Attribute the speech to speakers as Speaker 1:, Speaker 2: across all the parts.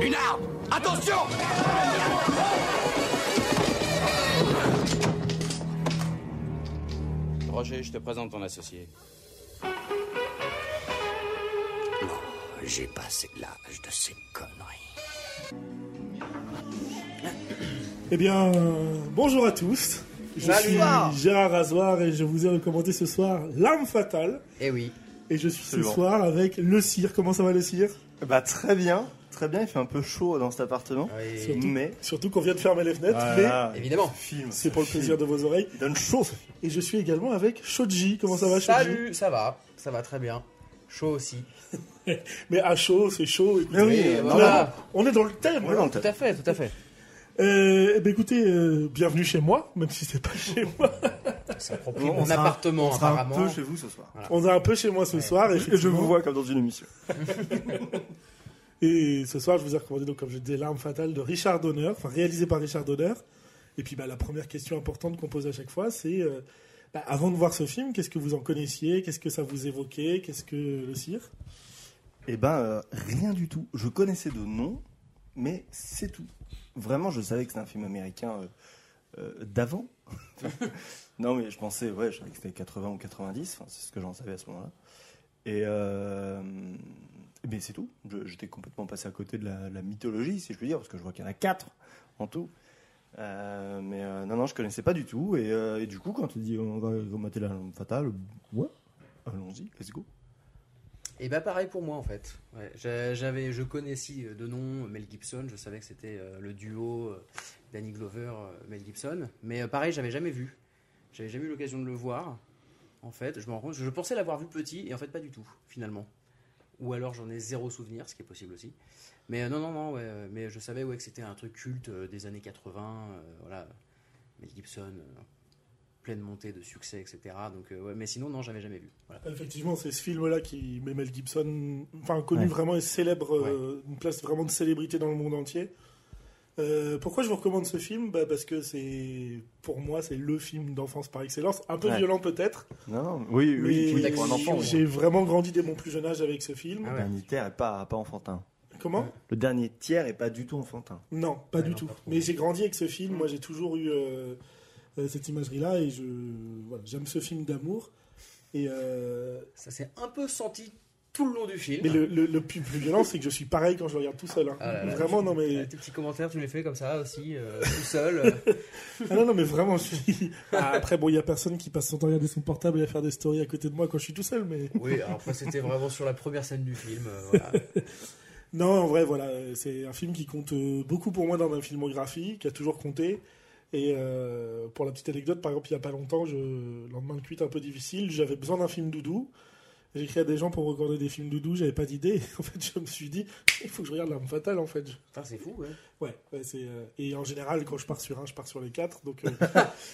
Speaker 1: Une arme Attention
Speaker 2: Roger, je te présente ton associé.
Speaker 1: Non, j'ai passé l'âge de ces conneries.
Speaker 3: Eh bien, euh, bonjour à tous. Je
Speaker 4: Salut.
Speaker 3: suis Gérard Rasoir et je vous ai recommandé ce soir L'Arme Fatale.
Speaker 4: Eh oui.
Speaker 3: Et je suis
Speaker 5: Absolument.
Speaker 3: ce soir avec Le Cire. Comment ça va, Le Cire
Speaker 5: Bah très bien, très bien, il fait un peu chaud dans cet appartement.
Speaker 3: Surtout,
Speaker 5: Mais
Speaker 3: surtout qu'on vient de fermer les fenêtres,
Speaker 5: Ah, Voilà,
Speaker 4: Évidemment.
Speaker 5: ce film,
Speaker 3: mais c'est pour le
Speaker 5: ce
Speaker 3: plaisir de
Speaker 5: film,
Speaker 3: vos oreilles.
Speaker 5: Il donne chaud.
Speaker 3: Et je suis également avec Shoji. Comment ça va, Shoji
Speaker 4: Salut, ça va, ça va très bien. Chaud aussi.
Speaker 3: Mais à chaud, c'est chaud. écoutez.
Speaker 5: Mais oui,
Speaker 4: Et
Speaker 3: Là,
Speaker 5: euh,
Speaker 4: Eh voilà.
Speaker 3: On est dans le thème.
Speaker 5: Ouais, dans le
Speaker 4: Tout à fait, tout à fait.
Speaker 3: Euh, eh ben, écoutez, euh, bienvenue chez moi, même si c'est pas chez moi.
Speaker 5: thème.
Speaker 4: mon
Speaker 5: sera-
Speaker 4: appartement,
Speaker 5: on sera un
Speaker 4: apparemment.
Speaker 5: peu chez vous ce soir.
Speaker 3: On est un peu chez moi ce soir. Et
Speaker 5: Et je vous vois comme dans une émission.
Speaker 3: Et ce soir, je vous ai recommandé, donc, comme je disais, L'arme fatale de Richard Donner, enfin réalisé par Richard Donner. Et puis, bah, la première question importante qu'on pose à chaque fois, c'est euh, bah, avant de voir ce film, qu'est-ce que vous en connaissiez Qu'est-ce que ça vous évoquait Qu'est-ce que le cire
Speaker 5: Eh ben euh, rien du tout. Je connaissais de nom, mais c'est tout. Vraiment, je savais que c'était un film américain euh, euh, d'avant. non, mais je pensais, ouais, je savais que c'était 80 ou 90. Enfin, c'est ce que j'en savais à ce moment-là. Et euh, mais c'est tout. Je- J'étais complètement passé à côté de la, de la mythologie, si je puis dire, parce que je vois qu'il y en a quatre en tout. Euh, mais euh, non, non, je connaissais pas du tout. Et, euh, et du coup, quand tu dis on va remater la lampe fatale, ouais, allons-y, let's go.
Speaker 4: Et bah pareil pour moi en fait. Ouais, j'a- j'avais, je connaissais euh, de nom Mel Gibson, je savais que c'était euh, le duo euh, Danny Glover, euh, Mel Gibson, mais euh, pareil, j'avais jamais vu. J'avais jamais eu l'occasion de le voir. En fait, je me rends compte, je pensais l'avoir vu petit et en fait pas du tout finalement. Ou alors j'en ai zéro souvenir, ce qui est possible aussi. Mais euh, non non non, ouais, euh, mais je savais ouais que c'était un truc culte euh, des années 80, euh, voilà. Mel Gibson, euh, pleine montée de succès, etc. Donc euh, ouais, mais sinon non, j'avais jamais vu. Voilà.
Speaker 3: Effectivement, c'est ce film-là qui met Mel Gibson, enfin connu
Speaker 5: Ouais.
Speaker 3: vraiment et célèbre, euh, une place vraiment de célébrité dans le monde entier. Euh, pourquoi je vous recommande ce film Bah, Parce que c'est, pour moi, c'est le film d'enfance par excellence. Un peu
Speaker 5: Ouais.
Speaker 3: violent peut-être,
Speaker 5: Non, non, oui, oui,
Speaker 3: mais
Speaker 5: oui, pour un enfant. oui.
Speaker 3: j'ai vraiment grandi dès mon plus jeune âge avec ce film.
Speaker 4: Ah
Speaker 5: Le
Speaker 4: ouais.
Speaker 5: dernier tiers est pas, pas enfantin.
Speaker 3: Comment
Speaker 5: Le dernier tiers est pas du tout enfantin.
Speaker 3: Non, pas
Speaker 4: Ouais,
Speaker 3: du
Speaker 4: non,
Speaker 3: tout.
Speaker 4: pas trop.
Speaker 3: mais j'ai grandi avec ce film. Moi, j'ai toujours eu euh, euh, cette imagerie-là et je voilà, j'aime ce film d'amour. Et euh,
Speaker 4: Ça s'est un peu senti tout le long du film.
Speaker 3: mais le, le, le plus, plus violent, c'est que je suis pareil quand je le regarde tout seul. hein.
Speaker 4: Ah là là,
Speaker 3: vraiment, non
Speaker 4: Euh,
Speaker 3: mais
Speaker 4: Tes petits commentaires, tu les fais comme ça aussi, euh, tout seul. euh.
Speaker 3: ah, non non mais vraiment. Je suis... Ah, après, bon, il y a personne qui passe son temps à regarder son portable et à faire des stories à côté de moi quand je suis tout seul. Mais
Speaker 4: Oui, alors après, c'était vraiment sur la première scène du film. euh, voilà.
Speaker 3: non, en vrai, voilà, euh, c'est un film qui compte euh, beaucoup pour moi dans ma filmographie, qui a toujours compté. Et euh, pour la petite anecdote, par exemple, il n'y a pas longtemps, je... le lendemain de cuite un peu difficile, j'avais besoin d'un film doudou. J'ai écrit à des gens pour recorder des films doudou, j'avais pas d'idée. En fait, je me suis dit, il faut que je regarde L'Arme Fatale, en fait. Je-
Speaker 4: Putain, Ah, c'est fou, ouais.
Speaker 3: Ouais, ouais, c'est. euh, Et en général, quand je pars sur un, je pars sur les quatre. Donc, euh,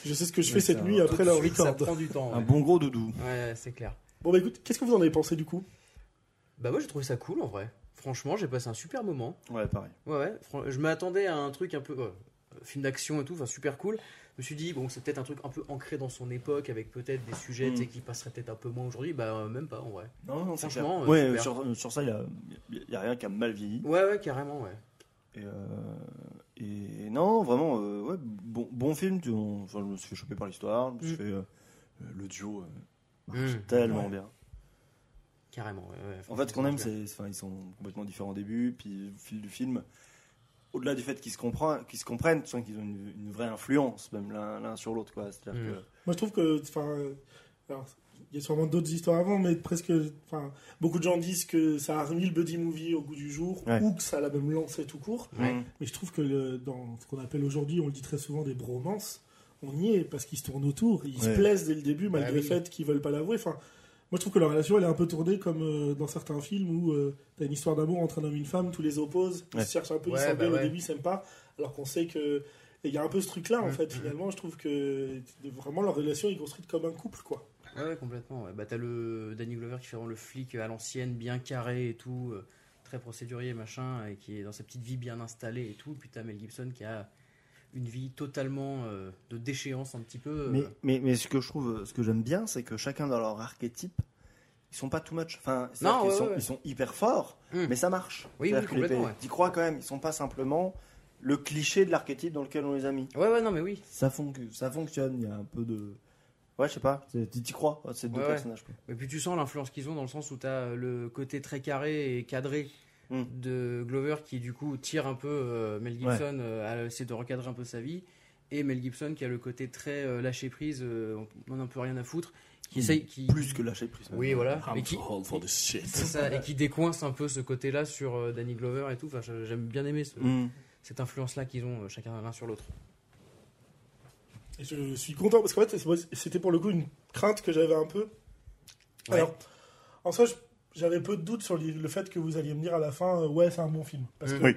Speaker 3: je sais ce que je fais
Speaker 5: Oui,
Speaker 3: cette
Speaker 5: ça-
Speaker 3: nuit après
Speaker 4: Tout de
Speaker 3: la
Speaker 4: suite, ça
Speaker 3: record.
Speaker 4: prend du temps.
Speaker 5: Un
Speaker 4: Ouais,
Speaker 5: Ah bon gros doudou.
Speaker 4: Ouais, c'est clair.
Speaker 3: Bon, bah écoute, qu'est-ce que vous en avez pensé du coup
Speaker 4: Bah, moi, j'ai trouvé ça cool en vrai. Franchement, j'ai passé un super moment.
Speaker 5: Ouais, pareil.
Speaker 4: Ouais, ouais. Fran- Je m'attendais à un truc un peu. euh, film d'action et tout, enfin super cool. Je me suis dit, bon, c'est peut-être un truc un peu ancré dans son époque, avec peut-être des sujets tu sais,
Speaker 5: Mm.
Speaker 4: qui passeraient peut-être un peu moins aujourd'hui. Bah, euh, même pas en vrai.
Speaker 5: Non, non, c'est
Speaker 4: Franchement,
Speaker 5: clair.
Speaker 4: euh,
Speaker 5: ouais,
Speaker 4: super.
Speaker 5: euh, sur, euh, sur ça, il y a, il y a rien qui a mal vieilli.
Speaker 4: Ouais, ouais, carrément, ouais.
Speaker 5: Et, euh, et non, vraiment, euh, ouais, bon, bon film. tu- on- enfin, je me suis fait choper par l'histoire. Je me suis
Speaker 4: Mm.
Speaker 5: fait euh, euh, le duo euh,
Speaker 4: Mm.
Speaker 5: tellement
Speaker 3: Ouais.
Speaker 5: bien.
Speaker 4: Carrément, ouais, ouais,
Speaker 5: En fait, ce qu'on
Speaker 4: franchement,
Speaker 5: aime,
Speaker 4: super.
Speaker 5: c'est, enfin, ils sont complètement différents au début, puis au fil du film. Au-delà du fait qu'ils se comprennent, qu'ils se comprennent, tu sens qu'ils ont une, une vraie influence même l'un, l'un sur l'autre, quoi. C'est-à-dire
Speaker 4: Mm.
Speaker 5: que
Speaker 3: Moi, je trouve que, enfin, euh, alors, il y a sûrement d'autres histoires avant, mais presque, enfin, beaucoup de gens disent que ça a remis le buddy movie au goût du jour,
Speaker 5: Ouais.
Speaker 3: ou que ça l'a même lancé tout court.
Speaker 4: Ouais.
Speaker 5: Mm.
Speaker 3: Mais je trouve que le- dans ce qu'on appelle aujourd'hui, on le dit très souvent, des bromances, on y est parce qu'ils se tournent autour, ils se
Speaker 5: Ouais.
Speaker 3: plaisent dès le début, malgré
Speaker 4: Bah oui.
Speaker 3: le fait qu'ils veulent pas l'avouer. Enfin, moi, je trouve que leur relation, elle est un peu tournée comme euh, dans certains films où euh, t'as une histoire d'amour entre un homme et une femme, tous les opposent, ils
Speaker 5: Ouais.
Speaker 3: se cherchent un peu,
Speaker 4: Ouais,
Speaker 3: ils s'engueulent
Speaker 4: bah ouais.
Speaker 3: au début, ils s'aiment pas, alors qu'on sait que. Et il y a un peu ce truc-là, en
Speaker 4: Mhm.
Speaker 3: fait, finalement, je trouve que vraiment leur relation est construite comme un couple, quoi.
Speaker 4: Ouais, ouais, complètement. ouais. Bah, t'as le Danny Glover qui fait vraiment le flic à l'ancienne, bien carré et tout, euh, très procédurier, machin, et qui est dans sa petite vie bien installée et tout. Puis t'as Mel Gibson qui a une vie totalement euh, de déchéance, un petit peu. euh,
Speaker 5: Mais, mais, mais ce que je trouve, ce que j'aime bien, c'est que chacun dans leur archétype, ils sont pas too much. Enfin, c'est
Speaker 4: Non,
Speaker 5: qu'ils
Speaker 4: ouais,
Speaker 5: sont,
Speaker 4: ouais, ouais.
Speaker 5: ils sont hyper forts,
Speaker 4: Mm.
Speaker 5: mais ça marche.
Speaker 4: Oui,
Speaker 5: C'est-à-dire
Speaker 4: oui,
Speaker 5: que les
Speaker 4: complètement,
Speaker 5: pays-
Speaker 4: ouais.
Speaker 5: T'y crois quand même, ils sont pas simplement le cliché de l'archétype dans lequel on les a mis.
Speaker 4: Ouais, ouais, non, mais oui.
Speaker 5: Ça, fon- ça fonctionne, il y a un peu de. Ouais, je sais pas, c'est- t'y crois, ces deux
Speaker 4: Ouais, ouais.
Speaker 5: personnages. quoi.
Speaker 4: Et puis tu sens l'influence qu'ils ont dans le sens où tu as le côté très carré et cadré
Speaker 5: Mm.
Speaker 4: de Glover qui du coup tire un peu euh, Mel Gibson euh, à essayer de recadrer un peu sa vie et Mel Gibson qui a le côté très euh, lâcher prise, euh, on n'en peut rien à foutre, qui essaye qui
Speaker 5: Mm. Plus que lâcher prise. même.
Speaker 4: oui voilà et qui c'est
Speaker 3: shit.
Speaker 4: ça et qui décoince un peu ce côté-là sur euh, Danny Glover et tout. Enfin, j'a- j'aime bien aimer ce-
Speaker 5: Mm.
Speaker 4: cette influence-là qu'ils ont euh, chacun l'un sur l'autre.
Speaker 3: Je suis content parce qu'en fait, c'est- c'était pour le coup une crainte que j'avais un peu.
Speaker 4: Ouais.
Speaker 3: Alors, en soi, je- j'avais peu de doutes sur les- le fait que vous alliez me dire à la fin, euh, ouais, c'est un bon film. Parce que
Speaker 5: Oui.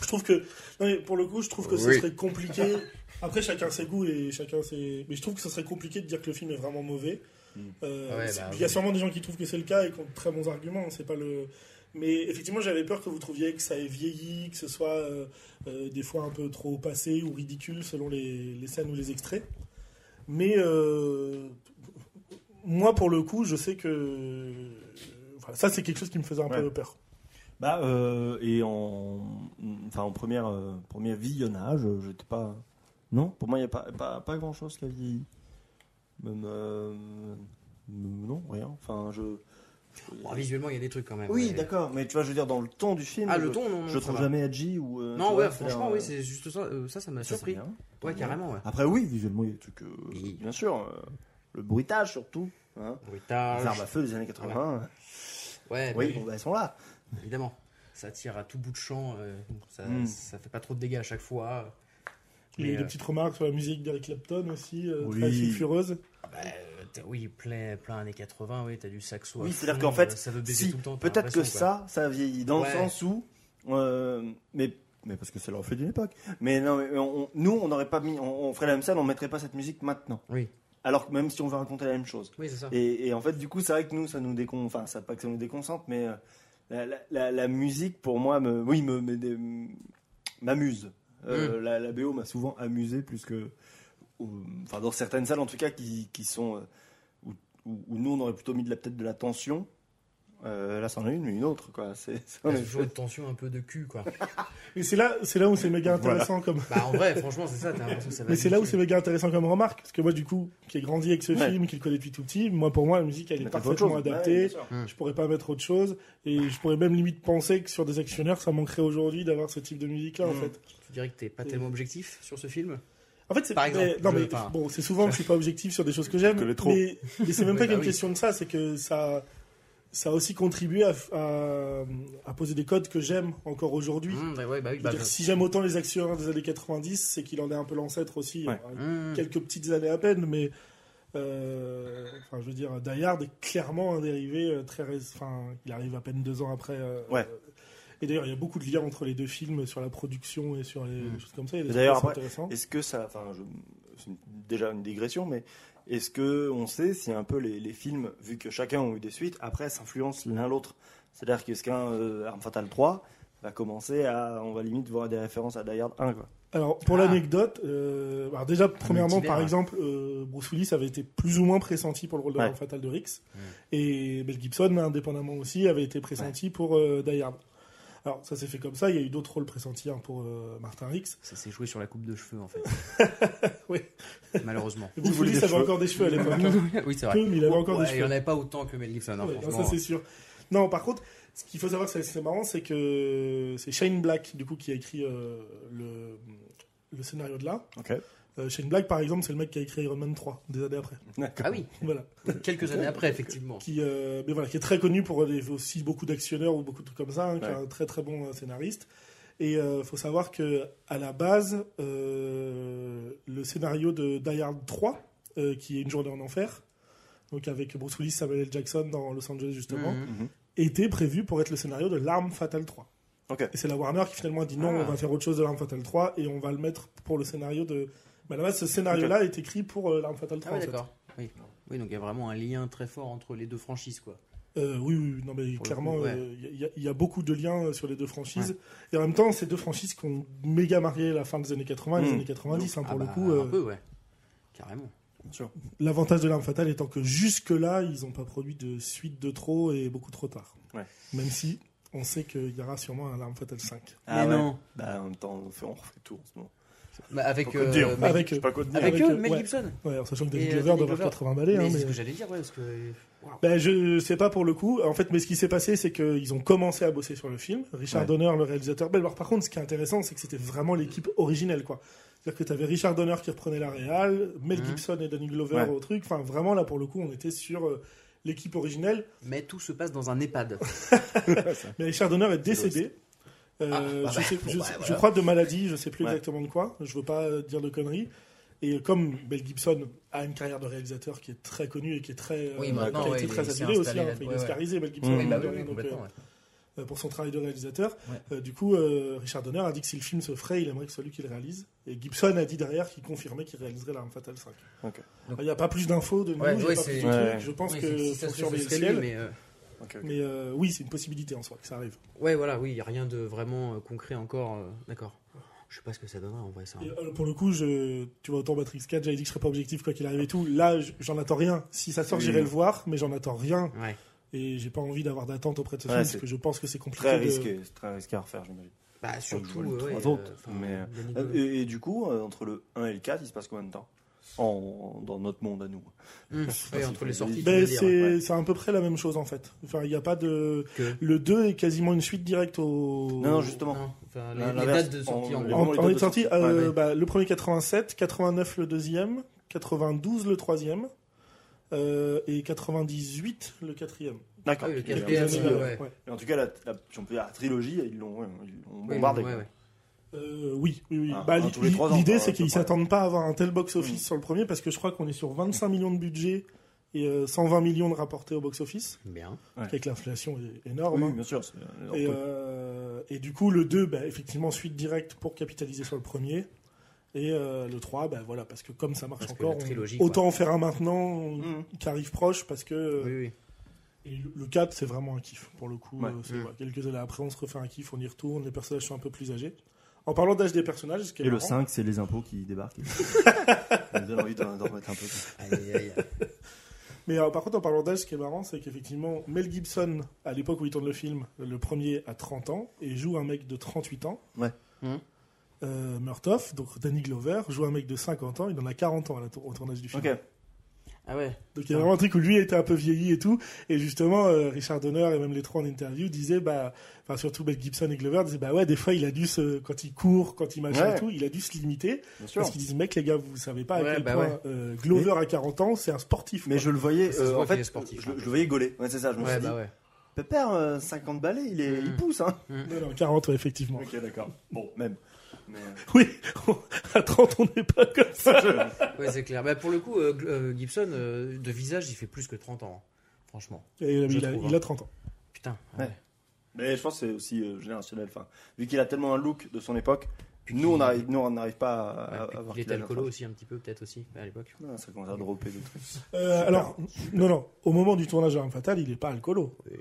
Speaker 3: je trouve que, non, mais pour le coup, je trouve que ce
Speaker 4: Oui.
Speaker 3: serait compliqué. Après, chacun ses goûts et chacun ses. Mais je trouve que ce serait compliqué de dire que le film est vraiment mauvais. Euh,
Speaker 4: Ouais,
Speaker 3: c'est-
Speaker 4: bah,
Speaker 3: il y a
Speaker 4: oui.
Speaker 3: sûrement des gens qui trouvent que c'est le cas et qui ont de très bons arguments. hein, C'est pas le. Mais effectivement, j'avais peur que vous trouviez que ça ait vieilli, que ce soit euh, euh, des fois un peu trop passé ou ridicule selon les, les scènes ou les extraits. Mais euh, moi, pour le coup, je sais que voilà, ça, c'est quelque chose qui me faisait un peu
Speaker 5: Ouais.
Speaker 3: peur.
Speaker 5: Bah, euh, et en, enfin, en première, euh, premier visionnage, euh, j'étais pas. Non, pour moi, il n'y a pas, pas, pas grand chose qui a vieilli. Même. euh, non, rien. Enfin, je.
Speaker 4: Bon, visuellement, il y a des trucs quand même.
Speaker 5: oui,
Speaker 4: mais-
Speaker 5: d'accord, mais tu vois, je veux dire, dans le ton du film,
Speaker 4: Ah,
Speaker 5: je,
Speaker 4: le ton, non, non,
Speaker 5: je
Speaker 4: ça
Speaker 5: trouve
Speaker 4: va.
Speaker 5: jamais edgy ou. euh, tu
Speaker 4: Non,
Speaker 5: vois,
Speaker 4: ouais,
Speaker 5: c'est-à-dire,
Speaker 4: franchement,
Speaker 5: euh,
Speaker 4: oui, c'est juste ça. euh, ça, ça m'a
Speaker 5: ça, c'est
Speaker 4: surpris.
Speaker 5: bien. Mm.
Speaker 4: Ouais, carrément, ouais.
Speaker 5: Après, oui, visuellement, il y a des trucs. euh,
Speaker 4: Oui.
Speaker 5: Bien sûr, euh, le bruitage surtout. Hein. Les armes à
Speaker 4: Bruitage.
Speaker 5: feu des années 80.
Speaker 4: Ouais,
Speaker 5: Oui,
Speaker 4: bah
Speaker 5: bon, bah, elles sont là.
Speaker 4: oui, évidemment. Ça tire à tout bout de champ. euh, ça,
Speaker 5: Mm.
Speaker 4: ça fait pas trop de dégâts à chaque fois.
Speaker 3: Il y a eu
Speaker 4: Mais,
Speaker 3: des
Speaker 4: euh,
Speaker 3: petites remarques sur la musique d'Eric Clapton aussi, euh,
Speaker 5: Oui.
Speaker 3: très sulfureuse.
Speaker 4: bah, euh, t'as- oui, plein, plein années 80, oui, t'as du saxo. à
Speaker 5: Oui, c'est-à-dire
Speaker 4: fond,
Speaker 5: qu'en fait,
Speaker 4: euh, ça veut baiser
Speaker 5: Si,
Speaker 4: tout le temps. t'as
Speaker 5: peut-être que
Speaker 4: l'impression, quoi.
Speaker 5: ça, ça vieillit dans
Speaker 4: Ouais.
Speaker 5: le sens où, euh, mais mais parce que c'est le reflet d'une époque. Mais non, mais euh, on- on- nous, on n'aurait pas mis, on, on ferait la même scène, on mettrait pas cette musique maintenant.
Speaker 4: Oui.
Speaker 5: Alors que même si on veut raconter la même chose.
Speaker 4: Oui, c'est ça.
Speaker 5: Et, et en fait, du coup, c'est vrai que nous, ça nous décon, enfin, ça pas que ça nous déconcentre, mais euh, la, la- la- la musique pour moi, me, oui, me me- dé- m'amuse. Euh, la, la BO m'a souvent amusé plus que, ou- enfin, dans certaines salles en tout cas qui, qui sont euh, où, où- où nous on aurait plutôt mis de la peut-être de la tension. Euh, là, c'en est une, mais une autre quoi. C'est c'est-
Speaker 4: T'as toujours une tension un peu de cul, quoi.
Speaker 3: Et c'est là, c'est là où c'est méga
Speaker 5: Voilà.
Speaker 3: intéressant comme.
Speaker 4: bah, en vrai, franchement, c'est ça. T'as l'impression que ça va.
Speaker 3: Mais c'est là où c'est
Speaker 4: niquer.
Speaker 3: méga intéressant comme remarque, parce que moi, du coup, qui ai grandi avec ce
Speaker 5: Ouais.
Speaker 3: film, qui le connais depuis tout petit, moi, pour moi, la musique, elle est
Speaker 5: Mais t'as fait autre
Speaker 3: parfaitement
Speaker 5: chose.
Speaker 3: adaptée.
Speaker 5: Ouais, bien sûr.
Speaker 3: je pourrais pas mettre autre chose, et je pourrais même limite penser que sur des actionnaires, ça manquerait aujourd'hui d'avoir ce type de musique-là, en
Speaker 5: Mm.
Speaker 3: fait.
Speaker 4: Tu dirais que t'es pas tellement objectif sur ce film
Speaker 3: En fait, c'est
Speaker 4: Par exemple,
Speaker 3: mais- non,
Speaker 4: je-
Speaker 3: mais,
Speaker 4: enfin-
Speaker 3: bon, c'est souvent que je suis pas objectif sur des choses que j'aime,
Speaker 5: Que les trop.
Speaker 3: mais, mais c'est même
Speaker 4: Oui,
Speaker 3: pas
Speaker 4: bah
Speaker 3: qu'une
Speaker 4: oui.
Speaker 3: question de ça, c'est que ça, ça a aussi contribué à, à- à poser des codes que j'aime encore aujourd'hui.
Speaker 4: Mmh, bah, ouais, bah oui,
Speaker 3: Je veux
Speaker 4: bah,
Speaker 3: dire,
Speaker 4: je-
Speaker 3: Si j'aime autant les actionnaires des années 90, c'est qu'il en est un peu l'ancêtre aussi,
Speaker 5: Ouais.
Speaker 3: euh,
Speaker 4: Mmh.
Speaker 3: quelques petites années à peine, mais euh, enfin, je veux dire, Die Hard est clairement un dérivé euh, très, ré- enfin, il arrive à peine deux ans après. euh,
Speaker 5: Ouais.
Speaker 3: Et d'ailleurs, il y a beaucoup de liens entre les deux films sur la production et sur les
Speaker 4: Mm.
Speaker 3: choses comme ça. Il y a des
Speaker 5: Et Mmh. d'ailleurs,
Speaker 3: trucs
Speaker 5: après,
Speaker 3: intéressants.
Speaker 5: Est-ce que ça, enfin, je- c'est une- déjà une digression, mais est-ce que on sait si un peu les, les films, vu que chacun a eu des suites, après s'influencent l'un l'autre C'est-à-dire qu'est-ce qu'un euh, Arme Fatale 3 va commencer à, on va limite voir des références à Die Hard 1, quoi.
Speaker 3: Alors, pour
Speaker 4: Ah.
Speaker 3: l'anecdote, euh, alors déjà, premièrement,
Speaker 4: multivers,
Speaker 3: par
Speaker 4: ouais.
Speaker 3: exemple, euh, Bruce Willis avait été plus ou moins pressenti pour le rôle de
Speaker 5: Ouais.
Speaker 3: l'homme fatal de Rix.
Speaker 4: Mm.
Speaker 3: Et Mel Gibson, indépendamment aussi, avait été pressenti pour euh, Die Hard. Alors, ça s'est fait comme ça. Il y a eu d'autres rôles pressentis hein, pour euh, Martin Rix.
Speaker 4: Ça s'est joué sur la coupe de cheveux, en fait.
Speaker 3: Oui.
Speaker 4: Malheureusement.
Speaker 3: Et Bruce
Speaker 5: voulait
Speaker 3: Willis
Speaker 5: des
Speaker 3: avait
Speaker 5: cheveux.
Speaker 3: encore des cheveux à l'époque. hein.
Speaker 4: oui, c'est vrai.
Speaker 3: Peu, mais il avait encore des
Speaker 4: Ouais, Il
Speaker 3: cheveux.
Speaker 4: n'y en avait pas autant que Mel Gibson, hein,
Speaker 3: Ouais, non, ça
Speaker 4: franchement.
Speaker 3: c'est sûr. Non, par contre, ce qu'il faut savoir, c'est c'est marrant, c'est que c'est Shane Black, du coup, qui a écrit euh, le, le scénario de là.
Speaker 5: Ok.
Speaker 3: Euh, Shane Black, par exemple, c'est le mec qui a écrit Iron Man 3 des années après.
Speaker 5: D'accord.
Speaker 4: Ah oui,
Speaker 3: Voilà.
Speaker 4: quelques années après, effectivement.
Speaker 3: Qui, euh, mais voilà, qui est très connu pour des- aussi beaucoup d'actionneurs ou beaucoup de trucs comme ça, hein, qui est
Speaker 5: Ouais.
Speaker 3: un très très bon euh, scénariste. Et euh, faut savoir que à la base, euh, le scénario de Die Hard 3, euh, qui est Une journée en enfer, donc avec Bruce Willis, Samuel L. Jackson dans Los Angeles justement,
Speaker 4: Mmh.
Speaker 3: était prévu pour être le scénario de L'Arme Fatale 3.
Speaker 5: Ok.
Speaker 3: Et c'est la Warner qui finalement a dit non,
Speaker 4: Ah.
Speaker 3: on va faire autre chose de L'Arme Fatale 3 et on va le mettre pour le scénario de. Mais à la base, ce scénario-là est écrit pour euh, L'Arme Fatale
Speaker 4: Ah
Speaker 3: 3.
Speaker 4: oui,
Speaker 3: en fait.
Speaker 4: d'accord. Oui. oui, donc il y a vraiment un lien très fort entre les deux franchises, quoi.
Speaker 3: Euh, oui, oui, oui, non, mais
Speaker 4: Pour le
Speaker 3: clairement,
Speaker 4: coup, ouais.
Speaker 3: euh, il y, a- il y a beaucoup de liens euh, sur les deux franchises. Et en même temps, ces deux franchises qui ont méga marié la fin des années 80 et les
Speaker 5: Mmh.
Speaker 3: années 90, hein, pour
Speaker 4: Ah
Speaker 3: le
Speaker 4: bah,
Speaker 3: coup.
Speaker 4: Un
Speaker 3: euh,
Speaker 4: peu, ouais. Carrément.
Speaker 3: L'avantage de l'arme fatale étant que jusque-là, ils n'ont pas produit de suite de trop et beaucoup trop tard.
Speaker 5: Ouais.
Speaker 3: Même si on sait qu'il y aura sûrement un arme fatale 5.
Speaker 5: Ah
Speaker 4: Mais
Speaker 5: ouais.
Speaker 4: non.
Speaker 5: Bah, en même temps, on fait, on refait tout en ce moment.
Speaker 4: Bah, avec,
Speaker 5: Faut que dire.
Speaker 4: euh, Mel-
Speaker 3: Avec-
Speaker 5: Je sais pas quoi te dire.
Speaker 4: avec
Speaker 3: avec
Speaker 4: eux,
Speaker 3: eux,
Speaker 4: Mel
Speaker 3: ouais.
Speaker 4: Gibson.
Speaker 3: Ouais, en sachant que
Speaker 4: Et,
Speaker 3: David
Speaker 4: euh,
Speaker 3: Glover
Speaker 4: Danny
Speaker 3: doit faire
Speaker 4: Glover.
Speaker 3: 80 balais.
Speaker 4: Mais
Speaker 3: hein,
Speaker 4: c'est
Speaker 3: mais-
Speaker 4: ce que j'allais dire, ouais, parce que. euh, waouh.
Speaker 3: Ben, je sais pas pour le coup. En fait, mais ce qui s'est passé, c'est qu'ils ont commencé à bosser sur le film. Richard
Speaker 5: Ouais.
Speaker 3: Donner, le réalisateur. Ben, alors, par contre, ce qui est intéressant, c'est que c'était vraiment l'équipe originelle, quoi. C'est-à-dire que tu avais Richard Donner qui reprenait la réal, Mel
Speaker 4: Mhm.
Speaker 3: Gibson et Danny Glover
Speaker 5: Ouais.
Speaker 3: au truc. Enfin, vraiment, là, pour le coup, on était sur euh, l'équipe originelle.
Speaker 4: Mais tout se passe dans un EHPAD.
Speaker 3: Mais Richard Donner est décédé. Euh,
Speaker 4: Ah,
Speaker 3: je,
Speaker 4: bah,
Speaker 3: sais-
Speaker 4: bah,
Speaker 3: je-
Speaker 4: bah,
Speaker 3: je
Speaker 4: voilà.
Speaker 3: crois de maladie, je sais plus
Speaker 5: Ouais.
Speaker 3: exactement de quoi. Je veux pas euh, dire de conneries. Et comme Mel Gibson a une carrière de réalisateur qui est très connue et qui est très, euh,
Speaker 4: Oui,
Speaker 3: qui a
Speaker 4: maintenant,
Speaker 3: été
Speaker 4: ouais, il
Speaker 3: très
Speaker 4: est- il s'est
Speaker 3: adulée aussi,
Speaker 4: installé
Speaker 3: hein.
Speaker 4: là-
Speaker 3: Enfin, il
Speaker 4: ouais,
Speaker 3: est
Speaker 4: ouais.
Speaker 3: scarrisé, Mel Gibson.
Speaker 5: Mmh.
Speaker 4: Oui, bah oui,
Speaker 3: donc,
Speaker 4: oui,
Speaker 3: euh,
Speaker 4: complètement. ouais.
Speaker 3: euh, pour son travail de réalisateur.
Speaker 4: Ouais.
Speaker 3: Euh, du coup, euh, Richard Donner a dit que si le film se ferait, il aimerait que ce soit lui qui le réalise. Et Gibson a dit derrière qu'il confirmait qu'il réaliserait l'arme fatale 5.
Speaker 5: Ok.
Speaker 4: Donc-
Speaker 3: Il n'y a pas plus d'infos de nous,
Speaker 4: Ouais,
Speaker 3: j'ai
Speaker 4: ouais,
Speaker 3: pas plus
Speaker 4: c'est-
Speaker 3: de trucs.
Speaker 5: Ouais.
Speaker 3: Je pense
Speaker 4: Oui,
Speaker 3: que
Speaker 4: si ça
Speaker 3: faut
Speaker 4: se fait,
Speaker 3: surveiller
Speaker 4: ce
Speaker 3: le
Speaker 4: serait lui,
Speaker 3: ciel. Mais,
Speaker 4: mais, euh,
Speaker 5: Ok, ok.
Speaker 3: euh, oui, c'est une possibilité en soi que ça arrive.
Speaker 4: Ouais, voilà, oui, il n'y a rien de vraiment euh, concret encore. euh, D'accord. Je sais pas ce que ça donnera en vrai, ça. hein.
Speaker 3: Et, euh, pour le coup, je, tu vois, autant Matrix 4, j'avais dit que je serais pas objectif quoi qu'il arrive et tout. Là, j- j'en attends rien. Si ça sort,
Speaker 5: Oui.
Speaker 3: j'irai le voir, mais j'en attends rien.
Speaker 4: Ouais.
Speaker 3: Et j'ai pas envie d'avoir d'attente auprès de ce
Speaker 5: Ouais,
Speaker 3: film
Speaker 5: c'est
Speaker 3: parce que je pense que c'est compliqué.
Speaker 5: Très
Speaker 3: de-
Speaker 5: risqué, c'est très risqué à refaire, j'imagine.
Speaker 4: Bah,
Speaker 5: je vois
Speaker 4: surtout.
Speaker 5: le
Speaker 4: euh, ouais,
Speaker 5: trois autres,
Speaker 4: euh, enfin,
Speaker 5: mais, euh,
Speaker 4: Danny
Speaker 5: Euh,
Speaker 4: Glover.
Speaker 5: Et, et du coup, euh, entre le 1 et le 4, il se passe combien de temps en, Dans notre monde à nous.
Speaker 4: Hum,
Speaker 5: sais
Speaker 4: ouais,
Speaker 5: pas
Speaker 4: entre
Speaker 5: si
Speaker 4: les
Speaker 5: faut
Speaker 4: sorties,
Speaker 5: le
Speaker 4: tu
Speaker 3: Ben,
Speaker 4: veux dire.
Speaker 3: c'est
Speaker 5: ouais.
Speaker 3: c'est à peu près la même chose en fait. Enfin, il n'y a pas de.
Speaker 4: Que-
Speaker 3: Le 2 est quasiment une suite directe au.
Speaker 5: Non, non, justement.
Speaker 4: Non, Hein, enfin, les,
Speaker 5: Non,
Speaker 4: les
Speaker 5: l'inverse.
Speaker 4: dates de sortie
Speaker 5: On-
Speaker 4: en
Speaker 5: on-
Speaker 3: En,
Speaker 4: gros.
Speaker 5: les
Speaker 3: en
Speaker 5: dates
Speaker 3: est
Speaker 5: de
Speaker 3: sorti,
Speaker 5: sortie.
Speaker 3: euh,
Speaker 5: Ouais, ouais.
Speaker 3: bah, le premier 87, 89 le deuxième, 92 le troisième, euh, et 98 le quatrième.
Speaker 5: D'accord.
Speaker 4: Ah oui, le
Speaker 5: Et en-
Speaker 4: quatrième,
Speaker 5: et en-
Speaker 4: euh, ouais.
Speaker 5: et En tout cas, la, la- si on peut dire la trilogie, ils l'ont ouais, ils l'ont
Speaker 4: Ouais,
Speaker 5: bombardé.
Speaker 4: ouais, ouais.
Speaker 3: Euh, oui, oui, oui.
Speaker 5: Ah,
Speaker 3: Bah,
Speaker 5: un
Speaker 3: li-
Speaker 5: tous les trois ans,
Speaker 3: L'idée,
Speaker 5: quoi, hein,
Speaker 3: c'est
Speaker 5: à peu
Speaker 3: qu'ils
Speaker 5: près.
Speaker 3: s'attendent pas à avoir un tel box-office sur le premier, parce que je crois qu'on est sur 25 millions de budget et euh, 120 millions de rapportés au box-office,
Speaker 4: Bien.
Speaker 3: avec l'inflation est
Speaker 5: Oui,
Speaker 3: énorme.
Speaker 5: oui,
Speaker 3: hein.
Speaker 5: bien sûr. c'est- on
Speaker 3: Et,
Speaker 5: peut-
Speaker 3: euh, et du coup, le 2, bah, effectivement, suite directe pour capitaliser sur le premier. Et euh, le 3, bah, voilà, parce que comme ça marche
Speaker 4: Parce que
Speaker 3: encore,
Speaker 4: la
Speaker 3: on-
Speaker 4: trilogie, quoi.
Speaker 3: autant en faire un maintenant
Speaker 5: Mhm.
Speaker 3: qui arrive proche, parce que euh,
Speaker 4: Oui, oui.
Speaker 3: et le- le 4, c'est vraiment un kiff. Pour le coup,
Speaker 5: Ouais. Mm.
Speaker 3: euh, c'est-
Speaker 4: Mhm.
Speaker 3: voilà, quelques années après, on se refait un kiff, on y retourne, les personnages sont un peu plus âgés. En parlant d'âge des personnages, ce qui est
Speaker 6: Et le
Speaker 3: marrant-
Speaker 6: 5, c'est les impôts qui débarquent.
Speaker 5: Ça me donne envie d'en d'en remettre un peu.
Speaker 4: Aïe, aïe, aïe.
Speaker 3: Mais euh, par contre, en parlant d'âge, ce qui est marrant, c'est qu'effectivement, Mel Gibson, à l'époque où il tourne le film, le premier a 30 ans et joue un mec de 38 ans.
Speaker 5: Ouais.
Speaker 4: Mhm.
Speaker 3: Euh, Murtoff, donc Danny Glover, joue un mec de 50 ans, il en a 40 ans à la tour- au tournage du film.
Speaker 5: Ok.
Speaker 4: Ah ouais.
Speaker 3: Donc il y a vraiment un truc où lui était un peu vieilli et tout. Et justement, euh, Richard Donner et même les trois en interview disaient, bah, enfin surtout Mel Gibson et Glover disaient, bah ouais, des fois il a dû se, quand il court, quand il machin
Speaker 5: Ouais.
Speaker 3: et tout, il a dû se limiter.
Speaker 5: Bien sûr.
Speaker 3: Parce qu'ils disent, mec, les gars, vous savez pas à
Speaker 4: Ouais,
Speaker 3: quel
Speaker 4: bah
Speaker 3: point
Speaker 4: ouais.
Speaker 3: euh, Glover à 40 ans, c'est un sportif.
Speaker 5: Mais
Speaker 3: quoi.
Speaker 5: je le voyais,
Speaker 4: Ça se
Speaker 5: euh,
Speaker 4: voit
Speaker 5: en
Speaker 4: qu'il
Speaker 5: fait,
Speaker 4: est sportif,
Speaker 5: je,
Speaker 4: hein.
Speaker 5: je le voyais gauler. Ouais, c'est ça, je me
Speaker 4: Ouais,
Speaker 5: suis
Speaker 4: bah
Speaker 5: dit,
Speaker 4: ouais.
Speaker 5: Pépère, euh, 50 balais, il, est, il
Speaker 4: Mm.
Speaker 5: pousse, hein
Speaker 3: Non, non, 40, ouais, effectivement.
Speaker 5: Ok, d'accord. Bon, même. Mais, euh,
Speaker 3: Oui, à 30, on n'est pas comme ça.
Speaker 4: Ouais, c'est clair. Bah, pour le coup, euh, Gl- euh, Gibson, euh, de visage, il fait plus que 30 ans. hein. Franchement.
Speaker 3: Et il, a-
Speaker 4: Je
Speaker 3: il a,
Speaker 4: trouve,
Speaker 3: il a 30 ans.
Speaker 4: Putain.
Speaker 5: Ouais. mais je pense que c'est aussi euh, générationnel. Enfin, vu qu'il a tellement un look de son époque,
Speaker 4: Puis
Speaker 5: nous, on
Speaker 4: qu'il-
Speaker 5: arrive- nous, on n'arrive pas à,
Speaker 4: Ouais,
Speaker 5: à- à
Speaker 4: puis
Speaker 5: voir
Speaker 4: il
Speaker 5: qu'il
Speaker 4: était
Speaker 5: a
Speaker 4: alcoolo
Speaker 5: l'âge.
Speaker 4: aussi, un petit peu, peut-être aussi, à l'époque.
Speaker 5: Ah, ça commence à dropper des trucs.
Speaker 3: Euh, alors, non, non, au moment du tournage de Arme Fatale, il n'est pas alcoolo.
Speaker 4: Et, allez.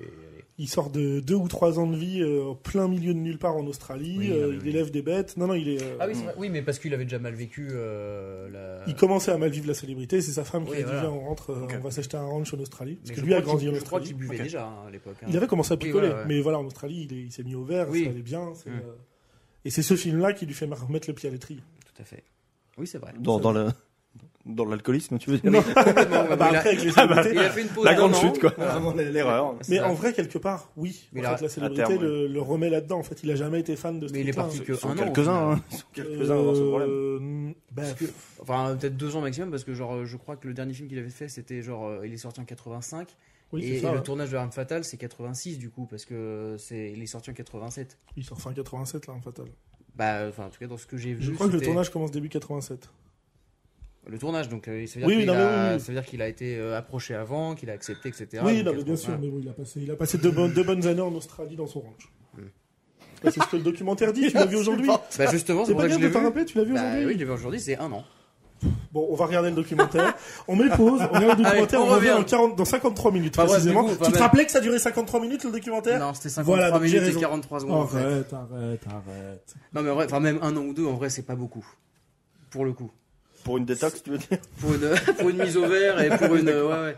Speaker 3: Il sort de deux ou trois ans de vie euh, en plein milieu de nulle part en Australie.
Speaker 4: Oui,
Speaker 3: euh,
Speaker 4: oui,
Speaker 3: il
Speaker 4: oui.
Speaker 3: élève des bêtes. Non, non, il est. euh,
Speaker 4: Ah oui, c'est vrai. oui, mais parce qu'il avait déjà mal vécu euh, la.
Speaker 3: Il commençait à mal vivre la célébrité, c'est sa femme qui
Speaker 4: Oui,
Speaker 3: lui a dit
Speaker 4: voilà.
Speaker 3: Viens, on rentre, euh,
Speaker 5: Ok.
Speaker 3: on va s'acheter un ranch en Australie. Parce
Speaker 4: Mais
Speaker 3: que
Speaker 4: je
Speaker 3: lui a
Speaker 4: crois
Speaker 3: grandi
Speaker 4: qu'il-
Speaker 3: en
Speaker 4: Je crois
Speaker 3: Australie.
Speaker 4: qu'il buvait
Speaker 5: Ok.
Speaker 4: déjà hein, à l'époque. hein.
Speaker 3: Il avait commencé à
Speaker 4: Oui,
Speaker 3: picoler,
Speaker 4: voilà, ouais.
Speaker 3: mais voilà, en Australie, il, est- il s'est mis au vert,
Speaker 4: Oui.
Speaker 3: ça allait bien. c'est,
Speaker 4: Mm. Ah,
Speaker 3: euh, Et c'est ce film-là qui lui fait remettre le pied à l'étrier.
Speaker 4: Tout à fait. Oui, c'est vrai.
Speaker 5: Dans, dans, le- dans l'alcoholisme, tu veux dire
Speaker 4: Oui, complètement,
Speaker 3: Bah,
Speaker 4: il, a, Ah,
Speaker 3: après, avec les
Speaker 4: il a fait une pause.
Speaker 5: Oh, La grande
Speaker 4: d'un an.
Speaker 5: chute, quoi. Vraiment l'erreur.
Speaker 4: Ah, C'est
Speaker 3: Mais
Speaker 4: ça.
Speaker 3: en vrai, quelque part, oui.
Speaker 4: Mais
Speaker 3: en
Speaker 4: la-
Speaker 3: fait, la célébrité
Speaker 5: terme,
Speaker 3: le, le remet là-dedans. En fait, il a jamais été fan de ce
Speaker 4: Mais il est
Speaker 3: truc-là.
Speaker 4: parti que
Speaker 5: Ils sont
Speaker 4: un an. au
Speaker 5: quelques-uns,
Speaker 4: final.
Speaker 5: hein. Ils sont quelques-uns à avoir ce
Speaker 3: Euh,
Speaker 5: problème.
Speaker 3: bah,
Speaker 4: Parce que- enfin, peut-être deux ans maximum, parce que genre, euh, je crois que le dernier film qu'il avait fait, c'était genre, euh, il est sorti en 85.
Speaker 3: oui,
Speaker 4: et
Speaker 3: c'est ça.
Speaker 4: et
Speaker 3: hein.
Speaker 4: le tournage de Arme Fatale, c'est 86 du coup, parce que c'est il est sorti en 87.
Speaker 3: Il sort fin 87, là, en fatal.
Speaker 4: Bah, enfin, en tout cas, dans ce que j'ai vu.
Speaker 3: Je crois que le
Speaker 4: c'était-
Speaker 3: tournage commence début 87.
Speaker 4: Le tournage, donc, euh, ça veut dire
Speaker 3: Oui, oui,
Speaker 4: qu'il
Speaker 3: non, mais
Speaker 4: a...
Speaker 3: oui, oui.
Speaker 4: ça veut dire qu'il a été euh, approché avant, qu'il a accepté, etc.
Speaker 3: oui,
Speaker 4: Donc,
Speaker 3: non,
Speaker 4: euh,
Speaker 3: mais bien
Speaker 4: 80,
Speaker 3: sûr, mais bon, il a passé, il a passé deux, bonnes, deux bonnes années en Australie dans son ranch.
Speaker 4: Hmm.
Speaker 3: Bah, c'est ce que le documentaire dit, tu l'as vu aujourd'hui.
Speaker 4: Bah, justement, c'est
Speaker 3: C'est
Speaker 4: pour
Speaker 3: pas
Speaker 4: ça
Speaker 3: grave
Speaker 4: que je
Speaker 3: de
Speaker 4: l'ai
Speaker 3: t'en
Speaker 4: vu.
Speaker 3: rappeler, tu l'as vu
Speaker 4: Bah,
Speaker 3: aujourd'hui.
Speaker 4: oui, je l'ai vu aujourd'hui, c'est un an.
Speaker 3: Bon, on va regarder le documentaire. on met pause, on regarde le documentaire,
Speaker 4: Allez, on
Speaker 3: on, revient dans,
Speaker 4: revient.
Speaker 3: 40 dans 53 minutes
Speaker 4: Enfin, bref,
Speaker 3: précisément.
Speaker 4: du coup, enfin,
Speaker 3: tu te
Speaker 4: bref.
Speaker 3: rappelais que ça durait 53 minutes le documentaire
Speaker 4: Non, c'était 53
Speaker 3: Voilà, donc j'ai
Speaker 4: minutes et
Speaker 3: raison.
Speaker 4: 43 secondes. en fait.
Speaker 6: Arrête, arrête, arrête.
Speaker 4: Non, mais en vrai, enfin, même un an ou deux, en vrai, c'est pas beaucoup. Pour le coup.
Speaker 5: Pour une détox, tu veux dire
Speaker 4: pour une, pour une mise au vert et pour une. Ouais, ouais.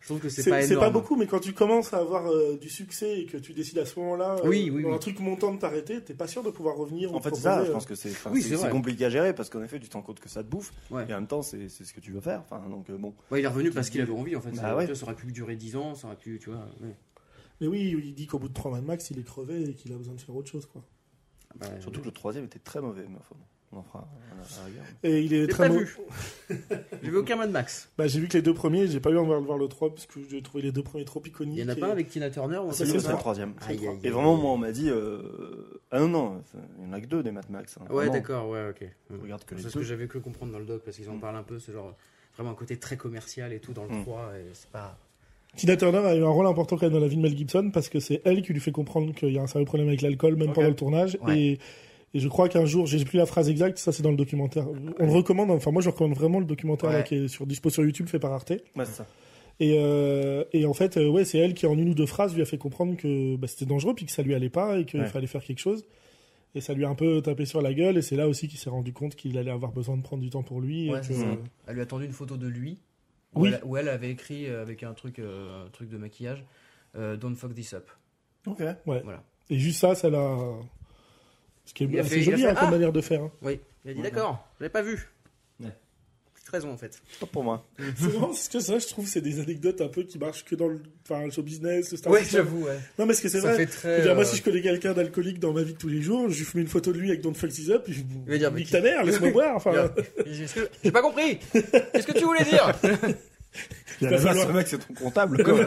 Speaker 4: Je trouve que c'est pas
Speaker 3: C'est c'est
Speaker 4: énorme.
Speaker 3: pas, beaucoup, mais quand tu commences à avoir euh, du succès et que tu décides à ce moment-là, euh,
Speaker 4: Oui, oui,
Speaker 3: dans
Speaker 4: oui.
Speaker 3: un truc montant de t'arrêter, t'es pas sûr de pouvoir revenir.
Speaker 5: En
Speaker 3: ou
Speaker 5: fait,
Speaker 3: te
Speaker 5: c'est ça,
Speaker 3: proposer,
Speaker 5: je
Speaker 3: euh,
Speaker 5: pense que c'est enfin,
Speaker 4: Oui,
Speaker 5: c'est-
Speaker 4: c'est
Speaker 5: c'est
Speaker 4: vrai.
Speaker 5: compliqué à gérer parce qu'en effet, tu te rends compte que ça te bouffe
Speaker 4: Ouais.
Speaker 5: et en même temps, c'est c'est ce que tu veux faire. Enfin, donc euh, bon.
Speaker 4: Ouais, il est revenu parce qu'il avait envie en fait.
Speaker 5: Bah
Speaker 4: ça,
Speaker 5: ouais.
Speaker 4: tu vois, ça aurait pu durer 10 ans, ça aurait pu. Tu vois, ouais.
Speaker 3: Mais oui, il dit qu'au bout de 3 Mad Max, il est crevé et qu'il a besoin de faire autre chose, quoi.
Speaker 4: Bah,
Speaker 5: Surtout que le troisième était très mauvais, mais enfin, bon, on en fera à la- à la rigueur.
Speaker 3: Et il est
Speaker 4: J'ai
Speaker 3: très
Speaker 4: pas
Speaker 3: mau-
Speaker 4: vu. J'ai vu aucun Mad Max.
Speaker 3: Bah, j'ai vu que les deux premiers, j'ai pas eu envie de voir le 3 parce que j'ai trouvé les deux premiers trop
Speaker 4: Il
Speaker 3: iconiques.
Speaker 4: y en a
Speaker 3: et-
Speaker 4: pas un avec Tina Turner ou un
Speaker 3: Ça,
Speaker 5: Non,
Speaker 4: truc
Speaker 5: C'est
Speaker 4: comme
Speaker 5: le
Speaker 3: ça.
Speaker 5: troisième.
Speaker 4: Aïe, aïe, aïe.
Speaker 5: Et vraiment, moi, on m'a dit euh, Ah non, non, ça- il n'y en a que deux des Mad Max. hein,
Speaker 4: Ouais,
Speaker 5: vraiment.
Speaker 4: d'accord, ouais, ok. Mm.
Speaker 5: Regarde que les
Speaker 4: C'est ce
Speaker 5: deux.
Speaker 4: que j'avais cru comprendre dans le doc parce qu'ils en
Speaker 5: Mm.
Speaker 4: parlent un peu, c'est genre vraiment un côté très commercial et tout dans le
Speaker 5: Mm.
Speaker 4: 3 et c'est pas.
Speaker 3: Tina Turner a eu un rôle important quand même dans la vie de Mel Gibson parce que c'est elle qui lui fait comprendre qu'il y a un sérieux problème avec l'alcool, même
Speaker 4: Ok.
Speaker 3: pendant le tournage.
Speaker 4: Ouais.
Speaker 3: Et, et je crois qu'un jour, j'ai plus la phrase exacte, ça c'est dans le documentaire. On le recommande, enfin moi je recommande vraiment le documentaire
Speaker 4: Ouais.
Speaker 3: là, qui est sur, dispo sur YouTube, fait par Arte.
Speaker 5: Ouais, c'est ça.
Speaker 3: Et, euh, et en fait, euh, ouais, c'est elle qui en une ou deux phrases lui a fait comprendre que bah, c'était dangereux, puis que ça lui allait pas et qu'il
Speaker 5: Ouais.
Speaker 3: fallait faire quelque chose. Et ça lui a un peu tapé sur la gueule, et c'est là aussi qu'il s'est rendu compte qu'il allait avoir besoin de prendre du temps pour lui. et
Speaker 4: Ouais,
Speaker 3: que-
Speaker 4: c'est ça.
Speaker 5: Mm.
Speaker 4: Elle lui a tendu une photo de lui où,
Speaker 3: Oui.
Speaker 4: elle, où elle avait écrit euh, avec un truc, euh, un truc de maquillage euh, Don't fuck this up.
Speaker 5: Ok.
Speaker 3: Et juste ça, ça l'a. Ce qui
Speaker 4: Il
Speaker 3: est
Speaker 4: a
Speaker 3: assez
Speaker 4: fait- il a
Speaker 3: joli
Speaker 4: fait,
Speaker 3: hein, comme
Speaker 4: Ah
Speaker 3: manière de faire. hein.
Speaker 4: Oui, il a dit d'accord, je l'avais pas vu.
Speaker 5: Ouais.
Speaker 4: Petite raison en fait.
Speaker 5: Pas pour moi.
Speaker 3: C'est vraiment ce que ça, je trouve, c'est des anecdotes un peu qui marchent que dans le, enfin, le show business, le star
Speaker 4: Ouais,
Speaker 3: system.
Speaker 4: j'avoue, ouais.
Speaker 3: Non, mais ce que c'est
Speaker 4: Ça
Speaker 3: vrai.
Speaker 4: fait
Speaker 3: Je
Speaker 4: très.
Speaker 3: veux dire, moi,
Speaker 4: euh,
Speaker 3: si je connais quelqu'un d'alcoolique dans ma vie de tous les jours, je lui fume une photo de lui avec Don't Fuck This Up, et je
Speaker 4: va dire, mais
Speaker 3: nique
Speaker 4: qui-
Speaker 3: ta mère, laisse-moi boire. Enfin,
Speaker 4: Est-ce que- J'ai pas compris Qu'est-ce que tu voulais dire
Speaker 5: Il
Speaker 3: va falloir-
Speaker 5: ce mec, c'est ton comptable. Quoi.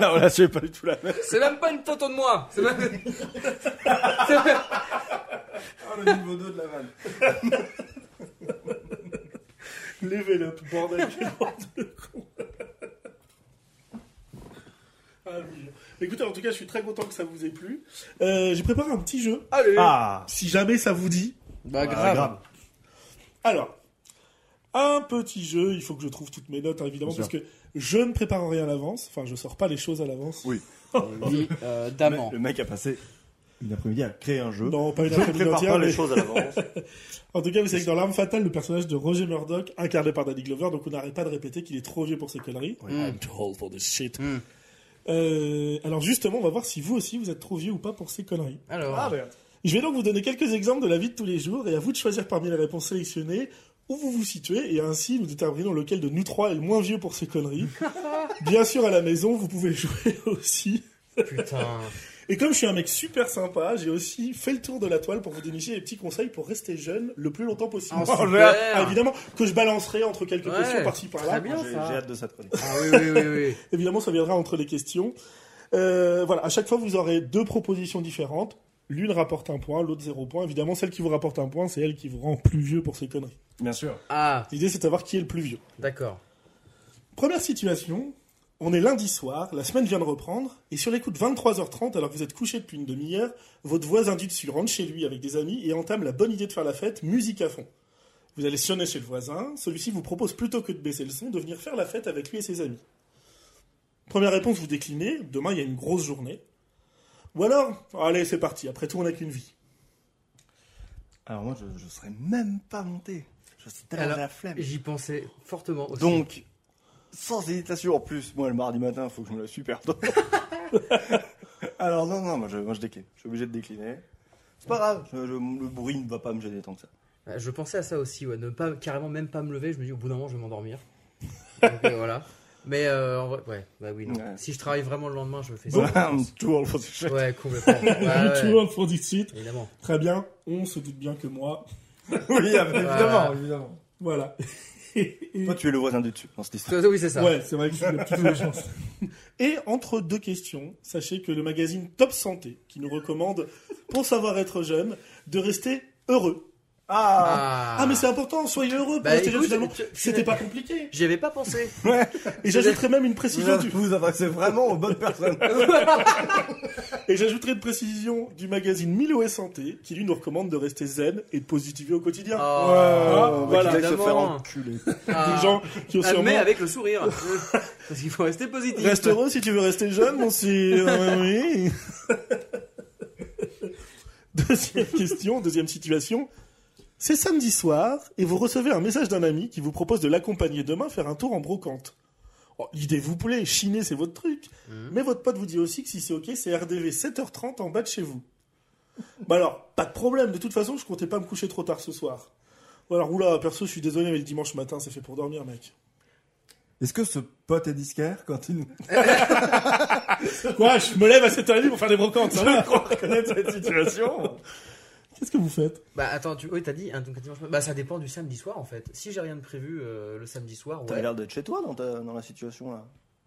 Speaker 5: non, là, c'est pas du tout la même.
Speaker 4: C'est même pas une photo de moi C'est même... C'est même-
Speaker 5: Ah, le niveau 2 de la vanne.
Speaker 3: level up, bordel, quel bordel de con. Ah, oui. Écoutez, en tout cas, je suis très content que ça vous ait plu. Euh, J'ai préparé un petit jeu,
Speaker 4: Allez
Speaker 5: Ah,
Speaker 3: si jamais ça vous dit.
Speaker 4: Bah grave,
Speaker 5: Ah, grave.
Speaker 3: Alors, un petit jeu, il faut que je trouve toutes mes notes, hein, évidemment,
Speaker 5: Bien
Speaker 3: parce que je ne prépare rien à l'avance, enfin, je sors pas les choses à l'avance.
Speaker 5: Oui.
Speaker 4: Dit, euh, d'amant.
Speaker 5: le mec a passé une après-midi à créer un jeu.
Speaker 3: Non, pas une
Speaker 5: je ne
Speaker 3: après-midi
Speaker 5: prépare
Speaker 3: entière,
Speaker 5: pas les
Speaker 3: mais-
Speaker 5: choses à l'avance.
Speaker 3: En tout cas, vous savez que dans L'Arme Fatale, le personnage de Roger Murdoch, incarné par Danny Glover, donc on n'arrête pas de répéter qu'il est trop vieux pour ses conneries.
Speaker 5: Ouais.
Speaker 4: Mm.
Speaker 1: I'm too old for this shit.
Speaker 5: Hmm.
Speaker 4: Mm.
Speaker 3: Euh, alors justement, on va voir si vous aussi, vous êtes trop vieux ou pas pour ces conneries.
Speaker 4: Alors,
Speaker 3: Je vais donc vous donner quelques exemples de la vie de tous les jours, et à vous de choisir parmi les réponses sélectionnées où vous vous situez, et ainsi nous déterminons lequel de nous trois est le moins vieux pour ces conneries. Bien sûr, à la maison, vous pouvez jouer aussi.
Speaker 4: putain.
Speaker 3: Et comme je suis un mec super sympa, j'ai aussi fait le tour de la toile pour vous dénicher des petits conseils pour rester jeune le plus longtemps possible.
Speaker 4: Oh, super.
Speaker 3: là, évidemment, que je balancerai entre quelques
Speaker 4: Ouais.
Speaker 3: questions par-ci
Speaker 4: Très
Speaker 3: par-là.
Speaker 4: bien,
Speaker 5: J'ai j'ai
Speaker 4: ça.
Speaker 5: hâte de ça. chronique.
Speaker 4: Ah oui, oui, oui, oui.
Speaker 3: Évidemment, ça viendra entre les questions. Euh, voilà, à chaque fois, vous aurez deux propositions différentes. L'une rapporte un point, l'autre zéro point. Évidemment, celle qui vous rapporte un point, c'est elle qui vous rend plus vieux pour ces conneries.
Speaker 5: Bien sûr.
Speaker 4: Ah,
Speaker 3: L'idée, c'est de savoir qui est le plus vieux.
Speaker 4: d'accord.
Speaker 3: Première situation, on est lundi soir, la semaine vient de reprendre, et sur les coups de 23h30, alors que vous êtes couché depuis une demi-heure, votre voisin du dessus rentre chez lui avec des amis et entame la bonne idée de faire la fête, musique à fond. Vous allez sonner chez le voisin, celui-ci vous propose plutôt que de baisser le son, de venir faire la fête avec lui et ses amis. Première réponse, vous déclinez, demain il y a une grosse journée. Ou alors, allez, c'est parti, après tout on n'a qu'une vie.
Speaker 5: Alors moi, je, je serais même pas monté. Je serais tellement
Speaker 4: Alors,
Speaker 5: à la flemme.
Speaker 4: J'y pensais fortement aussi.
Speaker 5: Donc, sans hésitation, en plus, moi le mardi matin, faut que je me la super tôt. Alors non, non, moi je, moi, je décline. Je suis obligé de décliner. C'est pas grave, je- je- le bruit ne va pas me gêner tant que ça.
Speaker 4: Euh, Je pensais à ça aussi, ouais. Ne pas, carrément même pas me lever, je me dis au bout d'un moment je vais m'endormir. Donc, euh, voilà. Mais euh, en vrai, ouais, bah oui, non.
Speaker 5: Ouais.
Speaker 4: Si je travaille vraiment le lendemain, je me fais ça.
Speaker 5: Voilà, un tour le français chef.
Speaker 4: Ouais, complètement. Ouais, ouais,
Speaker 3: Tout le monde pour dit de suite.
Speaker 4: Évidemment.
Speaker 3: Très bien, on se doute bien que moi.
Speaker 5: Oui, évidemment,
Speaker 4: Voilà.
Speaker 5: évidemment.
Speaker 3: ah, bah, Voilà.
Speaker 5: Toi, tu es le voisin du dessus dans cette histoire.
Speaker 4: Oui, c'est ça.
Speaker 3: Ouais, c'est vrai que j'ai plutôt de chance. Et entre deux questions, sachez que le magazine Top Santé, qui nous recommande, pour savoir être jeune, de rester heureux. Ah
Speaker 4: Ah,
Speaker 3: Ah, mais c'est important, soyez heureux pour
Speaker 4: Bah,
Speaker 3: rester jeune,
Speaker 4: écoute,
Speaker 3: finalement.
Speaker 4: je- je-
Speaker 3: C'était pas compliqué.
Speaker 4: J'y avais pas pensé.
Speaker 3: Et j'ajouterai même une précision du...
Speaker 5: vous adressez vraiment aux bonnes personnes.
Speaker 3: Et j'ajouterai une précision du magazine Milo et Santé, qui lui nous recommande de rester zen et de positiver au quotidien.
Speaker 4: Ah,
Speaker 3: Ouais,
Speaker 5: voilà.
Speaker 3: voilà.
Speaker 5: se faire
Speaker 4: évidemment.
Speaker 5: enculer.
Speaker 4: Ah.
Speaker 3: Des gens qui ont
Speaker 4: Ah, mais
Speaker 3: sûrement...
Speaker 4: avec le sourire. Parce qu'il faut rester positif.
Speaker 3: Reste heureux si tu veux rester jeune, mon si. oui. Deuxième question, deuxième situation. C'est samedi soir et vous recevez un message d'un ami qui vous propose de l'accompagner demain faire un tour en brocante. Oh, L'idée vous plaît, chiner c'est votre truc. Mais votre pote vous dit aussi que si c'est ok, c'est RDV 7h30 en bas de chez vous. Bah alors, pas de problème, de toute façon je comptais pas me coucher trop tard ce soir. Ou alors, oula, perso je suis désolé mais le dimanche matin c'est fait pour dormir mec.
Speaker 5: Est-ce que ce pote est disquaire quand il nous...
Speaker 3: Quoi, je me lève à 7h30 pour faire des brocantes ça va
Speaker 5: connaît cette situation
Speaker 3: Qu'est-ce que vous faites
Speaker 4: Bah attends, tu... oui, t'as dit un donc un dimanche matin. Bah ça dépend du samedi soir en fait. Si j'ai rien de prévu euh, le samedi soir,
Speaker 5: T'as
Speaker 4: ouais.
Speaker 5: l'air d'être chez toi dans, ta- dans la situation là.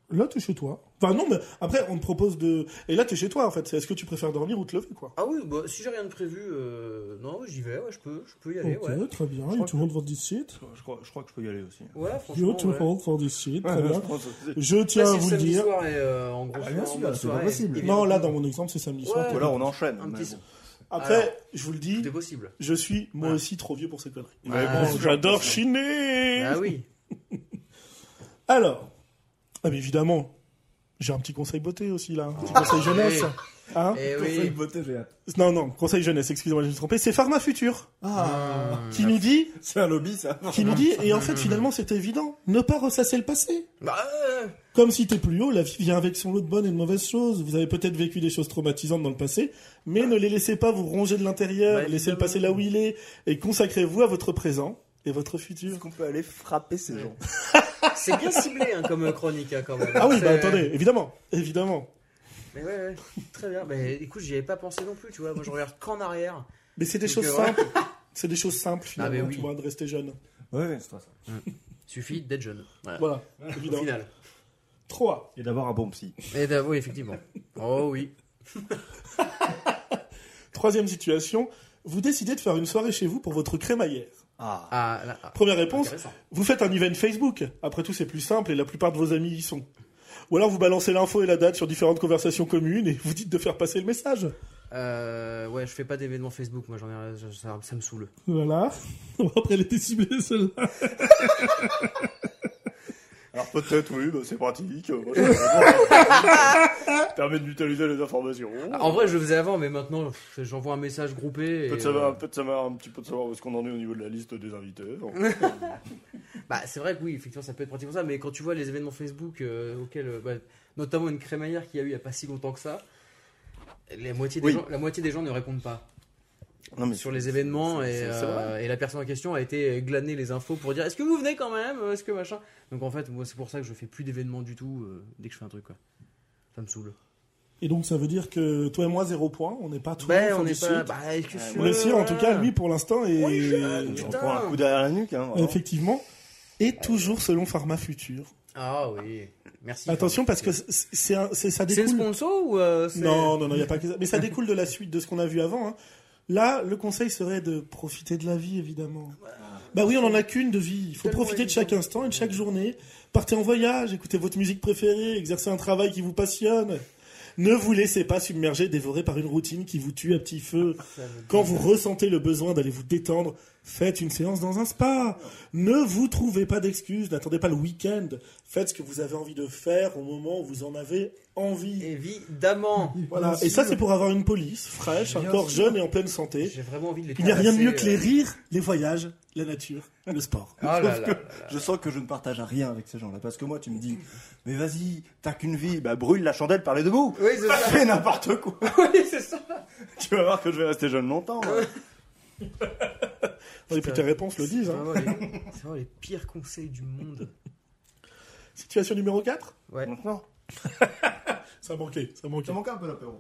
Speaker 3: Là t'es chez toi. Enfin non mais après on te propose de... Et là t'es chez toi en fait, c'est est-ce que tu préfères dormir ou te lever quoi
Speaker 4: Ah oui, bah si j'ai rien de prévu, euh, non, j'y vais, ouais, je peux, je peux y aller, Eh, ouais.
Speaker 3: très bien,
Speaker 5: crois que-
Speaker 3: monde for this shit.
Speaker 5: Je crois, je crois que je peux y aller aussi.
Speaker 4: Ouais, franchement. ouais.
Speaker 3: for this shit, très bien.
Speaker 5: je pense aussi.
Speaker 3: Je tiens
Speaker 4: Ouais,
Speaker 3: à
Speaker 4: si
Speaker 3: vous le hein.
Speaker 4: samedi
Speaker 3: dire.
Speaker 4: soir et euh, en gros,
Speaker 5: Ah, bien
Speaker 4: en
Speaker 5: sûr, c'est
Speaker 4: mode
Speaker 5: pas
Speaker 4: soirée,
Speaker 5: possible.
Speaker 4: évidemment,
Speaker 3: Non, là, dans mon exemple, c'est samedi soir.
Speaker 4: Ouais.
Speaker 5: Ou alors on enchaîne.
Speaker 4: Un
Speaker 5: mais
Speaker 4: petit-
Speaker 5: bon.
Speaker 3: Après,
Speaker 4: Alors.
Speaker 3: je vous le
Speaker 4: tout
Speaker 3: dis,
Speaker 4: est possible.
Speaker 3: je suis moi
Speaker 4: Ah.
Speaker 3: aussi trop vieux pour ces conneries.
Speaker 4: Ouais,
Speaker 3: Ah,
Speaker 4: bon,
Speaker 3: J'adore chiner
Speaker 4: Ah oui.
Speaker 3: Alors, ah, mais évidemment, j'ai un petit conseil beauté aussi, là. Un petit conseil jeunesse. Hein
Speaker 4: Et
Speaker 5: Conseil
Speaker 4: Eh oui.
Speaker 5: de beauté, j'ai hâte.
Speaker 3: non, non, conseil jeunesse, excusez-moi, je me suis trompé. C'est Pharma Futur
Speaker 5: Ah,
Speaker 3: qui nous dit,
Speaker 5: c'est un lobby ça.
Speaker 3: qui nous dit, et en fait, finalement, c'est évident, ne pas ressasser le passé.
Speaker 4: Bah, euh,
Speaker 3: Comme si t'es plus haut, la vie vient avec son lot de bonnes et de mauvaises choses. Vous avez peut-être vécu des choses traumatisantes dans le passé, mais ne les laissez pas vous ronger de l'intérieur.
Speaker 4: Bah,
Speaker 3: laissez le
Speaker 4: évidemment.
Speaker 3: passé là où il est et consacrez-vous à votre présent et votre futur.
Speaker 5: Est-ce qu'on peut aller frapper ces gens
Speaker 4: c'est bien ciblé hein, comme chronique hein, quand même.
Speaker 3: Ah oui,
Speaker 4: C'est-
Speaker 3: bah attendez, évidemment, évidemment.
Speaker 4: Mais ouais, ouais, très bien. Mais écoute, j'y avais pas pensé non plus, tu vois. Moi, je regarde qu'en arrière.
Speaker 3: Mais c'est des
Speaker 4: Donc,
Speaker 3: choses
Speaker 4: euh, ouais. Ah,
Speaker 3: simples. C'est des choses simples finalement,
Speaker 4: mais oui.
Speaker 3: tu vois, de rester jeune.
Speaker 5: Oui, c'est toi ça.
Speaker 4: Suffit d'être jeune. Voilà.
Speaker 3: Voilà,
Speaker 4: Au
Speaker 3: évidemment.
Speaker 4: final.
Speaker 3: 3.
Speaker 5: Et d'avoir un bon psy.
Speaker 4: Et d'a- Eh ben, oui, effectivement. Oh oui.
Speaker 3: Troisième situation, vous décidez de faire une soirée chez vous pour votre crémaillère.
Speaker 5: Ah.
Speaker 4: Ah, là, ah,
Speaker 3: Première réponse,
Speaker 4: intéressant.
Speaker 3: Vous faites un event Facebook. Après tout, c'est plus simple et la plupart de vos amis y sont. Ou alors vous balancez l'info et la date sur différentes conversations communes et vous dites de faire passer le message.
Speaker 4: Euh, ouais, je fais pas d'événements Facebook, moi, j'en ai, je- ça, ça me saoule.
Speaker 3: Voilà. Après, elle était ciblée, celle-là.
Speaker 5: Alors peut-être, oui, bah, c'est pratique. Moi, je- Ça permet de mutualiser les informations.
Speaker 4: En vrai, je le faisais avant, mais maintenant, pff, j'envoie un message groupé. Et,
Speaker 5: Ah. Peut-être ça va, peut-être ça va un petit peu de savoir où est-ce qu'on en est au niveau de la liste des invités.
Speaker 4: euh, bah, c'est vrai que oui, effectivement, ça peut être pratique pour ça, mais quand tu vois les événements Facebook euh, auxquels, euh, bah, notamment une crémaillère qu'il y a eu il y a pas si longtemps que ça, les moitiés des
Speaker 5: Oui.
Speaker 4: gens, la moitié des gens ne répondent pas.
Speaker 5: Non mais
Speaker 4: sur les événements et,
Speaker 5: c'est- c'est
Speaker 4: euh,
Speaker 5: vrai.
Speaker 4: et la personne en question a été glaner les infos pour dire est-ce que vous venez quand même euh, est-ce que machin donc en fait moi c'est pour ça que je fais plus d'événements du tout euh, dès que je fais un truc quoi ça me saoule
Speaker 3: Et donc, ça veut dire que toi et moi, zéro point. On n'est pas tout
Speaker 4: ben
Speaker 3: le monde
Speaker 4: on
Speaker 3: du
Speaker 4: est pas
Speaker 3: sud.
Speaker 4: bah, est-ce que
Speaker 5: Ouais,
Speaker 4: je-
Speaker 3: On est sûr, en tout cas, lui, pour l'instant. Et...
Speaker 4: Oui, je-
Speaker 5: on
Speaker 4: Putain.
Speaker 5: prend un coup derrière la nuque. Hein, vraiment.
Speaker 3: Effectivement. Et toujours selon Pharma Futur.
Speaker 4: ah oui merci
Speaker 3: Bah, Attention, parce que c'est- c'est un- c'est- ça
Speaker 4: c'est le
Speaker 3: découle.
Speaker 4: sponsor ou euh, c'est-
Speaker 3: Non, non, non, il n'y a pas que ça. Mais ça découle de la suite de ce qu'on a vu avant. hein. Là, le conseil serait de profiter de la vie, évidemment. Bah oui, on en a qu'une de vie. Il faut
Speaker 4: Tellement
Speaker 3: profiter de chaque
Speaker 4: évident.
Speaker 3: instant et de chaque journée. Partez en voyage, écoutez votre musique préférée, exercez un travail qui vous passionne. Ne vous laissez pas submerger, dévorer par une routine qui vous tue à petit feu.
Speaker 4: Ah, Ça me-
Speaker 3: Quand vous ressentez le besoin d'aller vous détendre, faites une séance dans un spa. Ne vous trouvez pas d'excuses, n'attendez pas le week-end. Faites ce que vous avez envie de faire au moment où vous en avez envie.
Speaker 4: évidemment
Speaker 3: Voilà.
Speaker 5: Bien
Speaker 3: Et ça,
Speaker 5: sûr.
Speaker 3: c'est pour avoir une police fraîche, un
Speaker 5: Bien
Speaker 3: corps
Speaker 5: sûr.
Speaker 3: jeune et en pleine santé.
Speaker 4: j'ai vraiment envie de les
Speaker 3: Il n'y a rien de
Speaker 4: tabasser,
Speaker 3: mieux que les
Speaker 4: euh.
Speaker 3: rires, les voyages, la nature, le sport.
Speaker 4: oh là là
Speaker 5: Sauf
Speaker 4: là
Speaker 5: que
Speaker 4: là.
Speaker 5: Je sens que je ne partage rien avec ces gens-là. Parce que moi, tu me dis, mais vas-y, t'as qu'une vie, bah brûle la chandelle par les deux bouts.
Speaker 4: oui c'est ça
Speaker 5: Fais n'importe quoi.
Speaker 4: oui c'est ça
Speaker 5: Tu vas voir que je vais rester jeune longtemps. hein.
Speaker 3: Et puis tes réponses le disent.
Speaker 4: c'est
Speaker 3: hein.
Speaker 4: vraiment les- c'est vraiment les pires conseils du monde
Speaker 3: Situation numéro 4
Speaker 4: ouais
Speaker 5: Maintenant,
Speaker 3: Ça manquait, ça manquait.
Speaker 5: manque un peu l'apéro.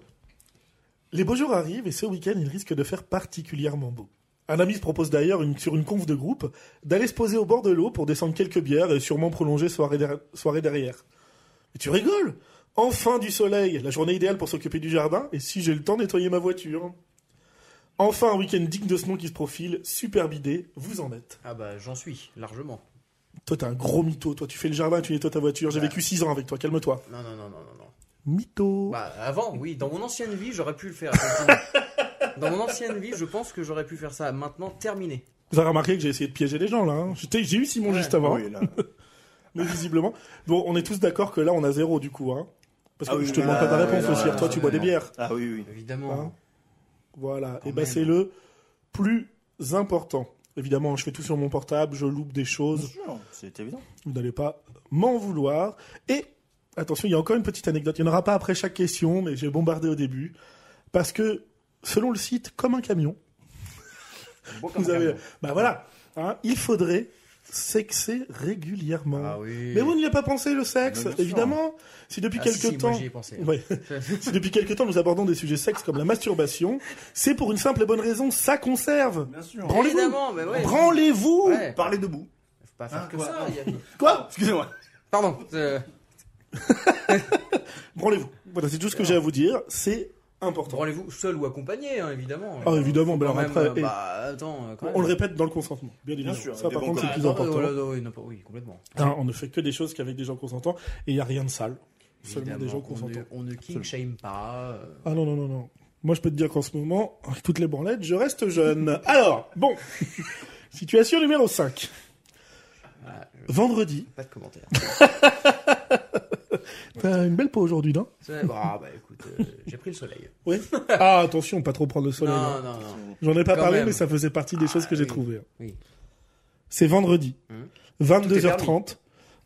Speaker 3: Les beaux jours arrivent et ce week-end, il risque de faire particulièrement beau. Un ami se propose d'ailleurs, une- sur une conf de groupe, d'aller se poser au bord de l'eau pour descendre quelques bières et sûrement prolonger soirée, der- soirée derrière. Mais tu rigoles Enfin du soleil, la journée idéale pour s'occuper du jardin, et si j'ai le temps, nettoyer ma voiture. Enfin un week-end digne de ce nom qui se profile, superbe idée, vous en êtes.
Speaker 4: ah bah j'en suis largement
Speaker 3: Toi t'es un gros mytho, toi tu fais le jardin, tu nettoies ta voiture, j'ai
Speaker 4: Ouais.
Speaker 3: vécu 6 ans avec toi, calme-toi.
Speaker 4: Non, non, non, non, non, non.
Speaker 3: Mytho
Speaker 4: Bah, avant, oui, dans mon ancienne vie, j'aurais pu le faire. effectivement. dans mon ancienne vie, je pense que j'aurais pu faire ça. Maintenant, terminé.
Speaker 3: Vous avez remarqué que j'ai essayé de piéger les gens là, hein. J'étais- j'ai eu Simon
Speaker 4: Ouais.
Speaker 3: juste avant.
Speaker 5: Oui, là.
Speaker 3: Mais visiblement. Bon, on est tous d'accord que là, on a zéro du coup. Hein. Parce que
Speaker 5: Ah oui,
Speaker 3: je te
Speaker 5: oui,
Speaker 3: demande pas
Speaker 5: oui,
Speaker 3: ta
Speaker 5: oui,
Speaker 3: réponse
Speaker 5: oui,
Speaker 3: aussi.
Speaker 5: oui,
Speaker 3: Toi,
Speaker 4: oui,
Speaker 3: tu bois des
Speaker 4: oui.
Speaker 3: bières.
Speaker 5: Ah oui, oui.
Speaker 4: Évidemment.
Speaker 3: Hein Voilà.
Speaker 4: Quand
Speaker 3: et ben,
Speaker 4: même.
Speaker 3: c'est le plus important. Évidemment, je fais tout sur mon portable, je loupe des choses.
Speaker 5: Non, C'est évident.
Speaker 3: Vous n'allez pas m'en vouloir. Et attention, il y a encore une petite anecdote. Il n'y en aura pas après chaque question, mais j'ai bombardé au début. Parce que, selon le site, comme un camion,
Speaker 4: Beau comme
Speaker 3: vous
Speaker 4: un
Speaker 3: avez.
Speaker 4: camion.
Speaker 3: Bah voilà, hein, il faudrait sexer régulièrement.
Speaker 4: Ah oui.
Speaker 3: hein. Mais vous n'y avez pas pensé, le sexe
Speaker 5: Ah, bien sûr.
Speaker 3: Évidemment, si depuis
Speaker 4: Ah,
Speaker 3: quelques
Speaker 4: si,
Speaker 3: temps.
Speaker 4: Moi, j'y ai pensé.
Speaker 3: Ouais. Si depuis quelques temps nous abordons des sujets sexes comme la masturbation, c'est pour une simple et bonne raison, ça conserve.
Speaker 5: Bien sûr.
Speaker 3: Branlez-vous
Speaker 4: Évidemment, mais ouais.
Speaker 3: Branlez-vous
Speaker 4: Ouais.
Speaker 5: Parler debout.
Speaker 4: Faut pas faire
Speaker 5: Hein,
Speaker 4: que
Speaker 5: quoi.
Speaker 4: ça. il y a-
Speaker 5: Quoi Excusez-moi.
Speaker 4: Pardon. euh,
Speaker 3: Branlez-vous. Voilà, c'est tout ce que j'ai à vous dire, c'est important.
Speaker 4: Branlez-vous seul ou accompagné, hein, évidemment.
Speaker 3: Ah, évidemment, ben
Speaker 4: Quand
Speaker 3: alors
Speaker 4: même,
Speaker 3: après,
Speaker 4: euh,
Speaker 3: eh,
Speaker 4: bah, attends, euh, quand
Speaker 3: on
Speaker 4: même.
Speaker 3: le répète dans le consentement, bien évidemment.
Speaker 5: sûr,
Speaker 3: ça
Speaker 5: des
Speaker 3: par
Speaker 5: bons
Speaker 3: contre c'est
Speaker 5: copains.
Speaker 3: plus
Speaker 4: Ah,
Speaker 3: important.
Speaker 4: voilà, oui, non, pas- oui, complètement.
Speaker 3: Hein, on ne fait que des choses qu'avec des gens consentants et il n'y a rien de sale, seulement des gens
Speaker 4: Évidemment, on euh,
Speaker 3: consentants.
Speaker 4: ne- On ne king shame pas. euh,
Speaker 3: Ah non, non, non, non. Moi, je peux te dire qu'en ce moment, avec toutes les branlettes, je reste jeune. Alors, bon, situation numéro 5.
Speaker 4: voilà,
Speaker 3: Vendredi.
Speaker 4: Pas de commentaire.
Speaker 3: T'as une belle peau aujourd'hui, non
Speaker 4: C'est- bah, bah, écoute, euh, j'ai pris le soleil.
Speaker 3: Oui. Ah, attention, pas trop prendre le soleil. hein.
Speaker 4: Non, non, non.
Speaker 3: J'en ai pas
Speaker 4: Quand
Speaker 3: parlé,
Speaker 4: même.
Speaker 3: mais ça faisait partie des
Speaker 4: Ah,
Speaker 3: choses que j'ai
Speaker 4: oui.
Speaker 3: trouvées. hein.
Speaker 4: Oui,
Speaker 3: C'est vendredi,
Speaker 4: Hum. Tout est
Speaker 3: 22h30.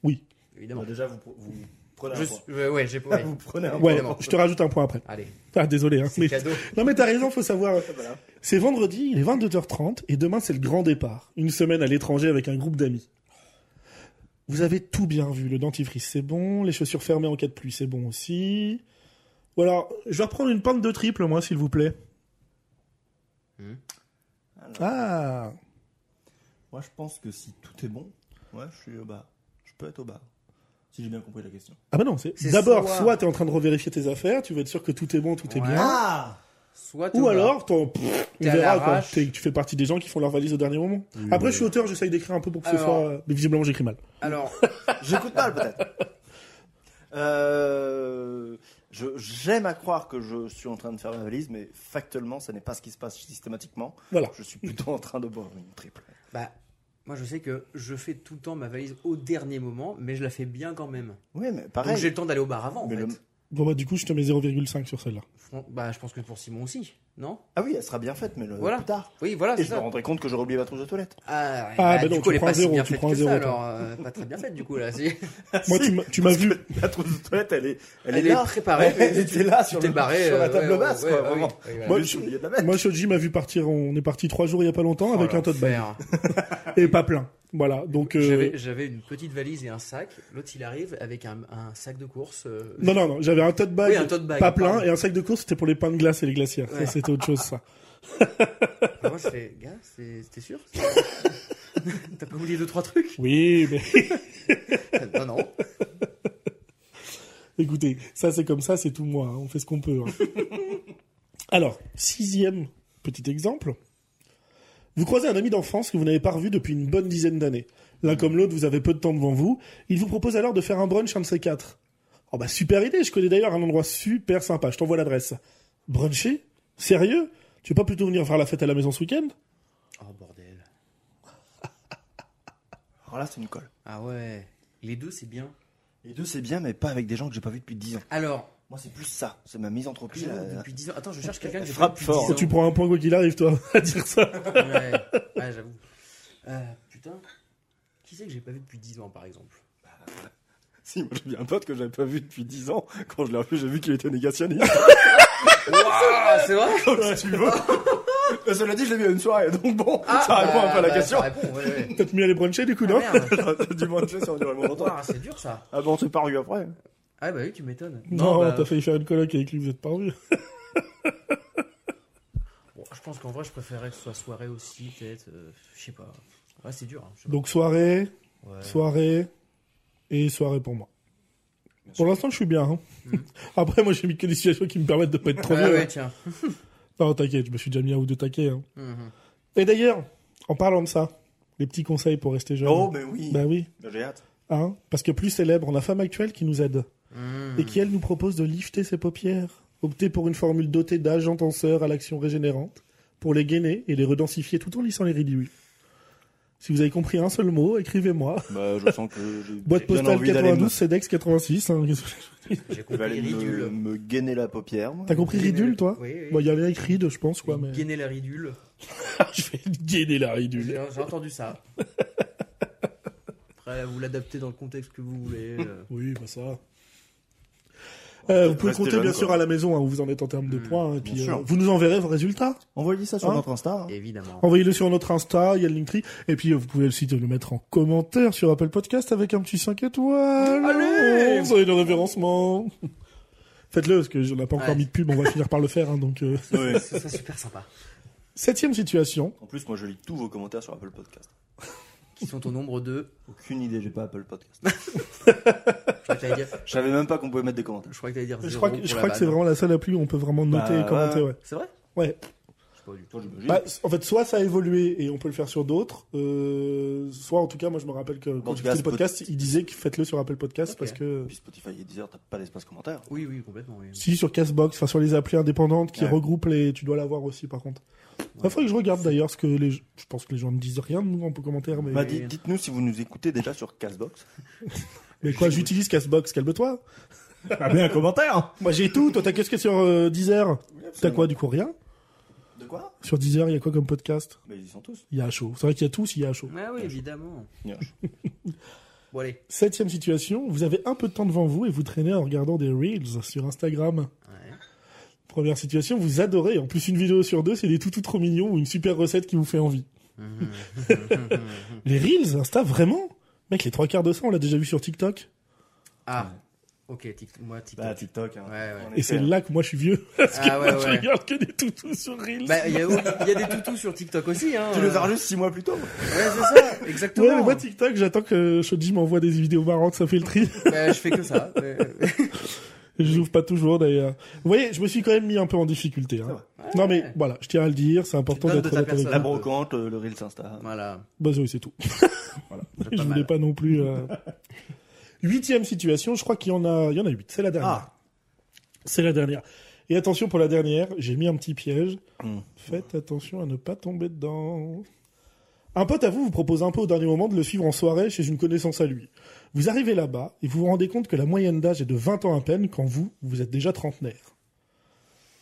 Speaker 3: Oui.
Speaker 4: évidemment.
Speaker 5: déjà, vous, pr- vous prenez
Speaker 4: Je
Speaker 5: un
Speaker 4: suis-
Speaker 5: point.
Speaker 4: ouais, ouais, j'ai ouais.
Speaker 5: Vous prenez un
Speaker 3: Ouais,
Speaker 4: Évidemment.
Speaker 3: je te rajoute Ah, un point après.
Speaker 4: Allez,
Speaker 3: Ah, désolé. Hein, mais-
Speaker 4: cadeau.
Speaker 3: Non, mais t'as raison, faut savoir. hein.
Speaker 5: point. Voilà.
Speaker 3: C'est vendredi, il est 22h30, et demain, c'est le grand départ. Une semaine à l'étranger avec un groupe d'amis. Vous avez tout bien vu. Le dentifrice, c'est bon. Les chaussures fermées en cas de pluie, c'est bon aussi. Ou alors, je vais reprendre une pente de triple, moi, s'il vous plaît.
Speaker 4: Hum.
Speaker 3: Ah,
Speaker 5: Moi, je pense que si tout est bon, ouais, je suis au bar. Je peux être au bar. Si j'ai bien compris la question.
Speaker 3: ah bah non, c'est
Speaker 4: C'est
Speaker 3: d'abord
Speaker 4: soit-
Speaker 3: soit t'es en train de revérifier tes affaires, tu veux être sûr que tout est bon, tout est
Speaker 4: Ouais.
Speaker 3: bien.
Speaker 5: Ah
Speaker 4: Soit
Speaker 3: Ou
Speaker 4: au bar.
Speaker 3: alors, t'en- pff, on
Speaker 4: T'es à
Speaker 3: verra, quoi.
Speaker 4: l'arrache. Mmh.
Speaker 3: T'es- tu fais partie des gens qui font leur valise au dernier moment. Après, je suis auteur, j'essaye d'écrire un peu pour que ce
Speaker 4: Alors-
Speaker 3: soit. Mais visiblement, j'écris mal.
Speaker 4: Alors,
Speaker 5: J'écoute mal, peut-être. Euh, je- J'aime à croire que je suis en train de faire ma valise, mais factuellement, ça n'est pas ce qui se passe systématiquement.
Speaker 3: Voilà.
Speaker 5: Je suis plutôt en train de boire une triple.
Speaker 4: bah, moi je sais que je fais tout le temps ma valise au dernier moment, mais je la fais bien quand même.
Speaker 5: Oui, mais
Speaker 4: Donc
Speaker 5: pareil.
Speaker 4: j'ai le temps d'aller au bar avant. En
Speaker 5: Mais
Speaker 4: fait.
Speaker 5: le-
Speaker 3: Bon, bah, du coup, je te mets 0,5 sur celle-là.
Speaker 4: Fran- Bah, je pense que pour Simon aussi, non
Speaker 5: Ah oui, elle sera bien faite, mais le...
Speaker 4: Voilà.
Speaker 5: plus tard.
Speaker 4: Oui, voilà,
Speaker 5: Et
Speaker 4: c'est
Speaker 5: je me
Speaker 4: ça.
Speaker 5: rendrai compte que j'aurais oublié ma trousse de toilette.
Speaker 4: Ah, ouais,
Speaker 3: Ah,
Speaker 4: bah,
Speaker 3: bah non,
Speaker 4: du
Speaker 3: tu
Speaker 4: coup, elle est
Speaker 3: prends
Speaker 4: pas
Speaker 3: zéro,
Speaker 4: si bien
Speaker 3: tu
Speaker 4: faite
Speaker 3: prends
Speaker 4: que
Speaker 3: zéro,
Speaker 4: ça,
Speaker 3: toi.
Speaker 4: alors euh, pas très bien faite du coup là. Ah, Si.
Speaker 3: Moi, tu m'as- tu m'as vu.
Speaker 5: La trousse de toilette, elle est, elle
Speaker 4: Elle
Speaker 5: est,
Speaker 4: est
Speaker 5: là.
Speaker 4: préparée, mais
Speaker 5: Elle était là
Speaker 4: Tu
Speaker 5: sur,
Speaker 4: t'es
Speaker 5: le-
Speaker 4: barré
Speaker 5: sur la
Speaker 4: euh,
Speaker 5: table
Speaker 4: ouais,
Speaker 5: basse,
Speaker 4: ouais,
Speaker 5: quoi,
Speaker 4: ouais,
Speaker 5: vraiment.
Speaker 4: oui, oui, voilà.
Speaker 3: Moi,
Speaker 5: Moi,
Speaker 3: je-
Speaker 5: je oublié de la mettre.
Speaker 3: Moi, Shoji m'a vu partir, on est parti trois jours il y a pas longtemps avec
Speaker 4: Oh,
Speaker 3: un tote bag.
Speaker 4: l'enfer.
Speaker 3: Et pas plein. Voilà. Donc, euh,
Speaker 4: J'avais- J'avais une petite valise et un sac. L'autre, il arrive avec un, un sac de course. euh,
Speaker 3: non, non, non, j'avais un tote bag.
Speaker 4: Oui, un tote bag,
Speaker 3: Pas plein,
Speaker 4: pardon.
Speaker 3: et un sac de course, c'était pour les pains de glace et les glacières.
Speaker 4: Ouais.
Speaker 3: Ça, c'était autre chose, ça.
Speaker 4: Ah, Moi, je fais, gars, c'est- t'es sûr T'as pas oublié deux, trois trucs
Speaker 3: Oui, mais
Speaker 4: Non, non.
Speaker 3: écoutez, ça, c'est comme ça, c'est tout moi. hein. On fait ce qu'on peut. hein. Alors, sixième petit exemple. Vous croisez un ami d'enfance que vous n'avez pas revu depuis une bonne dizaine d'années. L'un comme l'autre, vous avez peu de temps devant vous. Il vous propose alors de faire un brunch un de ces quatre. Oh bah super idée, je connais d'ailleurs un endroit super sympa, je t'envoie l'adresse. Bruncher Sérieux Tu veux pas plutôt venir faire la fête à la maison ce week-end
Speaker 4: Oh, bordel.
Speaker 5: Alors là, c'est une colle.
Speaker 4: Ah ouais. Les deux, c'est bien.
Speaker 5: Les deux, c'est bien, mais pas avec des gens que j'ai pas vus depuis 10 ans.
Speaker 4: Alors,
Speaker 5: Moi, c'est plus ça. C'est ma misanthropie.
Speaker 4: j'avoue,
Speaker 5: là.
Speaker 4: depuis 10 ans. Attends, je cherche quelqu'un que j'ai
Speaker 5: Frappe
Speaker 4: pas vu
Speaker 5: fort.
Speaker 4: depuis
Speaker 3: Tu
Speaker 4: 10 ans.
Speaker 3: prends un point quoi qu'il arrive toi à dire ça.
Speaker 4: Ouais, ouais, j'avoue. Euh, putain. Qui c'est que j'ai pas vu depuis 10 ans, par exemple
Speaker 5: Si, moi, j'ai bien un pote que j'avais pas vu depuis 10 ans. Quand je l'ai revu, j'ai vu qu'il était négationniste.
Speaker 4: Waouh, c'est vrai
Speaker 5: si tu veux. Mais cela dit, je l'ai vu à une soirée, donc bon,
Speaker 4: Ah,
Speaker 5: ça répond un
Speaker 4: bah,
Speaker 5: peu à la
Speaker 4: bah,
Speaker 5: question.
Speaker 4: Ça répond, ouais, ouais.
Speaker 3: T'as mieux aller bruncher du coup,
Speaker 4: Ah,
Speaker 3: non
Speaker 4: merde.
Speaker 5: du moins, tu sais, si on durait longtemps.
Speaker 4: Waouh, c'est dur, ça.
Speaker 5: Ah bon, on s'est pas revu après.
Speaker 4: Ah bah oui, tu m'étonnes.
Speaker 3: Non,
Speaker 4: bah,
Speaker 3: t'as failli faire une coloc avec lui, vous êtes pas revus.
Speaker 4: bon, je pense qu'en vrai, je préférais que ce soit soirée aussi, peut-être. euh, je sais pas. Ouais, c'est dur. hein, je sais pas.
Speaker 3: Donc soirée,
Speaker 4: Ouais.
Speaker 3: soirée et soirée pour moi. Pour l'instant, je suis bien. hein. Après, moi, j'ai mis que des situations qui me permettent de pas être trop
Speaker 4: Ouais,
Speaker 3: vieux.
Speaker 4: ouais,
Speaker 3: hein.
Speaker 4: tiens.
Speaker 3: Non, t'inquiète, je me suis déjà mis un ou deux taquets. hein.
Speaker 4: Mhm.
Speaker 3: Et d'ailleurs, en parlant de ça, les petits conseils pour rester jeune.
Speaker 5: Oh, mais oui.
Speaker 3: Bah oui,
Speaker 5: J'ai hâte.
Speaker 3: hein, parce que plus célèbre, on a Femme Actuelle qui nous aide
Speaker 4: Mhm.
Speaker 3: et qui, elle, nous propose de lifter ses paupières. Opter pour une formule dotée d'agents tenseurs à l'action régénérante pour les gainer et les redensifier tout en lissant les ridules. Si vous avez compris un seul mot, écrivez-moi.
Speaker 5: Bah, je sens que j'ai
Speaker 3: Boîte
Speaker 5: bien
Speaker 3: postale
Speaker 5: envie d'aller me,
Speaker 3: 92, CEDEX 86. hein. Qu'est-ce que-
Speaker 4: J'ai
Speaker 5: je vais
Speaker 4: compris
Speaker 5: aller me,
Speaker 4: ridule.
Speaker 5: me gainer la paupière. moi.
Speaker 3: T'as compris ridule, toi
Speaker 4: Oui, oui.
Speaker 3: Bon, il y avait avec ride, je pense, quoi. Mais...
Speaker 4: Gainer la ridule.
Speaker 3: je vais gainer la ridule.
Speaker 4: J'ai j'ai entendu ça. Après, vous l'adaptez dans le contexte que vous voulez. euh.
Speaker 3: Oui, bah ça. va. Euh, vous pouvez
Speaker 5: Restez
Speaker 3: compter
Speaker 5: jeune,
Speaker 3: bien
Speaker 5: quoi. Hmm,
Speaker 3: sûr à la maison hein, où vous en êtes en termes de
Speaker 4: Mm,
Speaker 3: points. hein, et puis,
Speaker 5: sûr.
Speaker 3: euh, vous nous enverrez vos résultats.
Speaker 5: Envoyez ça sur
Speaker 3: Hein
Speaker 5: notre Insta. hein.
Speaker 4: Évidemment.
Speaker 3: Envoyez-le sur notre Insta, il y a le Linktree. Et puis, euh, vous pouvez aussi le mettre en commentaire sur Apple Podcast avec un petit 5 étoiles. Oh,
Speaker 4: Allez
Speaker 3: Vous avez le référencement. Faites-le, parce que je n'ai pas encore
Speaker 4: Ouais.
Speaker 3: mis de pub, on va finir par le faire. hein, donc, euh.
Speaker 5: Ouais.
Speaker 4: Ce serait super sympa.
Speaker 3: Septième situation.
Speaker 5: En plus, moi, je lis tous vos commentaires sur Apple Podcast.
Speaker 4: Qui sont au nombre de.
Speaker 5: Aucune idée, j'ai pas Apple Podcast.
Speaker 4: Je crois que t'allais dire,
Speaker 5: Je savais même pas qu'on pouvait mettre des commentaires.
Speaker 4: je crois que t'allais dire
Speaker 3: Je
Speaker 4: zéro
Speaker 3: crois que,
Speaker 4: pour
Speaker 3: je
Speaker 4: la hein.
Speaker 3: crois que c'est
Speaker 4: vanne.
Speaker 3: vraiment la seule appli où on peut vraiment noter
Speaker 5: Bah,
Speaker 3: et commenter.
Speaker 5: ouais.
Speaker 3: Ouais.
Speaker 4: C'est vrai
Speaker 3: Ouais.
Speaker 4: Je sais pas du tout.
Speaker 5: Toi, j'imagine.
Speaker 3: Bah, en fait, soit ça a évolué et on peut le faire sur d'autres, euh, soit en tout cas, moi je me rappelle que quand
Speaker 5: tout
Speaker 3: j'ai
Speaker 5: cas,
Speaker 3: fait le
Speaker 5: Spot-
Speaker 3: podcast, il disait que faites-le sur Apple Podcast
Speaker 4: Ok.
Speaker 3: parce que
Speaker 5: Puis Spotify et Deezer, t'as pas l'espace commentaire.
Speaker 4: Oui, oui, complètement. oui.
Speaker 3: si sur Castbox, enfin sur les applis indépendantes qui
Speaker 5: Ouais.
Speaker 3: regroupent les, tu dois l'avoir aussi par contre. Il faudrait que je regarde d'ailleurs ce que les, je pense que les gens ne disent rien de nous en commentaire, mais,
Speaker 5: Bah, dites- Dites-nous si vous nous écoutez déjà sur Castbox.
Speaker 3: mais quoi, j'utilise Castbox, calme-toi.
Speaker 5: Ah, mais un commentaire
Speaker 3: Moi j'ai tout, toi t'as qu'est-ce que sur euh, Deezer T'as quoi du coup rien
Speaker 5: De quoi
Speaker 3: Sur Deezer, il y a quoi comme podcast
Speaker 5: Bah, ils y sont tous.
Speaker 3: Il y a chaud. C'est vrai qu'il y a tout, il y a chaud.
Speaker 4: Ah oui, évidemment.
Speaker 5: Bien.
Speaker 4: Bon, allez.
Speaker 3: Septième situation, vous avez un peu de temps devant vous et vous traînez en regardant des reels sur Instagram.
Speaker 4: Ouais.
Speaker 3: Première situation, vous adorez. En plus, une vidéo sur deux, c'est des toutous trop mignons ou une super recette qui vous fait envie.
Speaker 4: Mhm.
Speaker 3: Les Reels, Insta, vraiment Mec, les trois quarts de ça, on l'a déjà vu sur TikTok.
Speaker 4: ah, ok, tic- moi, TikTok.
Speaker 5: Bah, TikTok. hein.
Speaker 4: Ouais, ouais.
Speaker 5: En
Speaker 3: Et c'est
Speaker 5: effet.
Speaker 3: là que moi, je suis vieux. Parce que
Speaker 4: Ah ouais,
Speaker 3: moi, je
Speaker 4: ouais.
Speaker 3: regarde que des toutous sur Reels.
Speaker 4: Bah, il y, a- il y a des toutous sur TikTok aussi, hein.
Speaker 5: Tu les as juste 6 mois plus tôt.
Speaker 4: Ouais, c'est ça, exactement.
Speaker 3: ouais, mais moi, TikTok, j'attends que Shoji m'envoie des vidéos marrantes, ça fait le tri.
Speaker 4: Bah, je fais que ça. ouais.
Speaker 3: Je l'ouvre pas toujours, d'ailleurs. Vous voyez, je me suis quand même mis un peu en difficulté. hein.
Speaker 5: Ça va.
Speaker 3: Non, mais voilà, je tiens à le dire, c'est important
Speaker 4: donnes de
Speaker 3: d'être
Speaker 4: ta
Speaker 3: honnête avec
Speaker 4: personne.
Speaker 5: La
Speaker 3: vous.
Speaker 5: brocante, euh, le reel s'insta.
Speaker 4: Voilà.
Speaker 3: Bah oui, c'est tout.
Speaker 4: Pas
Speaker 3: je voulais
Speaker 4: mal.
Speaker 3: pas non plus... euh. Huitième situation, je crois qu'il y en a, il y en a huit. C'est la dernière.
Speaker 5: Ah,
Speaker 3: C'est la dernière. Et attention pour la dernière, j'ai mis un petit piège.
Speaker 5: Hmm.
Speaker 4: Hum.
Speaker 3: Faites attention à ne pas tomber dedans. Un pote à vous vous propose un peu au dernier moment de le suivre en soirée chez une connaissance à lui. Vous arrivez là-bas et vous vous rendez compte que la moyenne d'âge est de 20 ans à peine quand vous, vous êtes déjà trentenaire.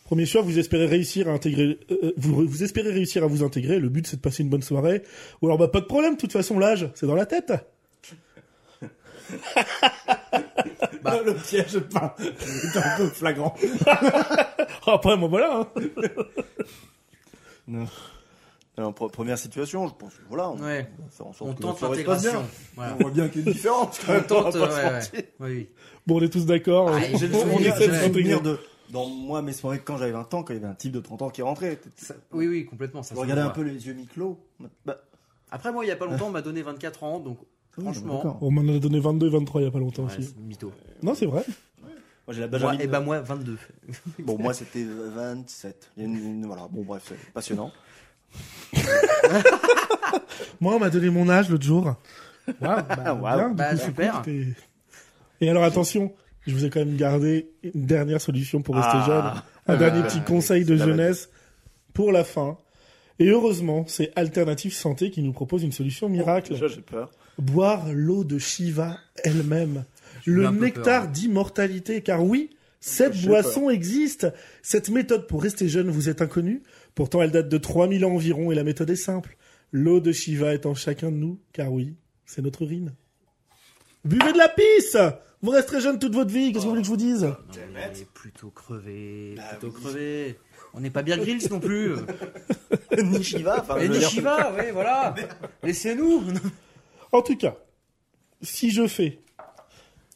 Speaker 3: Premier soir, vous espérez réussir à intégrer, euh, euh, vous, vous espérez réussir à vous intégrer. Le but, c'est de passer une bonne soirée. Ou alors, bah, pas de problème. De toute façon, l'âge, c'est dans la tête.
Speaker 4: Bah.
Speaker 6: Le piège peint est un peu flagrant.
Speaker 3: Ah, après, moi, voilà. hein.
Speaker 5: Alors, pre- première situation, je pense que voilà, on
Speaker 4: Ouais.
Speaker 5: on va faire en sorte
Speaker 4: On
Speaker 5: que
Speaker 4: tente
Speaker 5: notre soirée se passe bien.
Speaker 4: l'intégration. Voilà.
Speaker 6: On voit bien qu'il y a une différence. quand
Speaker 4: On
Speaker 6: même,
Speaker 4: tente,
Speaker 6: va pas se
Speaker 4: ouais,
Speaker 6: mentir.
Speaker 4: ouais. Oui, oui.
Speaker 3: Bon, on est tous d'accord.
Speaker 4: Ah,
Speaker 3: On-
Speaker 4: j'ai le
Speaker 3: on
Speaker 4: souvenir,
Speaker 3: essaie de
Speaker 5: J'ai
Speaker 4: j'ai le
Speaker 5: le
Speaker 3: s'intégrer.
Speaker 5: souvenir de, dans moi, mes soirées, quand j'avais 20 ans, quand il y avait un type de 30 ans qui rentrait.
Speaker 4: Ça- oui, oui, complètement. Ça
Speaker 5: Je
Speaker 4: se
Speaker 5: regardais un
Speaker 4: voit.
Speaker 5: peu les yeux mi-clos. Bah,
Speaker 4: Après, moi, il y a pas longtemps, on m'a donné 24 ans, donc
Speaker 5: oui,
Speaker 4: Franchement.
Speaker 5: d'accord.
Speaker 3: On m'en a donné 22, 23 il y a pas longtemps
Speaker 4: ouais,
Speaker 3: aussi.
Speaker 4: c'est mytho.
Speaker 3: Non, c'est vrai.
Speaker 5: Moi, j'ai la
Speaker 4: Moi,
Speaker 5: Benjamin.
Speaker 4: et bah, moi, 22.
Speaker 5: Bon, moi, c'était 27. Il y a une, une- voilà, bon, bref, c'est passionnant.
Speaker 3: Moi, on m'a donné mon âge l'autre jour. Waouh, bah, bien, du
Speaker 5: Waouh.
Speaker 4: Bah,
Speaker 3: coup, c'est cool,
Speaker 4: super.
Speaker 3: t'es- Et alors, attention, je vous ai quand même gardé une dernière solution pour rester
Speaker 5: Ah.
Speaker 3: jeune. Un
Speaker 4: Ah.
Speaker 3: dernier petit conseil de
Speaker 5: C'est la bonne.
Speaker 3: jeunesse pour la fin. Et heureusement, c'est Alternative Santé qui nous propose une solution miracle.
Speaker 5: Déjà, j'ai peur.
Speaker 3: Boire l'eau de Shiva elle-même.
Speaker 4: eu
Speaker 3: Le
Speaker 4: un peu
Speaker 3: nectar
Speaker 4: peur, hein.
Speaker 3: d'immortalité. Car oui, cette
Speaker 5: J'ai
Speaker 3: boisson existe. Cette méthode pour rester jeune vous est inconnue. Pourtant, elle date de 3000 ans environ et la méthode est simple. L'eau de Shiva est en chacun de nous. Car oui, c'est notre urine. Buvez de la pisse Vous resterez jeune toute votre vie. Qu'est-ce que vous voulez que je vous dise
Speaker 5: Bah
Speaker 4: Non, mais on est plutôt crevé, plutôt crevé. On n'est pas bien grills non plus.
Speaker 5: ni Shiva, enfin,
Speaker 4: Et
Speaker 5: je veux
Speaker 4: ni
Speaker 5: dire-
Speaker 4: Shiva, oui, voilà. Laissez-nous.
Speaker 3: En tout cas, si je fais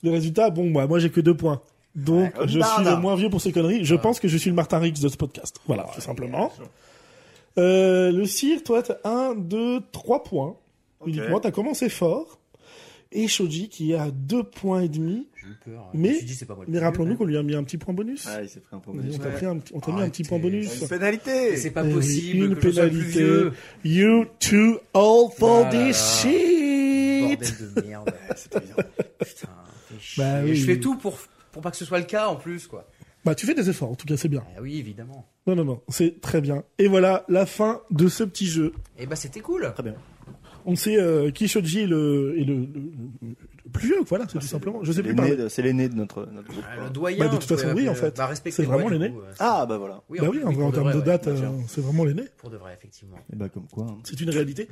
Speaker 3: les résultats, bon, moi, moi j'ai que deux points. Donc,
Speaker 5: Ouais,
Speaker 3: je suis
Speaker 5: barda.
Speaker 3: le moins vieux pour ces conneries. Je pense que je suis le Martin Rix de ce podcast. Voilà, tout simplement. Euh, le Cire, toi, t'as un, deux, trois points. Uniquement, t'as commencé fort. Et Shoji qui a deux points et demi.
Speaker 4: J'ai eu peur.
Speaker 3: Mais-
Speaker 4: je me suis dit, c'est pas moi le
Speaker 3: Mais
Speaker 4: plus
Speaker 3: rappelons-nous
Speaker 4: vieux,
Speaker 3: qu'on lui a mis un petit point bonus.
Speaker 5: Ah, il s'est pris un peu.
Speaker 3: On t'a
Speaker 4: Ouais.
Speaker 3: pris un petit- on t'a mis un petit point
Speaker 4: Arrêtez.
Speaker 3: bonus.
Speaker 5: Une pénalité
Speaker 4: mais C'est pas
Speaker 3: Eh oui,
Speaker 4: possible
Speaker 3: une
Speaker 4: que je sois le plus
Speaker 3: pénalité.
Speaker 4: vieux.
Speaker 3: You too old for
Speaker 4: Ah là
Speaker 3: this
Speaker 4: là.
Speaker 3: shit.
Speaker 4: Bordel de merde.
Speaker 5: C'était bizarre.
Speaker 4: Putain, fais chier.
Speaker 3: Bah oui.
Speaker 4: Je fais tout pour, pour pas que ce soit le cas en plus, quoi.
Speaker 3: Bah, tu fais des efforts. En tout cas, c'est bien.
Speaker 4: Ah oui, évidemment.
Speaker 3: Non, non, non, c'est très bien. Et voilà la fin de ce petit jeu.
Speaker 4: Et bah, c'était cool.
Speaker 5: Très bien.
Speaker 3: On sait euh, qui Shoji est le, est le, le- le plus vieux, voilà, c'est tout simplement. Je sais plus
Speaker 5: L'aîné
Speaker 3: parler.
Speaker 5: de- C'est l'aîné de notre, notre groupe.
Speaker 4: Ah, Le doyen.
Speaker 3: Bah, de toute
Speaker 4: je pourrais
Speaker 3: façon, oui,
Speaker 4: l'appeler,
Speaker 3: en
Speaker 4: euh,
Speaker 3: fait.
Speaker 4: bah, respectez-
Speaker 3: C'est vraiment
Speaker 4: ouais, du
Speaker 3: l'aîné.
Speaker 4: coup, euh,
Speaker 5: Ah, bah voilà.
Speaker 3: bah
Speaker 4: en-
Speaker 3: oui, en,
Speaker 4: pour
Speaker 3: en
Speaker 4: de
Speaker 3: termes
Speaker 4: vrai,
Speaker 3: de
Speaker 4: ouais,
Speaker 3: date,
Speaker 4: bien sûr.
Speaker 3: euh, c'est vraiment l'aîné.
Speaker 4: Pour de vrai, effectivement.
Speaker 5: Et bah comme quoi. hein.
Speaker 3: C'est une réalité.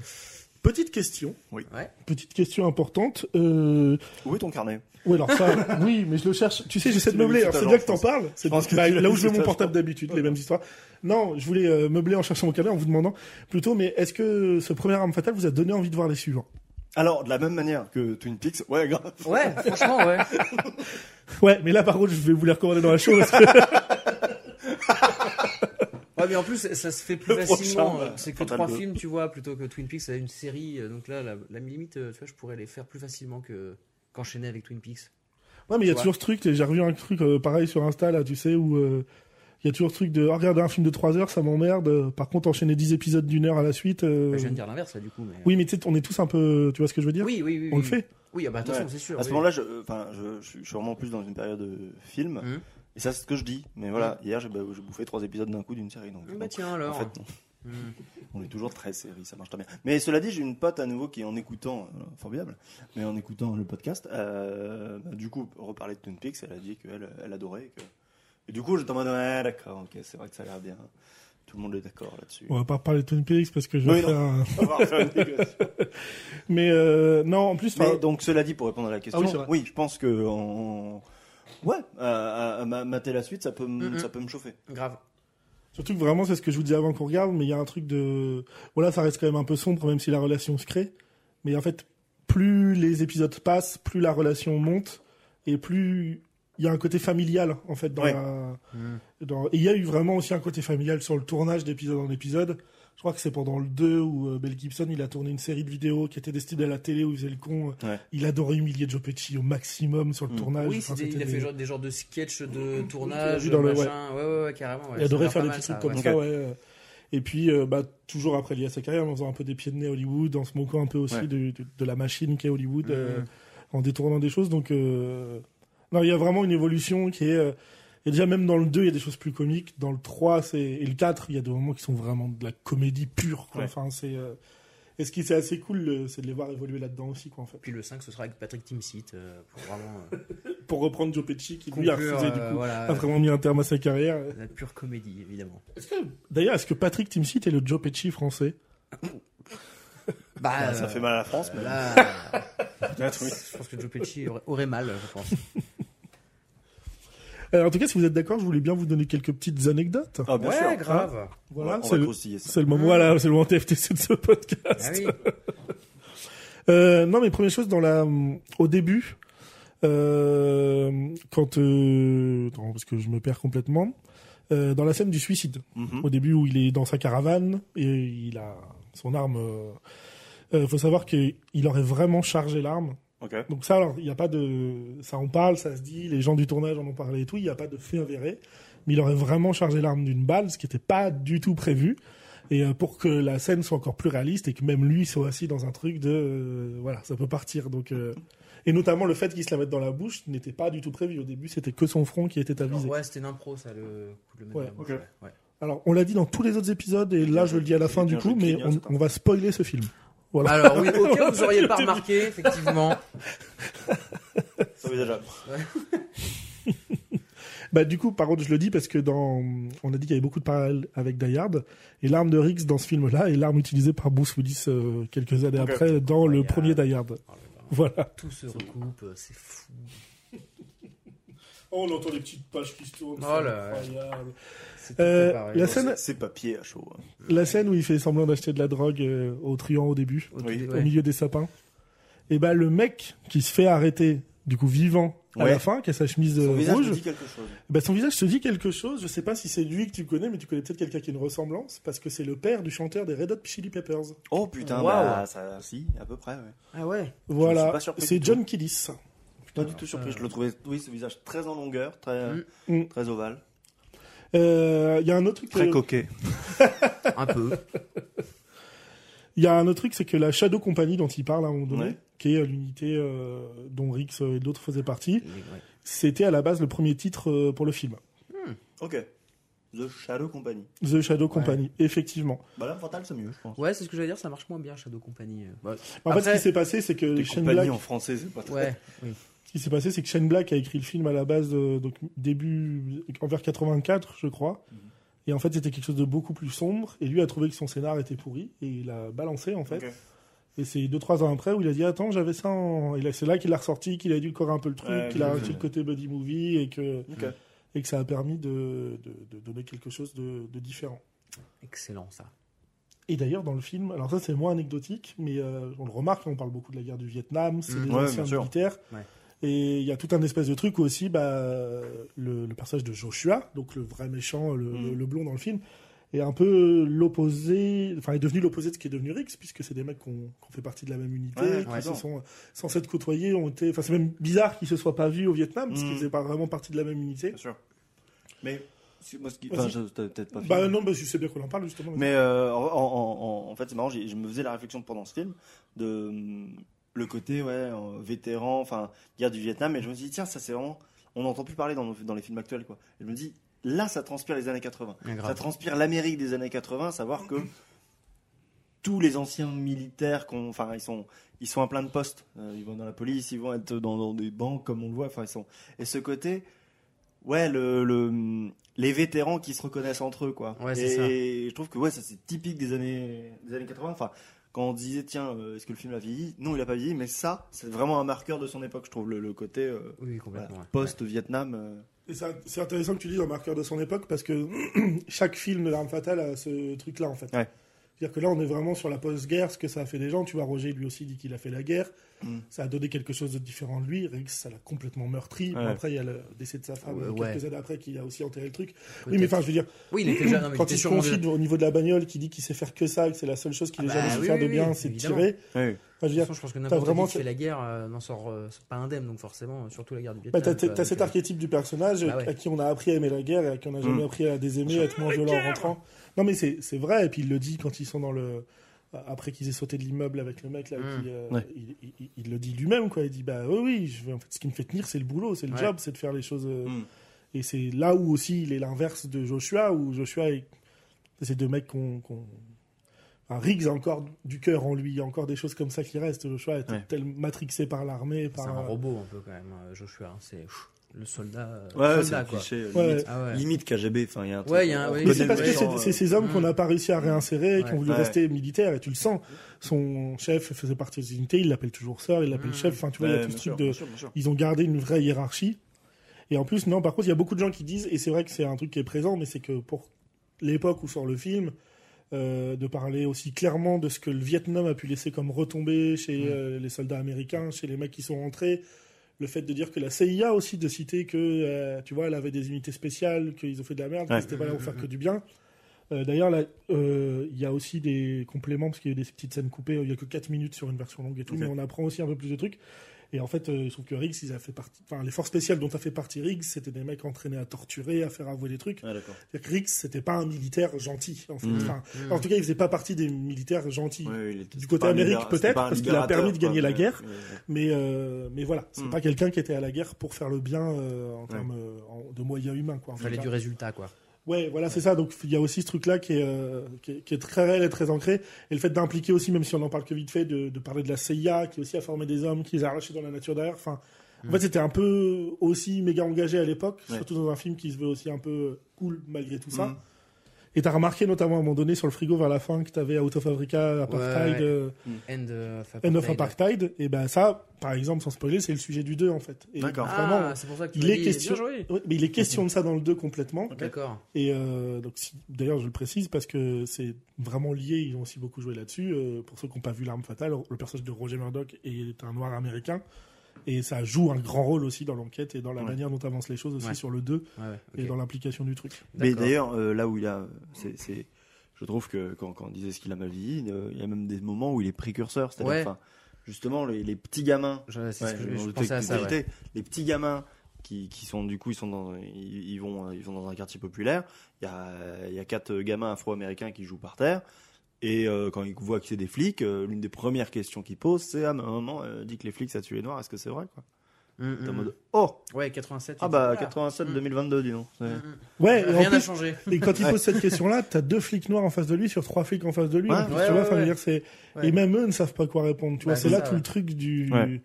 Speaker 3: Petite question.
Speaker 5: Oui.
Speaker 4: Ouais.
Speaker 3: Petite question importante. Euh...
Speaker 5: Où est ton carnet
Speaker 3: Oui, alors ça, oui, mais je le cherche. Tu sais, j'essaie de
Speaker 5: Tu l'as
Speaker 3: meubler.
Speaker 5: mis
Speaker 3: Alors,
Speaker 5: tout à
Speaker 3: c'est
Speaker 5: l'heure,
Speaker 3: bien que
Speaker 5: je
Speaker 3: t'en
Speaker 5: pense.
Speaker 3: parles. C'est
Speaker 5: Je pense que
Speaker 3: bah,
Speaker 5: tu l'as
Speaker 3: là où
Speaker 5: mis
Speaker 3: je mets
Speaker 5: tout
Speaker 3: mon
Speaker 5: à
Speaker 3: portable d'habitude, les mêmes histoires. Non, je voulais euh, meubler en cherchant mon carnet en vous demandant plutôt, mais est-ce que ce premier arme fatale vous a donné envie de voir les suivants
Speaker 5: Alors, de la même manière que Twin Peaks, ouais, grave.
Speaker 4: Ouais, franchement, ouais.
Speaker 3: Ouais, mais là par contre, je vais vous les recommander dans la show. parce que-
Speaker 4: Ouais, mais en plus, ça se fait plus
Speaker 5: Le
Speaker 4: facilement.
Speaker 5: prochain,
Speaker 4: euh, C'est que
Speaker 5: Fatal
Speaker 4: trois
Speaker 5: Blue.
Speaker 4: films, tu vois, plutôt que Twin Peaks, c'est une série. euh, Donc là, la, la limite, euh, tu vois, je pourrais les faire plus facilement que qu'enchaîner avec Twin Peaks.
Speaker 3: ouais, mais il y a
Speaker 4: Ouais.
Speaker 3: toujours ce truc. J'ai revu un truc euh, pareil sur Insta là, tu sais, où euh, il y a toujours ce truc de oh, regarder un film de 3 heures, ça m'emmerde. Euh, Par contre, enchaîner 10 épisodes d'une heure à la suite. euh,
Speaker 4: Bah, je viens de dire l'inverse, là, du coup. Mais...
Speaker 3: Oui, mais tu sais, on est tous un peu. Tu vois ce que je veux dire
Speaker 4: oui, oui, oui.
Speaker 3: On le
Speaker 4: oui.
Speaker 3: fait.
Speaker 4: Oui, ah bah, attention,
Speaker 5: Ouais.
Speaker 4: c'est sûr.
Speaker 5: À ce
Speaker 4: oui.
Speaker 5: moment-là, je, euh, enfin, je, je suis- je suis vraiment plus dans une période de film.
Speaker 4: Mhm.
Speaker 5: Et ça, c'est ce que je dis. Mais voilà, hier, j'ai bah, j'ai bouffé trois épisodes d'un coup d'une série. Donc,
Speaker 4: Ah Bah
Speaker 5: donc,
Speaker 4: tiens,
Speaker 5: en
Speaker 4: alors.
Speaker 5: fait, non.
Speaker 4: Hmm.
Speaker 5: on est toujours très série, ça marche très bien. Mais cela dit, j'ai une pote à nouveau qui, en écoutant, euh, formidable, mais en écoutant le podcast, euh, bah, du coup, reparler de Twin Peaks, elle a dit qu'elle euh, elle adorait. et que- Et du coup, j'étais en mode, ouais, d'accord, ok, c'est vrai que ça a l'air bien. Tout le monde est d'accord là-dessus.
Speaker 3: On va pas parler de Twin Peaks parce que je vais
Speaker 5: Oui,
Speaker 3: faire. un-
Speaker 5: On va refaire une négociation.
Speaker 3: Mais euh, non, en plus. enfin,
Speaker 5: Mais donc cela dit, pour répondre à la question,
Speaker 3: Ah oui, c'est vrai.
Speaker 5: oui, je pense que en- ouais, à- à- à ma- mater la suite, ça peut me-
Speaker 4: Mhm.
Speaker 5: ça peut me chauffer.
Speaker 4: Grave.
Speaker 3: Surtout que vraiment, c'est ce que je vous disais avant qu'on regarde, mais il y a un truc de. Voilà, ça reste quand même un peu sombre, même si la relation se crée. Mais en fait, plus les épisodes passent, plus la relation monte, et plus il y a un côté familial, en fait, dans
Speaker 5: Ouais.
Speaker 3: la-
Speaker 4: Mmh.
Speaker 3: dans- Et il y a eu vraiment aussi un côté familial sur le tournage d'épisode en épisode. Je crois que c'est pendant le 2 où euh, Mel Gibson, il a tourné une série de vidéos qui était destinée à la télé où il faisait le con.
Speaker 5: Ouais.
Speaker 3: Il adorait humilier Joe Pesci au maximum sur le
Speaker 5: Mm.
Speaker 3: tournage.
Speaker 4: Oui,
Speaker 3: Enfin,
Speaker 4: c'était- il
Speaker 3: c'était
Speaker 4: a fait
Speaker 3: des-
Speaker 4: genre, des genres de sketchs de tournage,
Speaker 3: vu dans le-
Speaker 4: machin. Ouais. ouais, ouais, carrément. ouais.
Speaker 3: Il adorait
Speaker 4: Ça a
Speaker 3: faire des
Speaker 4: l'air
Speaker 3: petits
Speaker 4: pas
Speaker 3: trucs
Speaker 4: mal,
Speaker 3: comme
Speaker 5: ouais.
Speaker 3: ça, ouais. Et puis, euh, bah, toujours après lié à sa carrière, en faisant un peu des pieds de nez à Hollywood, en se moquant un peu aussi
Speaker 5: Ouais.
Speaker 3: de, de- de la machine qu'est Hollywood,
Speaker 4: Mhm.
Speaker 3: euh, en détournant des choses. Donc, euh, non, il y a vraiment une évolution qui est. euh, et déjà, même dans le 2, il y a des choses plus comiques. Dans le 3 c'est- et le 4, il y a des moments qui sont vraiment de la comédie pure. quoi.
Speaker 5: Ouais.
Speaker 3: Enfin, c'est. euh, Et ce qui c'est assez cool, euh, c'est de les voir évoluer là-dedans aussi, quoi, en fait.
Speaker 4: Puis le 5, ce sera avec Patrick Timsit. euh, pour vraiment. euh,
Speaker 3: Pour reprendre Joe Pesci, qui lui a
Speaker 4: conclure,
Speaker 3: refusé, du
Speaker 4: euh,
Speaker 3: coup,
Speaker 4: voilà, euh,
Speaker 3: a vraiment mis un terme à sa carrière.
Speaker 4: la pure comédie, évidemment.
Speaker 3: D'ailleurs, est-ce que Patrick Timsit est le Joe Pesci français Ah,
Speaker 4: Bah,
Speaker 5: ça fait mal à la France,
Speaker 3: euh,
Speaker 5: mais
Speaker 4: Là,
Speaker 5: peut-être, oui.
Speaker 4: je pense que Joe Pesci aurait, aurait mal, je pense.
Speaker 3: Euh, en tout cas, si vous êtes d'accord, je voulais bien vous donner quelques petites anecdotes.
Speaker 5: Ah, bien
Speaker 4: ouais,
Speaker 5: sûr.
Speaker 4: grave.
Speaker 3: Voilà,
Speaker 5: on
Speaker 3: c'est
Speaker 5: va
Speaker 3: le,
Speaker 5: croustiller ça.
Speaker 3: c'est le moment, voilà, c'est le moment TFTC de ce podcast.
Speaker 4: Ah oui.
Speaker 3: Euh, non, mais première chose, dans la, au début, euh, quand, euh, attends, parce que je me perds complètement, euh, dans la scène du suicide,
Speaker 5: Mhm.
Speaker 3: au début où il est dans sa caravane et il a son arme. Il faut savoir qu'il aurait vraiment chargé l'arme.
Speaker 5: Ok.
Speaker 3: Donc ça, alors, il n'y a pas de... Ça en parle, ça se dit, les gens du tournage en ont parlé et tout, il n'y a pas de fait avéré. Mais il aurait vraiment chargé l'arme d'une balle, ce qui n'était pas du tout prévu. Et euh, pour que la scène soit encore plus réaliste et que même lui soit assis dans un truc de... euh, voilà, ça peut partir. Donc, euh, Et notamment le fait qu'il se la mette dans la bouche n'était pas du tout prévu. Au début, c'était que son front qui était avisé.
Speaker 4: Ouais, c'était une impro, ça, le coup de le mettre
Speaker 3: Ouais,
Speaker 4: dans la bouche,
Speaker 5: ok.
Speaker 4: ouais. Ouais.
Speaker 3: Alors, on l'a dit dans tous les autres épisodes, et là, je le dis à la fin du
Speaker 5: Bien joué,
Speaker 3: coup, mais
Speaker 5: Kylian,
Speaker 3: on,
Speaker 5: c'est un-
Speaker 3: on va spoiler ce film. Voilà.
Speaker 4: Bah Alors, oui, au cas où vous auriez pas remarqué, effectivement.
Speaker 5: Ça veut déjà.
Speaker 3: Bah du coup, par contre, je le dis parce que dans, on a dit qu'il y avait beaucoup de parallèles avec Die Hard, et l'arme de Riggs dans ce film-là est l'arme utilisée par Bruce Willis euh, quelques années
Speaker 5: Ok.
Speaker 3: après dans le
Speaker 4: Yeah.
Speaker 3: premier Die Hard.
Speaker 4: Oh là là,
Speaker 3: Voilà.
Speaker 4: Tout se recoupe, euh, c'est fou.
Speaker 3: Oh, on entend les petites pages qui se tournent.
Speaker 4: Oh c'est là. C'est tout
Speaker 3: Euh,
Speaker 4: préparé.
Speaker 3: la
Speaker 5: C'est-
Speaker 3: scène-
Speaker 5: C'est papier à chaud. hein.
Speaker 3: La scène où il fait semblant d'acheter de la drogue euh, au truand au début,
Speaker 4: Au tout-
Speaker 5: oui,
Speaker 4: ouais.
Speaker 3: au milieu des sapins, et bah le mec qui se fait arrêter, du coup vivant à
Speaker 5: Ouais.
Speaker 3: la fin, qui a sa chemise
Speaker 5: Son
Speaker 3: euh,
Speaker 5: visage
Speaker 3: rouge.
Speaker 5: me dit quelque chose.
Speaker 3: Bah, son visage te dit quelque chose. Je sais pas si c'est lui que tu connais, mais tu connais peut-être quelqu'un qui a une ressemblance, parce que c'est le père du chanteur des Red Hot Chili Peppers.
Speaker 5: Oh putain,
Speaker 4: Waouh.
Speaker 5: bah, ça, si, à peu près. ouais.
Speaker 4: Ah ouais.
Speaker 5: Je suis
Speaker 3: Voilà,
Speaker 5: pas surpris
Speaker 3: c'est
Speaker 5: du
Speaker 3: John Killis.
Speaker 5: Pas du tout surpris.
Speaker 4: ça-
Speaker 5: Je le trouvais, oui, ce visage très en longueur, très, euh,
Speaker 3: Mm.
Speaker 5: très ovale,
Speaker 3: Euh, Il y a un autre truc.
Speaker 5: très
Speaker 3: euh,
Speaker 5: coquet.
Speaker 4: Un peu.
Speaker 3: Il y a un autre truc, c'est que la Shadow Company dont il parle à un moment donné,
Speaker 5: Ouais.
Speaker 3: qui est euh, l'unité euh, dont Rix et d'autres faisaient partie,
Speaker 4: Ouais.
Speaker 3: c'était à la base le premier titre euh, pour le film.
Speaker 5: Ok. The Shadow Company.
Speaker 3: The Shadow Company, effectivement.
Speaker 5: Bah là, Frontal, c'est mieux, je pense.
Speaker 4: Ouais, c'est ce que j'allais dire, ça marche moins bien Shadow Company. euh.
Speaker 3: En fait,
Speaker 4: Après-
Speaker 3: ce qui s'est passé, c'est que
Speaker 5: Les
Speaker 3: Shane
Speaker 5: compagnies
Speaker 3: Black,
Speaker 5: en français, c'est pas très.
Speaker 4: Ouais, oui.
Speaker 3: ce qui s'est passé, c'est que Shane Black a écrit le film à la base, de- donc début envers 84, je crois.
Speaker 5: Mhm.
Speaker 3: Et en fait, c'était quelque chose de beaucoup plus sombre. Et lui a trouvé que son scénar était pourri et il a balancé en fait.
Speaker 5: Ok.
Speaker 3: Et c'est deux trois ans après où il a dit attends j'avais ça. En... Et là, c'est là qu'il a ressorti, qu'il a édulcoré un peu le truc,
Speaker 5: Ouais,
Speaker 3: qu'il a
Speaker 5: ouais,
Speaker 3: rajouté
Speaker 5: ouais.
Speaker 3: le côté buddy movie et que
Speaker 5: Ok.
Speaker 3: et que ça a permis de, de- de donner quelque chose de- de différent.
Speaker 4: Excellent ça.
Speaker 3: Et d'ailleurs, dans le film, alors ça c'est moins anecdotique, mais euh, on le remarque, on parle beaucoup de la guerre du Vietnam, c'est
Speaker 4: Mm.
Speaker 3: des
Speaker 5: Ouais,
Speaker 3: anciens
Speaker 5: bien sûr.
Speaker 3: militaires.
Speaker 4: Ouais.
Speaker 3: Et il y a tout un espèce de truc où aussi, bah, le, le personnage de Joshua, donc le vrai méchant, le,
Speaker 5: Mm.
Speaker 3: le- le blond dans le film, est un peu l'opposé, enfin est devenu l'opposé de ce qui est devenu Rex, puisque c'est des mecs qui ont qui ont fait partie de la même unité,
Speaker 5: Ouais,
Speaker 3: qui
Speaker 4: ouais.
Speaker 3: se sont censés être côtoyés, ont été, enfin c'est même bizarre qu'ils se soient pas vus au Vietnam, parce
Speaker 5: Mm.
Speaker 3: qu'ils faisaient pas vraiment partie de la même unité.
Speaker 5: Bien sûr. Mais, si- moi, ce qui. Enfin,
Speaker 3: Vas-y.
Speaker 5: je t'as peut-être pas fini.
Speaker 3: Bah non, bah, je sais bien qu'on en parle justement.
Speaker 5: Mais euh, en, en- en- en fait, c'est marrant, j'ai- je me faisais la réflexion pendant ce film de hum, le côté ouais, euh, vétéran, enfin, guerre du Vietnam, et je me suis dit, tiens, ça c'est vraiment. On n'entend plus parler dans, nos- dans les films actuels, quoi. Et je me dis, là, ça transpire les années 80.
Speaker 4: Ah, grave.
Speaker 5: Ça transpire l'Amérique des années 80, savoir que tous les anciens militaires, qu'on- enfin, ils sont, ils sont à plein de postes. Euh, ils vont dans la police, ils vont être dans, dans des banques, comme on le voit. Enfin, ils sont. Et ce côté, ouais, le, le- les vétérans qui se reconnaissent entre eux, quoi.
Speaker 4: Ouais,
Speaker 5: et
Speaker 4: c'est ça.
Speaker 5: je trouve que ouais, ça c'est typique des années, des années 80. Enfin, quand on disait tiens, euh, est-ce que le film a vieilli Non, il a pas vieilli, mais ça, c'est vraiment un marqueur de son époque, je trouve. Le, le côté euh,
Speaker 4: Oui, oui,
Speaker 5: voilà,
Speaker 4: complètement. ouais.
Speaker 5: post-Vietnam. euh,
Speaker 3: Et ça- c'est intéressant que tu dises un marqueur de son époque parce que chaque film de l'arme fatale a ce truc-là en fait.
Speaker 5: Ouais.
Speaker 3: C'est-à-dire que là, on est vraiment sur la post-guerre, ce que ça a fait des gens. Tu vois, Roger lui aussi dit qu'il a fait la guerre.
Speaker 5: Mm.
Speaker 3: Ça a donné quelque chose de différent de lui. Rex, ça l'a complètement meurtri.
Speaker 5: Ouais.
Speaker 3: Après, il y a le décès de sa femme
Speaker 4: Ouais,
Speaker 3: quelques
Speaker 4: ouais.
Speaker 3: années après qui a aussi enterré le truc. Oui,
Speaker 4: Peut-être.
Speaker 3: mais enfin, je veux dire,
Speaker 4: Oui, il était jeune, non, mais il
Speaker 3: quand
Speaker 4: était
Speaker 3: il se
Speaker 4: sûrement
Speaker 3: confie au niveau de la bagnole, qui dit qu'il sait faire que ça, que c'est la seule chose qu'il ait
Speaker 4: Ah bah
Speaker 3: jamais su
Speaker 4: oui,
Speaker 3: faire
Speaker 4: oui,
Speaker 3: de
Speaker 4: oui,
Speaker 3: bien, c'est de
Speaker 4: évidemment.
Speaker 3: tirer.
Speaker 5: ouais.
Speaker 3: Enfin, je veux
Speaker 4: De toute
Speaker 3: dire,
Speaker 4: façon, je pense que
Speaker 3: t'as
Speaker 4: n'importe
Speaker 3: vraiment
Speaker 4: qui qui
Speaker 3: ce-
Speaker 4: fait la guerre euh, n'en sort euh, pas indemne, donc forcément, euh, surtout la guerre du
Speaker 3: Bah,
Speaker 4: Vietnam.
Speaker 3: t'as, t'as-
Speaker 4: quoi,
Speaker 3: t'as
Speaker 4: donc,
Speaker 3: cet
Speaker 4: euh,
Speaker 3: archétype du personnage
Speaker 4: Bah ouais.
Speaker 3: à qui on a appris à aimer la guerre et à qui on a jamais
Speaker 5: Mm.
Speaker 3: appris à désaimer, à être moins violent en rentrant. Non, mais c'est, c'est vrai. Et puis il le dit quand ils sont dans le. Après qu'ils aient sauté de l'immeuble avec le mec, là,
Speaker 4: Mm.
Speaker 3: qui, euh,
Speaker 5: Ouais.
Speaker 3: il, il- il- il le dit lui-même, quoi. Il dit Bah oui, oui, je vais- en fait, ce qui me fait tenir, c'est le boulot, c'est le
Speaker 4: Ouais.
Speaker 3: job, c'est de faire les choses. euh,
Speaker 5: Mm.
Speaker 3: Et c'est là où aussi il est l'inverse de Joshua, où Joshua est. c'est Ces deux mecs qu'on. qu'on- Enfin, Riggs a encore du cœur en lui, il y a encore des choses comme ça qui restent. Joshua est
Speaker 5: Ouais.
Speaker 3: tel matrixé par l'armée,
Speaker 4: C'est
Speaker 3: par.
Speaker 4: un robot un peu quand même, euh, Joshua. hein, C'est pff, le soldat. euh,
Speaker 5: Ouais, c'est
Speaker 4: soldat,
Speaker 5: un
Speaker 4: quoi.
Speaker 5: cliché.
Speaker 3: euh, Ouais,
Speaker 5: limite.
Speaker 3: ouais.
Speaker 4: Ah ouais.
Speaker 5: Limite KGB, enfin il y a un truc.
Speaker 4: Ouais, il y a un-
Speaker 5: on
Speaker 4: oui.
Speaker 3: Mais
Speaker 5: reconnaît
Speaker 3: c'est parce
Speaker 5: le
Speaker 3: que
Speaker 5: genre, euh,
Speaker 3: c'est- c'est ces hommes qu'on n'a pas réussi à réinsérer, et qui
Speaker 4: Ouais.
Speaker 3: ont voulu
Speaker 5: Ouais.
Speaker 3: rester militaires, et tu le sens. Son chef faisait partie des unités, il l'appelle toujours sœur, il l'appelle
Speaker 4: Mm.
Speaker 3: chef, enfin tu
Speaker 5: euh,
Speaker 3: vois, il y
Speaker 5: ouais,
Speaker 3: a tout
Speaker 5: bien
Speaker 3: ce
Speaker 5: sûr,
Speaker 3: truc de...
Speaker 5: bien sûr, bien sûr.
Speaker 3: Ils ont gardé une vraie hiérarchie. Et en plus, non, par contre, il y a beaucoup de gens qui disent, et c'est vrai que c'est un truc qui est présent, mais c'est que pour l'époque où sort le film, euh, de parler aussi clairement de ce que le Vietnam a pu laisser comme retombée chez
Speaker 4: Mm.
Speaker 3: euh, les soldats américains, chez les mecs qui sont rentrés, le fait de dire que la CIA aussi, de citer que, euh, tu vois, elle avait des unités spéciales, qu'ils ont fait de la merde,
Speaker 5: Ouais.
Speaker 3: qu'ils étaient pas là pour
Speaker 4: Mm,
Speaker 3: faire
Speaker 4: mm,
Speaker 3: que du bien. Euh, D'ailleurs, là, euh, il y a aussi des compléments, parce qu'il y a eu des petites scènes coupées, il y a que 4 minutes sur une version longue et tout,
Speaker 5: Ok.
Speaker 3: mais on apprend aussi un peu plus de trucs. Et en fait, euh, je trouve que Riggs, ils a fait partie, enfin, les forces spéciales dont a fait partie Riggs, c'était des mecs entraînés à torturer, à faire avouer des trucs.
Speaker 5: Ah, d'accord.
Speaker 3: C'est-à-dire que Riggs, c'était pas un militaire gentil, en fait.
Speaker 5: Mm.
Speaker 3: Enfin,
Speaker 4: Mm.
Speaker 3: en tout cas, il faisait pas partie des militaires gentils.
Speaker 5: Ouais, ouais, il était-
Speaker 3: Du
Speaker 5: c'était
Speaker 3: côté
Speaker 5: pas un
Speaker 3: Amérique,
Speaker 5: libéra- c'était
Speaker 3: peut-être,
Speaker 5: pas un
Speaker 3: parce qu'il a permis de
Speaker 5: libérateur,
Speaker 3: gagner la
Speaker 5: quoi,
Speaker 3: guerre.
Speaker 5: ouais, ouais.
Speaker 3: Mais, euh, mais voilà, c'est
Speaker 5: Mm.
Speaker 3: pas quelqu'un qui était à la guerre pour faire le bien euh, en
Speaker 5: Ouais.
Speaker 3: termes euh, en- de moyens humains. Quoi, en
Speaker 4: Il fallait
Speaker 3: fait,
Speaker 4: du résultat, quoi.
Speaker 3: Ouais, voilà, c'est ça. Donc il y a aussi ce truc-là qui, est, euh, qui, est- qui est très réel et très ancré. Et le fait d'impliquer aussi, même si on en parle que vite fait, de, de parler de la CIA qui aussi a formé des hommes, qui les a arrachés dans la nature derrière. Enfin, en
Speaker 4: Mm.
Speaker 3: fait, c'était un peu aussi méga engagé à l'époque,
Speaker 5: Ouais.
Speaker 3: surtout dans un film qui se veut aussi un peu cool malgré tout ça.
Speaker 5: Mm.
Speaker 3: Et t'as remarqué notamment à un moment donné sur le frigo vers la fin que t'avais Out of Africa, Apartheid,
Speaker 4: Ouais, ouais.
Speaker 3: euh,
Speaker 4: End of
Speaker 3: End of
Speaker 4: Apartheid.
Speaker 3: Apartheid. Et ben ça, par exemple, sans spoiler, c'est le sujet du 2 en fait. Et
Speaker 5: D'accord.
Speaker 3: vraiment,
Speaker 4: Ah, c'est pour ça que tu
Speaker 3: il
Speaker 4: m'as
Speaker 3: est
Speaker 4: dit,
Speaker 3: question-
Speaker 4: bien joué.
Speaker 3: ouais, mais il est question de ça dans le 2 complètement.
Speaker 4: D'accord.
Speaker 3: Et euh, donc, si- d'ailleurs, je le précise parce que c'est vraiment lié. Ils ont aussi beaucoup joué là-dessus. Euh, pour ceux qui n'ont pas vu l'arme fatale, le personnage de Roger Murdoch est un noir américain. Et ça joue un grand rôle aussi dans l'enquête et dans la
Speaker 5: Ouais.
Speaker 3: manière dont avancent les choses aussi
Speaker 4: Ouais.
Speaker 3: sur le 2
Speaker 4: Ouais, ouais,
Speaker 3: et
Speaker 4: ok.
Speaker 3: dans l'implication du truc.
Speaker 5: Mais
Speaker 4: D'accord.
Speaker 5: d'ailleurs, euh, là où il a. c'est- c'est- Je trouve que quand, quand on disait ce qu'il a mal vieilli, euh, il y a même des moments où il est précurseur. C'est-à-dire,
Speaker 4: Ouais.
Speaker 5: enfin, justement, les, les petits gamins.
Speaker 4: Je- c'est
Speaker 5: Ouais,
Speaker 4: ce
Speaker 5: on
Speaker 4: que je, je
Speaker 5: doutait
Speaker 4: pensais à
Speaker 5: que
Speaker 4: ça.
Speaker 5: tu
Speaker 4: ouais.
Speaker 5: étais. Les petits gamins qui, qui sont du coup, ils sont dans, ils, ils vont, euh, ils sont dans un quartier populaire. Il y a, il y a quatre gamins afro-américains qui jouent par terre. Et euh, quand ils voient que Ah, c'est des flics, euh, l'une des premières questions qu'ils posent, c'est à un moment, euh, dit que les flics ça tue les noirs. Est-ce que c'est vrai quoi
Speaker 4: Hum,
Speaker 5: T'es en
Speaker 4: hum.
Speaker 5: mode Oh
Speaker 4: Ouais, 87.
Speaker 5: Ah
Speaker 4: tu
Speaker 5: bah
Speaker 4: dis,
Speaker 5: 87,
Speaker 4: Mm.
Speaker 5: 2022, dis donc. C'est-
Speaker 4: Hum, hum.
Speaker 3: Ouais, et en
Speaker 4: Rien n'a
Speaker 3: plus,
Speaker 4: changé.
Speaker 3: et quand il
Speaker 5: Ouais.
Speaker 3: pose cette question-là, t'as deux flics noirs en face de lui sur trois flics en face de lui.
Speaker 5: Ouais,
Speaker 3: en plus,
Speaker 4: ouais,
Speaker 3: tu vois,
Speaker 4: ouais,
Speaker 3: enfin, je veux
Speaker 4: ouais.
Speaker 3: dire, c'est-
Speaker 4: Ouais.
Speaker 3: Et même eux ne savent pas quoi répondre. Tu vois,
Speaker 4: Bah,
Speaker 3: c'est
Speaker 4: c'est
Speaker 3: là
Speaker 4: ça,
Speaker 3: tout
Speaker 4: ouais.
Speaker 3: le truc du.
Speaker 5: Ouais.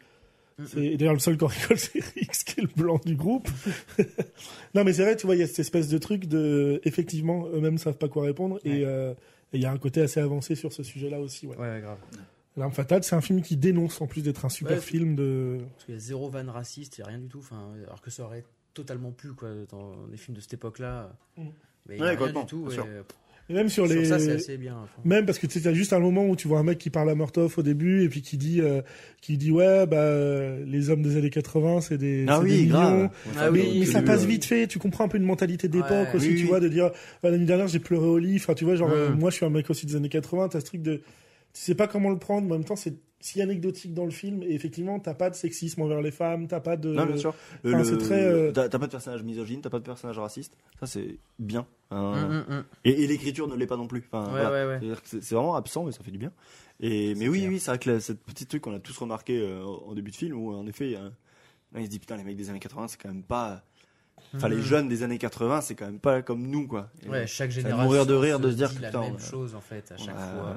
Speaker 3: c'est- Et d'ailleurs, le seul qu'on rigole, c'est Rix, qui est le blanc du groupe. non, mais c'est vrai, tu vois, il y a cette espèce de truc de. Effectivement, eux-mêmes ne savent pas quoi répondre.
Speaker 4: Ouais.
Speaker 3: Et euh, et il y a un côté assez avancé sur ce sujet-là aussi. Ouais.
Speaker 4: Ouais, ouais, grave.
Speaker 3: L'arme fatale, c'est un film qui dénonce, en plus d'être un super
Speaker 4: Ouais.
Speaker 3: film de.
Speaker 4: Parce qu'il y a zéro van raciste, il y a rien du tout. Enfin, alors que ça aurait totalement pu quoi dans des films de cette époque-là.
Speaker 3: Mm.
Speaker 4: Mais il y a
Speaker 5: Ouais,
Speaker 4: rien
Speaker 5: complètement,
Speaker 4: du tout.
Speaker 5: bien
Speaker 4: et,
Speaker 5: sûr.
Speaker 4: euh,
Speaker 3: Et même sur
Speaker 4: sur
Speaker 3: les.
Speaker 4: ça, c'est assez bien. enfin.
Speaker 3: Même parce que tu as juste un moment où tu vois un mec qui parle à Murtoff au début et puis qui dit euh, qui dit ouais bah euh, les hommes des années 80 c'est des
Speaker 5: Ah
Speaker 3: c'est des
Speaker 5: oui, grave.
Speaker 3: mignons.
Speaker 4: Ah
Speaker 3: Mais,
Speaker 4: oui,
Speaker 3: mais
Speaker 4: oui,
Speaker 3: ça
Speaker 4: oui,
Speaker 3: passe
Speaker 4: oui.
Speaker 3: vite fait, tu comprends un peu une mentalité d'époque
Speaker 4: Ouais.
Speaker 3: aussi,
Speaker 5: euh, Oui,
Speaker 3: tu
Speaker 5: oui.
Speaker 3: vois, de dire bah, l'année dernière j'ai pleuré au lit, enfin tu vois, genre
Speaker 4: Mm.
Speaker 3: euh, moi je suis un mec aussi des années 80, t'as ce truc de tu sais pas comment le prendre, mais en même temps c'est si anecdotique dans le film et effectivement t'as pas de sexisme envers les femmes, t'as pas de
Speaker 5: Non, bien sûr. Le-
Speaker 3: euh, enfin, c'est
Speaker 5: le-
Speaker 3: très, euh,
Speaker 5: T'as t'as pas de personnage misogyne, t'as pas de personnage raciste. Ça, c'est bien. Hein.
Speaker 4: Hum, hum, hum.
Speaker 5: Et, et l'écriture ne l'est pas non plus. Enfin,
Speaker 4: Ouais,
Speaker 5: voilà.
Speaker 4: ouais, ouais.
Speaker 5: C'est-à-dire que C'est c'est vraiment absent, mais ça fait du bien. Et, mais oui,
Speaker 4: clair.
Speaker 5: oui, c'est vrai que la- cette petite truc qu'on a tous remarqué euh, en début de film, où en effet, euh, là, il se dit putain, les mecs des années 80, c'est quand même pas. Enfin, les
Speaker 4: Mhm.
Speaker 5: jeunes des années 80, c'est quand même pas comme nous, quoi. Et
Speaker 4: Ouais, chaque
Speaker 5: ça va
Speaker 4: génération.
Speaker 5: mourir de rire de se dire
Speaker 4: dit la
Speaker 5: putain, euh, on
Speaker 4: même
Speaker 5: a-
Speaker 4: chose en fait à
Speaker 5: on
Speaker 4: chaque
Speaker 5: a-
Speaker 4: fois.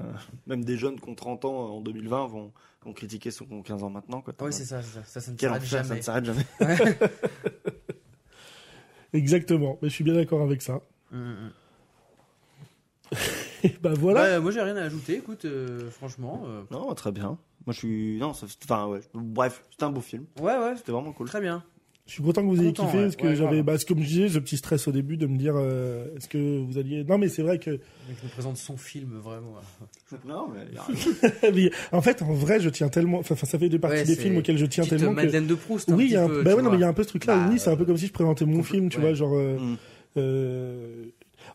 Speaker 5: Même des jeunes qui ont 30 ans euh, en 2020 vont, vont critiquer ceux qui ont 15 ans maintenant, quoi.
Speaker 4: Oui, Ah c'est ça, c'est ça, ça, ça ne
Speaker 5: Quel
Speaker 4: s'arrête
Speaker 5: enfer, ça
Speaker 4: jamais.
Speaker 5: ne s'arrête jamais.
Speaker 3: Exactement, mais je suis bien d'accord avec ça.
Speaker 4: Hum, hum, hum.
Speaker 3: Et bah voilà.
Speaker 4: Bah, moi, j'ai rien à ajouter. Écoute, euh, franchement, euh,
Speaker 5: Non, très bien. Moi, je suis. Non, ça- enfin, ouais. Bref, c'était un beau film.
Speaker 4: ouais, ouais,
Speaker 5: C'était vraiment cool.
Speaker 4: très bien.
Speaker 3: Je suis content que vous ayez
Speaker 4: Content,
Speaker 3: kiffé,
Speaker 4: ouais.
Speaker 3: parce que
Speaker 4: Ouais,
Speaker 3: j'avais,
Speaker 4: grave.
Speaker 3: bah, c'est comme je disais, ce petit stress au début de me dire, euh, est-ce que vous alliez. Non, mais c'est vrai que.
Speaker 4: Donc, je nous présente son film vraiment.
Speaker 5: Non, mais.
Speaker 3: Mais en fait, en vrai, je tiens tellement. Enfin, ça fait deux parties
Speaker 4: Ouais,
Speaker 3: des
Speaker 4: c'est
Speaker 3: films auxquels je tiens
Speaker 4: Petite
Speaker 3: tellement que.
Speaker 4: Madeleine de Proust.
Speaker 3: Oui, il
Speaker 4: petit
Speaker 3: y a un...
Speaker 4: peu,
Speaker 3: bah
Speaker 4: tu
Speaker 3: ouais, non, mais
Speaker 4: vois.
Speaker 3: il y a un peu ce truc-là.
Speaker 4: Bah,
Speaker 3: oui, c'est un peu
Speaker 4: euh,
Speaker 3: comme si je présentais mon
Speaker 4: compl-
Speaker 3: film, tu
Speaker 4: ouais.
Speaker 3: vois, genre. euh,
Speaker 5: Mm.
Speaker 3: euh,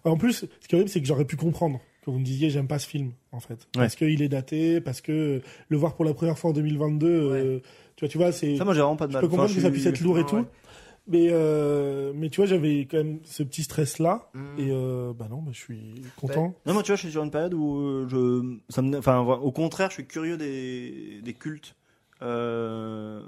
Speaker 3: En plus, ce qui est horrible, c'est que j'aurais pu comprendre quand vous me disiez, j'aime pas ce film, en fait, parce qu'il est daté, parce que le voir pour la première fois en 2022, euh, tu vois, tu vois, c'est.
Speaker 5: Ça, moi, j'ai vraiment pas de
Speaker 3: Je
Speaker 5: mal.
Speaker 3: peux comprendre
Speaker 5: Enfin,
Speaker 3: que
Speaker 5: je
Speaker 3: ça puisse
Speaker 5: suis-
Speaker 3: être lourd et tout.
Speaker 4: ouais.
Speaker 3: Mais, euh, mais tu vois, j'avais quand même ce petit stress-là.
Speaker 4: Mm.
Speaker 3: Et euh, bah non, bah, je suis content.
Speaker 5: Non, moi, tu vois, je suis sur une période où euh, je. Ça me... Enfin, voilà, au contraire, je suis curieux des, des cultes. Euh,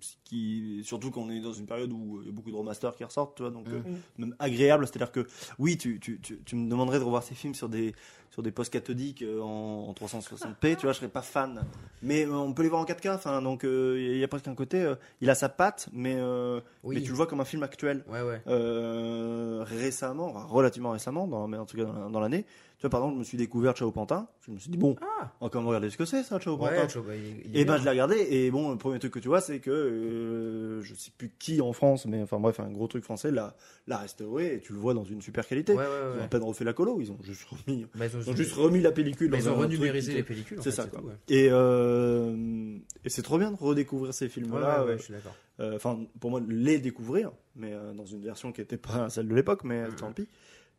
Speaker 5: ce qui... Surtout qu'on est dans une période où euh, il y a beaucoup de remasters qui ressortent, tu vois, donc euh,
Speaker 3: Mhm.
Speaker 5: même agréable. C'est-à-dire que, oui, tu, tu, tu, tu me demanderais de revoir ces films sur des, sur des postes cathodiques euh, en, en 360p, tu vois, je serais pas fan. Mais euh, on peut les voir en 4K, enfin, donc euh, il y, a- il y a presque un côté, euh, il a sa patte, mais, euh,
Speaker 4: Oui.
Speaker 5: mais tu le vois comme un film actuel.
Speaker 4: Ouais, ouais.
Speaker 5: Euh, récemment, enfin, relativement récemment, dans, mais en tout cas dans, dans l'année, tu vois, par exemple, je me suis découvert Chao Pantin. Je me suis dit, bon,
Speaker 4: Ah.
Speaker 5: on va quand même regarder ce que c'est ça, Chao Pantin.
Speaker 4: Ouais, tu vois, bah, il- il est
Speaker 5: et ben,
Speaker 4: bien.
Speaker 5: je l'ai regardé, et bon, le premier truc que tu vois, c'est que euh, je sais plus qui en France, mais enfin bref, un gros truc français l'a, l'a restauré, et tu le vois dans une super qualité.
Speaker 4: Ouais, ouais,
Speaker 5: Ils ont à
Speaker 4: ouais.
Speaker 5: peine refait la colo, ils ont juste remis,
Speaker 4: Bah,
Speaker 5: ils ont juste remis la pellicule.
Speaker 4: bah, ils
Speaker 5: dans
Speaker 4: ont
Speaker 5: un truc
Speaker 4: renumérisé
Speaker 5: qui-
Speaker 4: les pellicules. en
Speaker 5: C'est
Speaker 4: fait,
Speaker 5: ça, quoi.
Speaker 4: tout, ouais.
Speaker 5: Et, euh, et c'est trop bien de redécouvrir ces
Speaker 4: Ouais,
Speaker 5: films-là.
Speaker 4: ouais,
Speaker 5: euh,
Speaker 4: ouais, je suis d'accord.
Speaker 5: euh, enfin pour moi les découvrir mais euh, dans une version qui n'était pas celle de l'époque mais euh, tant pis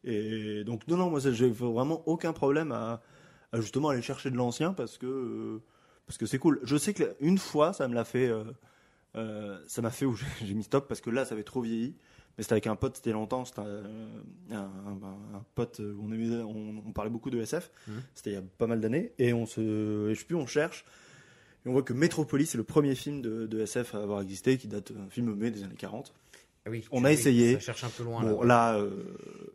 Speaker 5: et donc non non moi ça, j'ai vraiment aucun problème à, à justement aller chercher de l'ancien parce que euh, parce que c'est cool je sais que la- une fois ça me l'a fait euh, euh, ça m'a fait où j'ai- j'ai mis stop parce que là ça avait trop vieilli mais c'était avec un pote c'était longtemps c'était euh, un, un- un pote euh, on, aimait- on, on parlait beaucoup de SF
Speaker 4: Mhm.
Speaker 5: c'était il y a pas mal d'années et on se et je sais plus on cherche et on voit que Metropolis est le premier film de, de SF à avoir existé, qui date un film mai des années 40.
Speaker 4: Ah oui,
Speaker 5: On
Speaker 4: tu-
Speaker 5: a
Speaker 4: oui,
Speaker 5: essayé.
Speaker 4: Ça cherche un peu loin.
Speaker 5: bon,
Speaker 4: là.
Speaker 5: là, euh,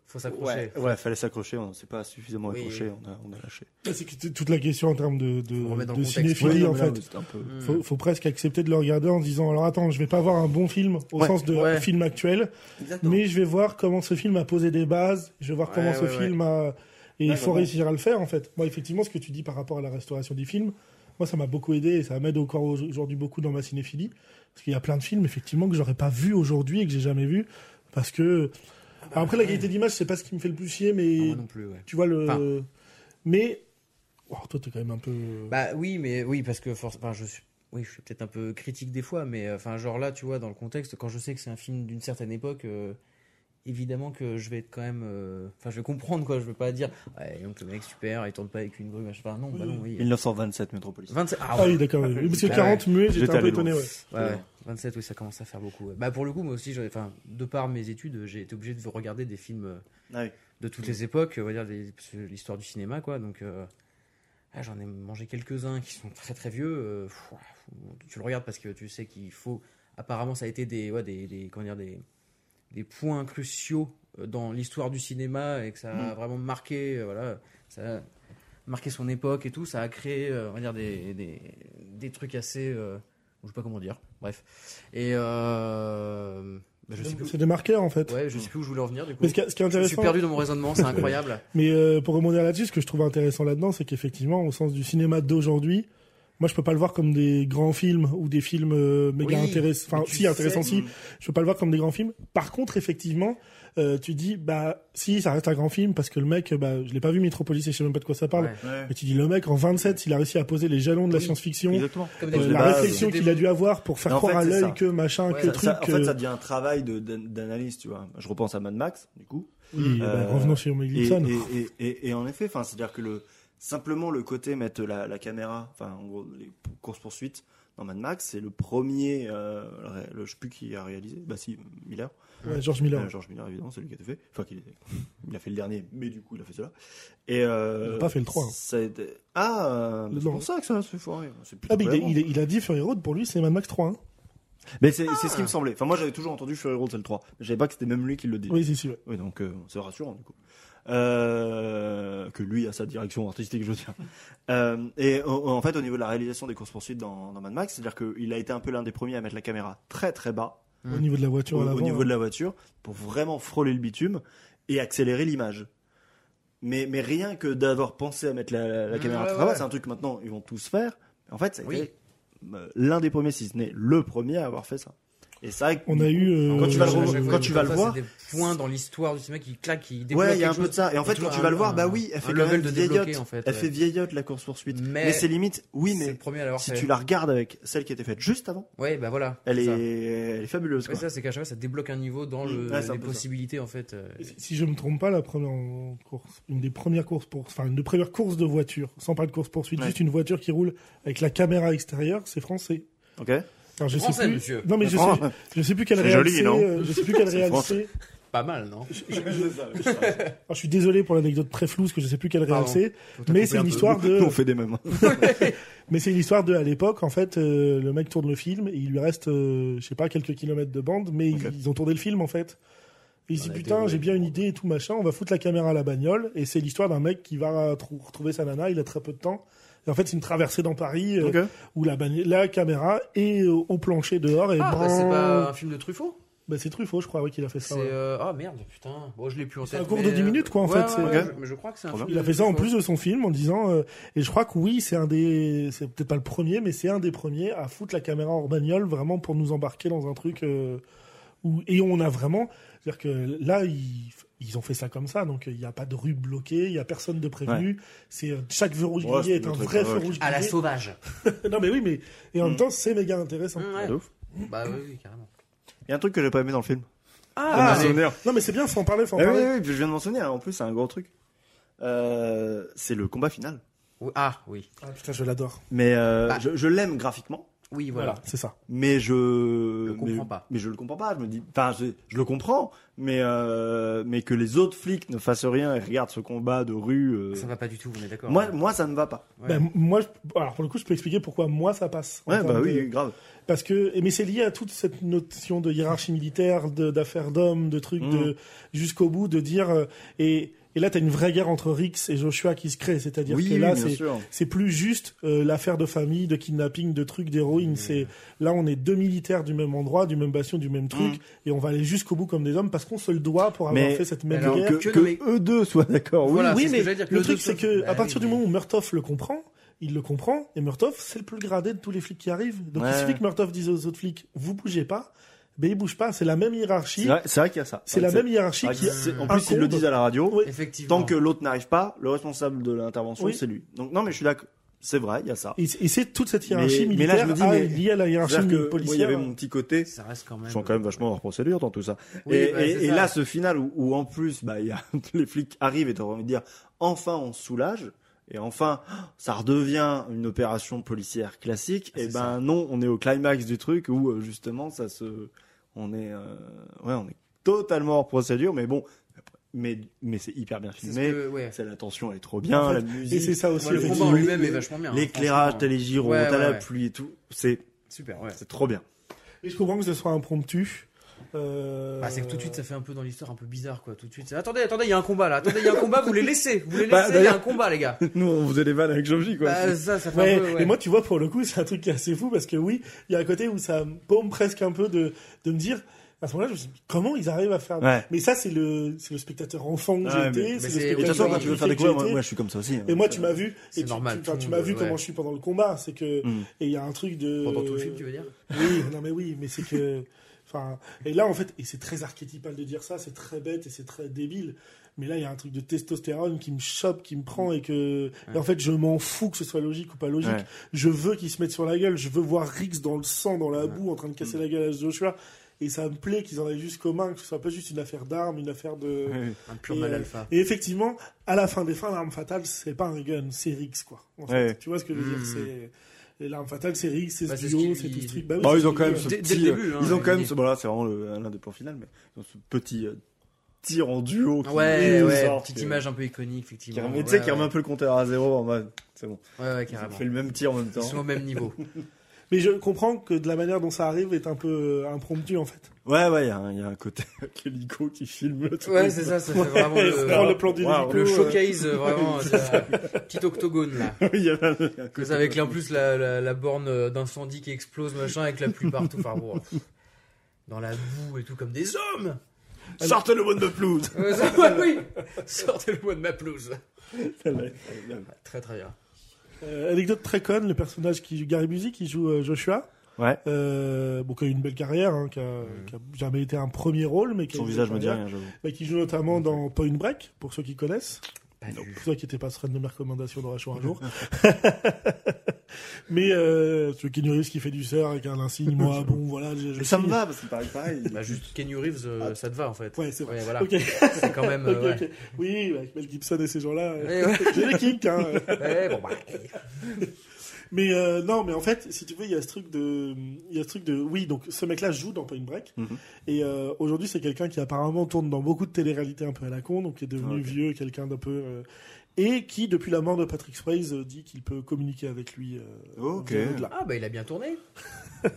Speaker 4: Faut s'accrocher.
Speaker 5: ouais, ouais, fallait s'accrocher. On s'est pas suffisamment
Speaker 4: Oui,
Speaker 5: accroché,
Speaker 4: oui.
Speaker 5: on a, on a lâché.
Speaker 3: Bah, C'est que t- toute la question en termes de,
Speaker 4: Faut
Speaker 3: de,
Speaker 4: remettre dans
Speaker 3: de
Speaker 4: le contexte.
Speaker 3: cinéphilie,
Speaker 5: Ouais,
Speaker 3: en
Speaker 5: mais là,
Speaker 3: fait.
Speaker 5: c'était un peu-
Speaker 4: Mm.
Speaker 3: Faut, faut presque accepter de le regarder en se disant alors attends je vais pas voir un bon film au
Speaker 5: Ouais.
Speaker 3: sens de
Speaker 4: Ouais.
Speaker 3: film actuel mais je vais voir comment ce film a posé des bases je vais voir
Speaker 4: Ouais,
Speaker 3: comment ce
Speaker 4: ouais, ouais.
Speaker 3: film a et il
Speaker 5: Ouais,
Speaker 3: faut
Speaker 5: vraiment.
Speaker 3: réussir à le faire en fait moi effectivement ce que tu dis par rapport à la restauration des films moi ça m'a beaucoup aidé et ça m'aide encore au- aujourd'hui beaucoup dans ma cinéphilie parce qu'il y a plein de films effectivement que j'aurais pas vu aujourd'hui et que j'ai jamais vu parce que
Speaker 4: Ah
Speaker 3: après la qualité d'image c'est pas ce qui me fait le plus chier mais
Speaker 4: Non, bah Ah, moi non plus, ouais.
Speaker 3: tu vois le
Speaker 4: Enfin.
Speaker 3: mais oh, toi t'es quand même un peu
Speaker 4: Bah oui, mais oui, parce que force. Enfin, je suis. Oui, je suis peut-être un peu critique des fois, mais euh, enfin, genre là, tu vois, dans le contexte, quand je sais que c'est un film d'une certaine époque, euh, évidemment que je vais être quand même. euh, Enfin, je vais comprendre quoi. Je veux pas dire. Ouais, donc le mec super, il tourne pas avec une grue. machin. Enfin, non, bah non, oui.
Speaker 5: 1927 Metropolis.
Speaker 4: 27. Ah,
Speaker 3: ah
Speaker 4: ouais.
Speaker 3: oui d'accord oui. parce que
Speaker 4: Bah,
Speaker 3: 40 muets j'étais
Speaker 5: J'étais
Speaker 3: un peu
Speaker 5: allé
Speaker 3: étonné
Speaker 5: loin.
Speaker 3: ouais.
Speaker 4: Ouais, ouais. 27, oui, ça commence à faire beaucoup. ouais. Bah pour le coup, moi aussi, j'en ai- enfin, de par mes études, j'ai été obligé de regarder des films euh,
Speaker 5: Ah oui.
Speaker 4: de
Speaker 3: Mm.
Speaker 4: toutes les époques, on va dire les- l'histoire du cinéma, quoi. Donc euh, ah, j'en ai mangé quelques-uns qui sont très très vieux. euh, pff, ouah, tu le regardes parce que tu sais qu'il faut Apparemment, ça a été des, ouais, des, des- comment dire, des, des points cruciaux euh, dans l'histoire du cinéma et que ça
Speaker 3: Mm.
Speaker 4: a vraiment marqué, euh, voilà, ça a marqué son époque et tout. Ça a créé, euh, on va dire, des, des, des trucs assez. euh, je sais pas comment dire, bref. Et. Euh, bah, je sais plus.
Speaker 3: C'est des marqueurs en fait.
Speaker 4: Ouais, je sais plus où je voulais en venir du coup.
Speaker 3: Mais ce qui, est- ce qui est
Speaker 4: Je suis
Speaker 3: intéressant,
Speaker 4: perdu dans mon raisonnement, c'est incroyable.
Speaker 3: mais euh, pour rebondir là-dessus, ce que je trouve intéressant là-dedans, c'est qu'effectivement, au sens du cinéma d'aujourd'hui, moi je peux pas le voir comme des grands films ou des films euh, méga
Speaker 4: Oui,
Speaker 3: intéressants. Enfin,
Speaker 4: mais tu
Speaker 3: si intéressants,
Speaker 4: sais-
Speaker 5: mm.
Speaker 3: si. Je peux pas le voir comme des grands films. Par contre, effectivement, euh, tu dis, bah si, ça reste un grand film parce que le mec, bah je l'ai pas vu Metropolis et je sais même pas de quoi ça parle.
Speaker 4: Ouais.
Speaker 5: Ouais.
Speaker 3: Mais tu dis, le mec en 27, il a réussi à poser les jalons de la
Speaker 4: Oui,
Speaker 3: science-fiction.
Speaker 5: Exactement.
Speaker 4: Comme
Speaker 3: Euh,
Speaker 5: Pose
Speaker 4: d'habitude.
Speaker 5: les
Speaker 3: la
Speaker 5: bases.
Speaker 3: réflexion qu'il a dû avoir pour faire
Speaker 5: Mais en
Speaker 3: croire
Speaker 5: fait,
Speaker 3: à
Speaker 5: c'est ça.
Speaker 3: l'œil que machin,
Speaker 4: Ouais,
Speaker 3: que
Speaker 5: Ça-
Speaker 3: truc.
Speaker 5: ça- en fait,
Speaker 3: euh,
Speaker 5: ça devient un travail de- d'an- d'analyse, tu vois. Je repense à Mad Max, du coup.
Speaker 3: oui, bah,
Speaker 5: Euh,
Speaker 3: revenons sur Mel
Speaker 5: Et,
Speaker 3: Gibson.
Speaker 5: et- et- et- et en effet, enfin, c'est-à-dire que le simplement le côté mettre la, la caméra, enfin, en gros, les courses poursuites dans Mad Max, c'est le premier, euh, ré- le, je sais plus qui a réalisé, bah si, Miller,
Speaker 3: Ouais, George Miller.
Speaker 5: Euh, George Miller évidemment, c'est lui qui a tout fait, enfin, qui- il a fait le dernier, mais du coup, il a fait cela. Et
Speaker 3: Il
Speaker 5: euh,
Speaker 3: a pas fait le trois, hein.
Speaker 5: ça a été- Ah, euh,
Speaker 3: Le
Speaker 5: c'est
Speaker 3: long.
Speaker 5: pour ça que ça se fait foirer. C'est plutôt
Speaker 3: ah, mais il, est-
Speaker 5: cohérent.
Speaker 3: il est- il a dit Fury Road, pour lui, c'est Mad Max 3. hein.
Speaker 5: Mais c'est c'est ce qui me semblait. Enfin, moi, j'avais toujours entendu Fury Road, c'est le 3. Je savais pas que c'était même lui qui le dit.
Speaker 3: Oui, c'est sûr.
Speaker 5: Oui, donc euh, c'est rassurant du coup. Euh, que lui a sa direction artistique, je veux dire. Euh, et en, en fait, au niveau de la réalisation des courses-poursuites dans, dans Mad Max, c'est-à-dire qu'il a été un peu l'un des premiers à mettre la caméra très très bas
Speaker 4: Mm.
Speaker 3: Au niveau de la voiture
Speaker 5: Mmh. au,
Speaker 3: à
Speaker 5: au
Speaker 3: l'avant.
Speaker 5: niveau
Speaker 3: hein.
Speaker 5: de la voiture pour vraiment frôler le bitume et accélérer l'image. Mais, mais rien que d'avoir pensé à mettre la, la- la
Speaker 4: Mm,
Speaker 5: caméra
Speaker 4: ouais,
Speaker 5: très bas,
Speaker 4: ouais.
Speaker 5: c'est un truc maintenant ils vont tous faire. En fait, ça a
Speaker 4: Oui.
Speaker 5: été euh, l'un des premiers, si ce n'est le premier à avoir fait ça. Et c'est vrai que
Speaker 3: On a eu. euh,
Speaker 5: Quand tu vas le
Speaker 4: À
Speaker 5: revoir-
Speaker 4: chaque fois,
Speaker 5: quand tu vas le
Speaker 4: ça,
Speaker 5: voir-
Speaker 4: c'est des points dans l'histoire du cinéma qui claquent, qui débloquent
Speaker 5: Ouais, il y a un
Speaker 4: quelque
Speaker 5: peu de
Speaker 4: chose.
Speaker 5: ça. Et en fait,
Speaker 4: toujours
Speaker 5: quand tu
Speaker 4: un-
Speaker 5: vas le voir,
Speaker 4: un-
Speaker 5: bah oui, elle fait
Speaker 4: un
Speaker 5: quand même
Speaker 4: level de débloqué
Speaker 5: vieillotte.
Speaker 4: en fait.
Speaker 5: Elle
Speaker 4: ouais.
Speaker 5: fait vieillotte la course poursuite.
Speaker 4: Mais-
Speaker 5: Mais, c'est limite, oui,
Speaker 4: C'est
Speaker 5: mais
Speaker 4: le premier à l'avoir
Speaker 5: si
Speaker 4: fait.
Speaker 5: tu la regardes avec celle qui était faite juste avant,
Speaker 4: Ouais, bah voilà.
Speaker 5: elle
Speaker 4: c'est
Speaker 5: est,
Speaker 4: ça.
Speaker 5: elle est fabuleuse.
Speaker 4: Ouais,
Speaker 5: quoi.
Speaker 4: c'est ça, c'est qu'à chaque fois, ça débloque un niveau dans le,
Speaker 5: Mm, ouais, c'est un
Speaker 4: les
Speaker 5: peu ça.
Speaker 4: possibilités en fait. euh.
Speaker 3: si- Si je me trompe pas, la première euh, course, une des premières courses pour, enfin une des premières courses de voiture, sans parler de course poursuite,
Speaker 5: Ouais.
Speaker 3: juste une voiture qui roule avec la caméra extérieure, c'est français.
Speaker 5: Ok.
Speaker 3: Alors je
Speaker 4: Français,
Speaker 3: sais plus.
Speaker 4: monsieur.
Speaker 3: Non mais je sais,
Speaker 5: Franck.
Speaker 3: je sais plus quel
Speaker 5: C'est
Speaker 3: réal
Speaker 5: joli,
Speaker 3: c'est,
Speaker 5: non
Speaker 3: euh, je sais plus quel
Speaker 5: C'est
Speaker 3: réal
Speaker 5: français.
Speaker 3: c'est.
Speaker 4: Pas mal,
Speaker 3: Alors,
Speaker 4: non
Speaker 3: je suis désolé pour l'anecdote très floue, parce que je sais plus quel réal
Speaker 4: Pardon.
Speaker 3: c'est,
Speaker 4: Faut te
Speaker 3: mais
Speaker 4: couper
Speaker 3: c'est
Speaker 4: un
Speaker 3: une
Speaker 4: peu.
Speaker 3: histoire de.
Speaker 5: Nous, on fait des mêmes. hein.
Speaker 3: Mais c'est une histoire de, à l'époque, en fait, euh, le mec tourne le film et il lui reste, euh, je sais pas, quelques kilomètres de bande, mais
Speaker 5: Ok.
Speaker 3: ils, ils ont tourné le film, en fait. Et il se dit,
Speaker 4: On a
Speaker 3: putain,
Speaker 4: déroulé
Speaker 3: j'ai
Speaker 4: le
Speaker 3: bien une
Speaker 4: monde.
Speaker 3: idée et tout, machin, on va foutre la caméra à la bagnole. Et c'est l'histoire d'un mec qui va trou- retrouver sa nana, il a très peu de temps. Et en fait, c'est une traversée dans Paris euh,
Speaker 5: Ok.
Speaker 3: où la, bagne- la caméra est euh, au plancher dehors et
Speaker 4: Ah, bah,
Speaker 3: bran-
Speaker 4: c'est pas un film de Truffaut
Speaker 3: Bah, c'est Truffaut, je crois, oui, qu'il a fait ça.
Speaker 4: C'est.
Speaker 3: ouais.
Speaker 4: euh, Ah merde, putain. Bon, je l'ai plus en
Speaker 3: C'est
Speaker 4: tête.
Speaker 3: un cours
Speaker 4: mais,
Speaker 3: de 10
Speaker 4: euh,
Speaker 3: minutes, quoi, en
Speaker 4: ouais,
Speaker 3: fait, c'est-
Speaker 4: ouais, ouais,
Speaker 5: Ok.
Speaker 4: je- Je crois que c'est un
Speaker 5: Trop
Speaker 4: film.
Speaker 3: Il a
Speaker 4: de
Speaker 3: fait ça en
Speaker 4: Truffaut.
Speaker 3: plus de son film en disant euh, et je crois que oui c'est un des c'est peut-être pas le premier mais c'est un des premiers à foutre la caméra hors bagnole vraiment pour nous embarquer dans un truc euh, où et on a vraiment c'est-à-dire que là ils, ils ont fait ça comme ça donc il n'y a pas de rue bloquée il y a personne de prévenu c'est euh, chaque feu rouge
Speaker 5: Ouais,
Speaker 3: grillé
Speaker 5: c'est
Speaker 3: est un
Speaker 5: le truc,
Speaker 3: vrai
Speaker 5: ouais,
Speaker 3: feu
Speaker 5: ouais.
Speaker 3: rouge
Speaker 4: À la
Speaker 3: grillé
Speaker 4: sauvage.
Speaker 3: non mais oui mais et en
Speaker 5: Mm.
Speaker 3: même temps c'est méga intéressant
Speaker 4: Mm, ouais.
Speaker 5: De ouf.
Speaker 4: Bah oui, oui, carrément.
Speaker 5: Il y a un truc que j'ai pas aimé dans le film.
Speaker 4: Ah,
Speaker 5: Faut
Speaker 4: mais-
Speaker 5: m'en souvenir.
Speaker 3: non mais c'est bien faut en parler faut en
Speaker 5: Ah oui,
Speaker 3: parler
Speaker 5: oui, oui, puis je viens de m'en souvenir. En plus, c'est un gros truc. Euh, c'est le combat final.
Speaker 4: oui, Ah, oui.
Speaker 3: Ah, putain je l'adore
Speaker 5: Mais euh,
Speaker 4: Bah.
Speaker 5: je, je l'aime graphiquement.
Speaker 4: Oui,
Speaker 3: voilà
Speaker 4: voilà.
Speaker 3: c'est ça
Speaker 5: mais je
Speaker 4: le comprends
Speaker 5: mais,
Speaker 4: pas.
Speaker 5: mais je le comprends pas je me dis enfin je, je le comprends mais euh, mais que les autres flics ne fassent rien et regardent ce combat de rue euh,
Speaker 4: Ça va pas hein. du tout, on est d'accord.
Speaker 5: moi moi ça me va pas
Speaker 4: Ouais.
Speaker 3: Ben, moi je- alors pour le coup je peux expliquer pourquoi moi ça passe en
Speaker 5: ouais
Speaker 3: termes
Speaker 5: bah oui
Speaker 3: de-
Speaker 5: grave
Speaker 3: Parce que, et- mais c'est lié à toute cette notion de hiérarchie militaire, de- d'affaires d'hommes, de trucs,
Speaker 5: Mm.
Speaker 3: de jusqu'au bout, de dire. euh, et, et là, t'as une vraie guerre entre Rix et Joshua qui se crée. C'est-à-dire
Speaker 5: oui
Speaker 3: que
Speaker 5: oui,
Speaker 3: là,
Speaker 5: bien
Speaker 3: c'est
Speaker 5: sûr
Speaker 3: c'est plus juste euh, l'affaire de famille, de kidnapping, de trucs,
Speaker 5: Mm.
Speaker 3: d'héroïne. C'est là, on est deux militaires du même endroit, du même bastion, du même truc, et on va aller jusqu'au bout comme des hommes parce qu'on se le doit pour avoir
Speaker 5: Mm. Mais-
Speaker 3: fait cette même
Speaker 4: alors
Speaker 3: guerre.
Speaker 5: que,
Speaker 4: que
Speaker 5: que
Speaker 4: non, mais-
Speaker 5: eux deux soient d'accord oui
Speaker 4: Voilà,
Speaker 3: oui,
Speaker 4: c'est ce que
Speaker 3: mais
Speaker 4: j'allais dire, que
Speaker 3: le
Speaker 4: le
Speaker 3: truc
Speaker 4: deux
Speaker 3: c'est
Speaker 4: sont-
Speaker 3: que à
Speaker 4: Bah
Speaker 3: partir
Speaker 4: oui,
Speaker 3: du
Speaker 4: mais-
Speaker 3: moment où Murtoff le comprend, il le comprend et Murtoff c'est le plus gradé de tous les flics qui arrivent. Donc il
Speaker 5: Ouais.
Speaker 3: suffit que Murtoff dise aux autres flics vous bougez pas, mais ils bougent pas, c'est la même
Speaker 5: c'est
Speaker 3: hiérarchie,
Speaker 5: vrai, c'est vrai qu'il y a ça
Speaker 3: c'est la même hiérarchie
Speaker 5: Ah,
Speaker 3: qui
Speaker 5: c'est- en plus ils le
Speaker 3: incombe.
Speaker 5: disent à la radio
Speaker 3: Oui.
Speaker 4: Effectivement.
Speaker 5: tant que l'autre n'arrive pas le responsable de l'intervention
Speaker 3: Oui.
Speaker 5: c'est lui donc non mais je suis d'accord c'est vrai il y a ça
Speaker 3: et et c'est toute cette
Speaker 5: Mais-
Speaker 3: hiérarchie
Speaker 5: mais là, je
Speaker 3: militaire
Speaker 5: me dis,
Speaker 3: à-
Speaker 5: mais-
Speaker 3: liée à la hiérarchie
Speaker 5: c'est-à-dire que moi, il y
Speaker 3: policière. hein.
Speaker 5: avait mon petit côté
Speaker 4: Ça reste quand même.
Speaker 5: Ils sont quand même vachement hors procédure dans tout ça.
Speaker 4: bah Oui,
Speaker 5: et
Speaker 4: bah,
Speaker 5: et-
Speaker 4: c'est
Speaker 5: et
Speaker 4: ça.
Speaker 5: là, ce final où, où en plus, bah, il y a, les flics arrivent et t'as envie de dire, enfin, on se soulage. Et enfin, ça redevient une opération policière classique.
Speaker 4: Ah,
Speaker 5: et
Speaker 4: c'est
Speaker 5: ben
Speaker 4: ça.
Speaker 5: non, on est au climax du truc où euh, justement, ça se, on est, euh, ouais, on est totalement hors procédure. Mais bon, mais mais c'est hyper bien
Speaker 4: C'est ce
Speaker 5: filmé.
Speaker 4: que- ouais.
Speaker 5: C'est la tension, elle est trop bien,
Speaker 3: En fait,
Speaker 5: la
Speaker 3: Et c'est
Speaker 5: musique,
Speaker 3: ça aussi.
Speaker 4: Ouais, le
Speaker 5: effectivement,
Speaker 4: combat en lui-même
Speaker 5: le-
Speaker 4: est vachement bien. hein,
Speaker 5: l'éclairage,
Speaker 4: franchement.
Speaker 5: t'as les gyros,
Speaker 4: Ouais,
Speaker 5: t'as
Speaker 4: ouais,
Speaker 5: la
Speaker 4: ouais.
Speaker 5: pluie et tout. C'est
Speaker 4: Super, ouais.
Speaker 5: c'est trop bien.
Speaker 3: Et je comprends que ce soit impromptu. Euh,
Speaker 4: Bah, c'est que tout de suite ça fait un peu dans l'histoire un peu bizarre quoi. Tout de suite, c'est, attendez, attendez, il y a un combat là. Attendez, il y a un combat, vous les laissez. Vous les
Speaker 7: Bah,
Speaker 4: laissez, il y a
Speaker 7: d'ailleurs-
Speaker 4: un combat les gars.
Speaker 7: Nous, on faisait des vannes avec Georgie, quoi.
Speaker 4: Bah, ça, ça fait
Speaker 3: Ouais,
Speaker 4: un peu. ouais.
Speaker 3: et moi, tu vois, pour le coup, c'est un truc qui est assez fou parce que oui, il y a un côté où ça me paume presque un peu de, de me dire, à ce moment-là, je me suis dit, comment ils arrivent à faire.
Speaker 5: Ouais.
Speaker 3: Mais ça, c'est le, c'est le spectateur enfant que
Speaker 5: Ah Ouais,
Speaker 3: j'étais.
Speaker 5: mais-
Speaker 3: c'est le
Speaker 4: mais c'est-
Speaker 5: Et de toute
Speaker 3: spectateur
Speaker 5: façon, quand tu veux faire des
Speaker 3: adulte que
Speaker 5: coups, moi,
Speaker 3: j'étais.
Speaker 5: moi, je suis comme ça aussi. hein.
Speaker 3: Et moi, tu m'as vu,
Speaker 4: c'est
Speaker 3: et tu,
Speaker 4: normal,
Speaker 3: tu- enfin,
Speaker 4: tout le
Speaker 3: tu
Speaker 4: monde,
Speaker 3: m'as vu
Speaker 4: ouais.
Speaker 3: comment je suis pendant le combat. C'est que,
Speaker 5: Mm.
Speaker 3: et il y a un truc de.
Speaker 4: Pendant tout le film, tu veux dire
Speaker 3: Oui, non mais oui, mais c'est que, enfin, et là en fait, et c'est très archétypal de dire ça, c'est très bête et c'est très débile, mais là il y a un truc de testostérone qui me chope, qui me prend et que, et en fait, je m'en fous que ce soit logique ou pas logique.
Speaker 5: Ouais.
Speaker 3: Je veux qu'ils se mettent sur la gueule, je veux voir Rix dans le sang, dans la boue, en train de casser la gueule à Joshua. Et ça me plaît qu'ils en aillent jusqu'aux mains, que ce soit pas juste une affaire d'armes, une affaire de.
Speaker 5: Ouais.
Speaker 4: Un pur
Speaker 3: Et,
Speaker 4: mal
Speaker 3: euh,
Speaker 4: alpha.
Speaker 3: Et effectivement, à la fin des fins, l'arme fatale, c'est pas un gun, c'est Rix, quoi. En fait.
Speaker 5: Ouais.
Speaker 3: Tu vois ce que je veux
Speaker 4: Mm.
Speaker 3: dire c'est... et L'arme fatale, c'est Rix, c'est
Speaker 4: Bah,
Speaker 3: ce
Speaker 4: c'est
Speaker 3: duo,
Speaker 4: ce
Speaker 3: c'est
Speaker 4: qui-
Speaker 3: tout ce truc. Bah, oui,
Speaker 7: Bon,
Speaker 3: c'est
Speaker 7: ils ont
Speaker 3: ce
Speaker 7: quand
Speaker 3: qui-
Speaker 7: même ce
Speaker 4: Dès-
Speaker 7: petit. euh,
Speaker 4: dès le début, hein,
Speaker 7: ils ont quand
Speaker 4: il
Speaker 7: même
Speaker 4: dit.
Speaker 7: ce. Voilà, c'est vraiment le- euh, l'un des plans finaux, mais ils ont ce petit euh, tir en duo. qui-
Speaker 4: Ouais,
Speaker 7: qui
Speaker 4: ouais,
Speaker 7: sort,
Speaker 4: petite
Speaker 7: que-
Speaker 4: image un peu iconique,
Speaker 7: Qui
Speaker 4: effectivement.
Speaker 7: remet,
Speaker 4: Ouais,
Speaker 7: tu sais, qui
Speaker 4: ouais.
Speaker 7: remet un peu le compteur à zéro en mode. C'est bon.
Speaker 4: Ouais, ouais,
Speaker 7: Ils ont
Speaker 4: carrément.
Speaker 7: fait le même tir en même
Speaker 4: Ils
Speaker 7: temps.
Speaker 4: sont au même niveau.
Speaker 3: Mais je comprends que de la manière dont ça arrive est un peu euh, impromptu, en fait.
Speaker 5: Ouais, ouais, il y, a un- il y a un côté.
Speaker 7: Kélico qui filme le truc.
Speaker 4: Ouais, c'est ça, ça fait vraiment
Speaker 3: Ouais, c'est vraiment
Speaker 4: le,
Speaker 3: le plan du
Speaker 7: Waouh,
Speaker 3: hélico,
Speaker 4: le
Speaker 3: euh,
Speaker 4: showcase, euh, vraiment. ça. Petit octogone là.
Speaker 7: euh, Il y a un- un
Speaker 4: Que
Speaker 7: côté-
Speaker 4: ça, avec en plus la, la, la borne euh, d'incendie qui explose, machin, avec la pluie partout, enfin bon, pff, dans la boue et tout, comme des hommes
Speaker 7: Sortez le mode de pelouse
Speaker 4: Ouais, ça- ouais, Oui Sortez-le-moi de ma pelouse Ouais, Très très bien.
Speaker 3: Euh, anecdote très conne, le personnage qui joue Gary Busey, qui joue euh, Joshua.
Speaker 5: Ouais.
Speaker 3: Euh, bon, qui a eu une belle carrière, hein, qui, a, qui a jamais été un premier rôle, mais qui a
Speaker 5: Son
Speaker 3: eu une
Speaker 5: visage
Speaker 3: belle
Speaker 5: me dit
Speaker 3: carrière.
Speaker 5: rien, j'avoue.
Speaker 3: Bah, qui joue notamment dans Point Break, pour ceux qui connaissent.
Speaker 4: Pas vu.
Speaker 3: Pour ceux qui n'étaient pas sereines de mes recommandations dans la show un jour. mais euh, ce Keanu Reeves qui fait du surf avec un insigne, moi, bon, voilà. Je, je
Speaker 7: Ça me
Speaker 3: signe.
Speaker 7: va, parce que pareil, pareil.
Speaker 4: Bah, juste Kenny Reeves, euh, ça te va en fait.
Speaker 3: Ah. Ouais, c'est vrai.
Speaker 4: Ouais, voilà.
Speaker 3: Ok,
Speaker 4: C'est quand même.
Speaker 3: ok,
Speaker 4: euh, ouais.
Speaker 3: ok. Oui, avec Mel Gibson et ces gens-là. euh,
Speaker 4: Ouais, ouais.
Speaker 3: J'ai des kinks, hein.
Speaker 4: Ouais, bon, bah,
Speaker 3: Mais euh, non, mais en fait, si tu veux, il y a ce truc de, il y a ce truc de, oui, donc ce mec-là joue dans Point Break.
Speaker 5: Mhm.
Speaker 3: Et euh, aujourd'hui, c'est quelqu'un qui apparemment tourne dans beaucoup de télé-réalités un peu à la con, donc qui est devenu
Speaker 5: Ah, ok.
Speaker 3: vieux, quelqu'un d'un peu, euh, et qui depuis la mort de Patrick Swayze euh, dit qu'il peut communiquer avec lui. euh,
Speaker 5: Ok.
Speaker 3: bien au-delà.
Speaker 4: Ah, bah il a bien tourné.
Speaker 3: Et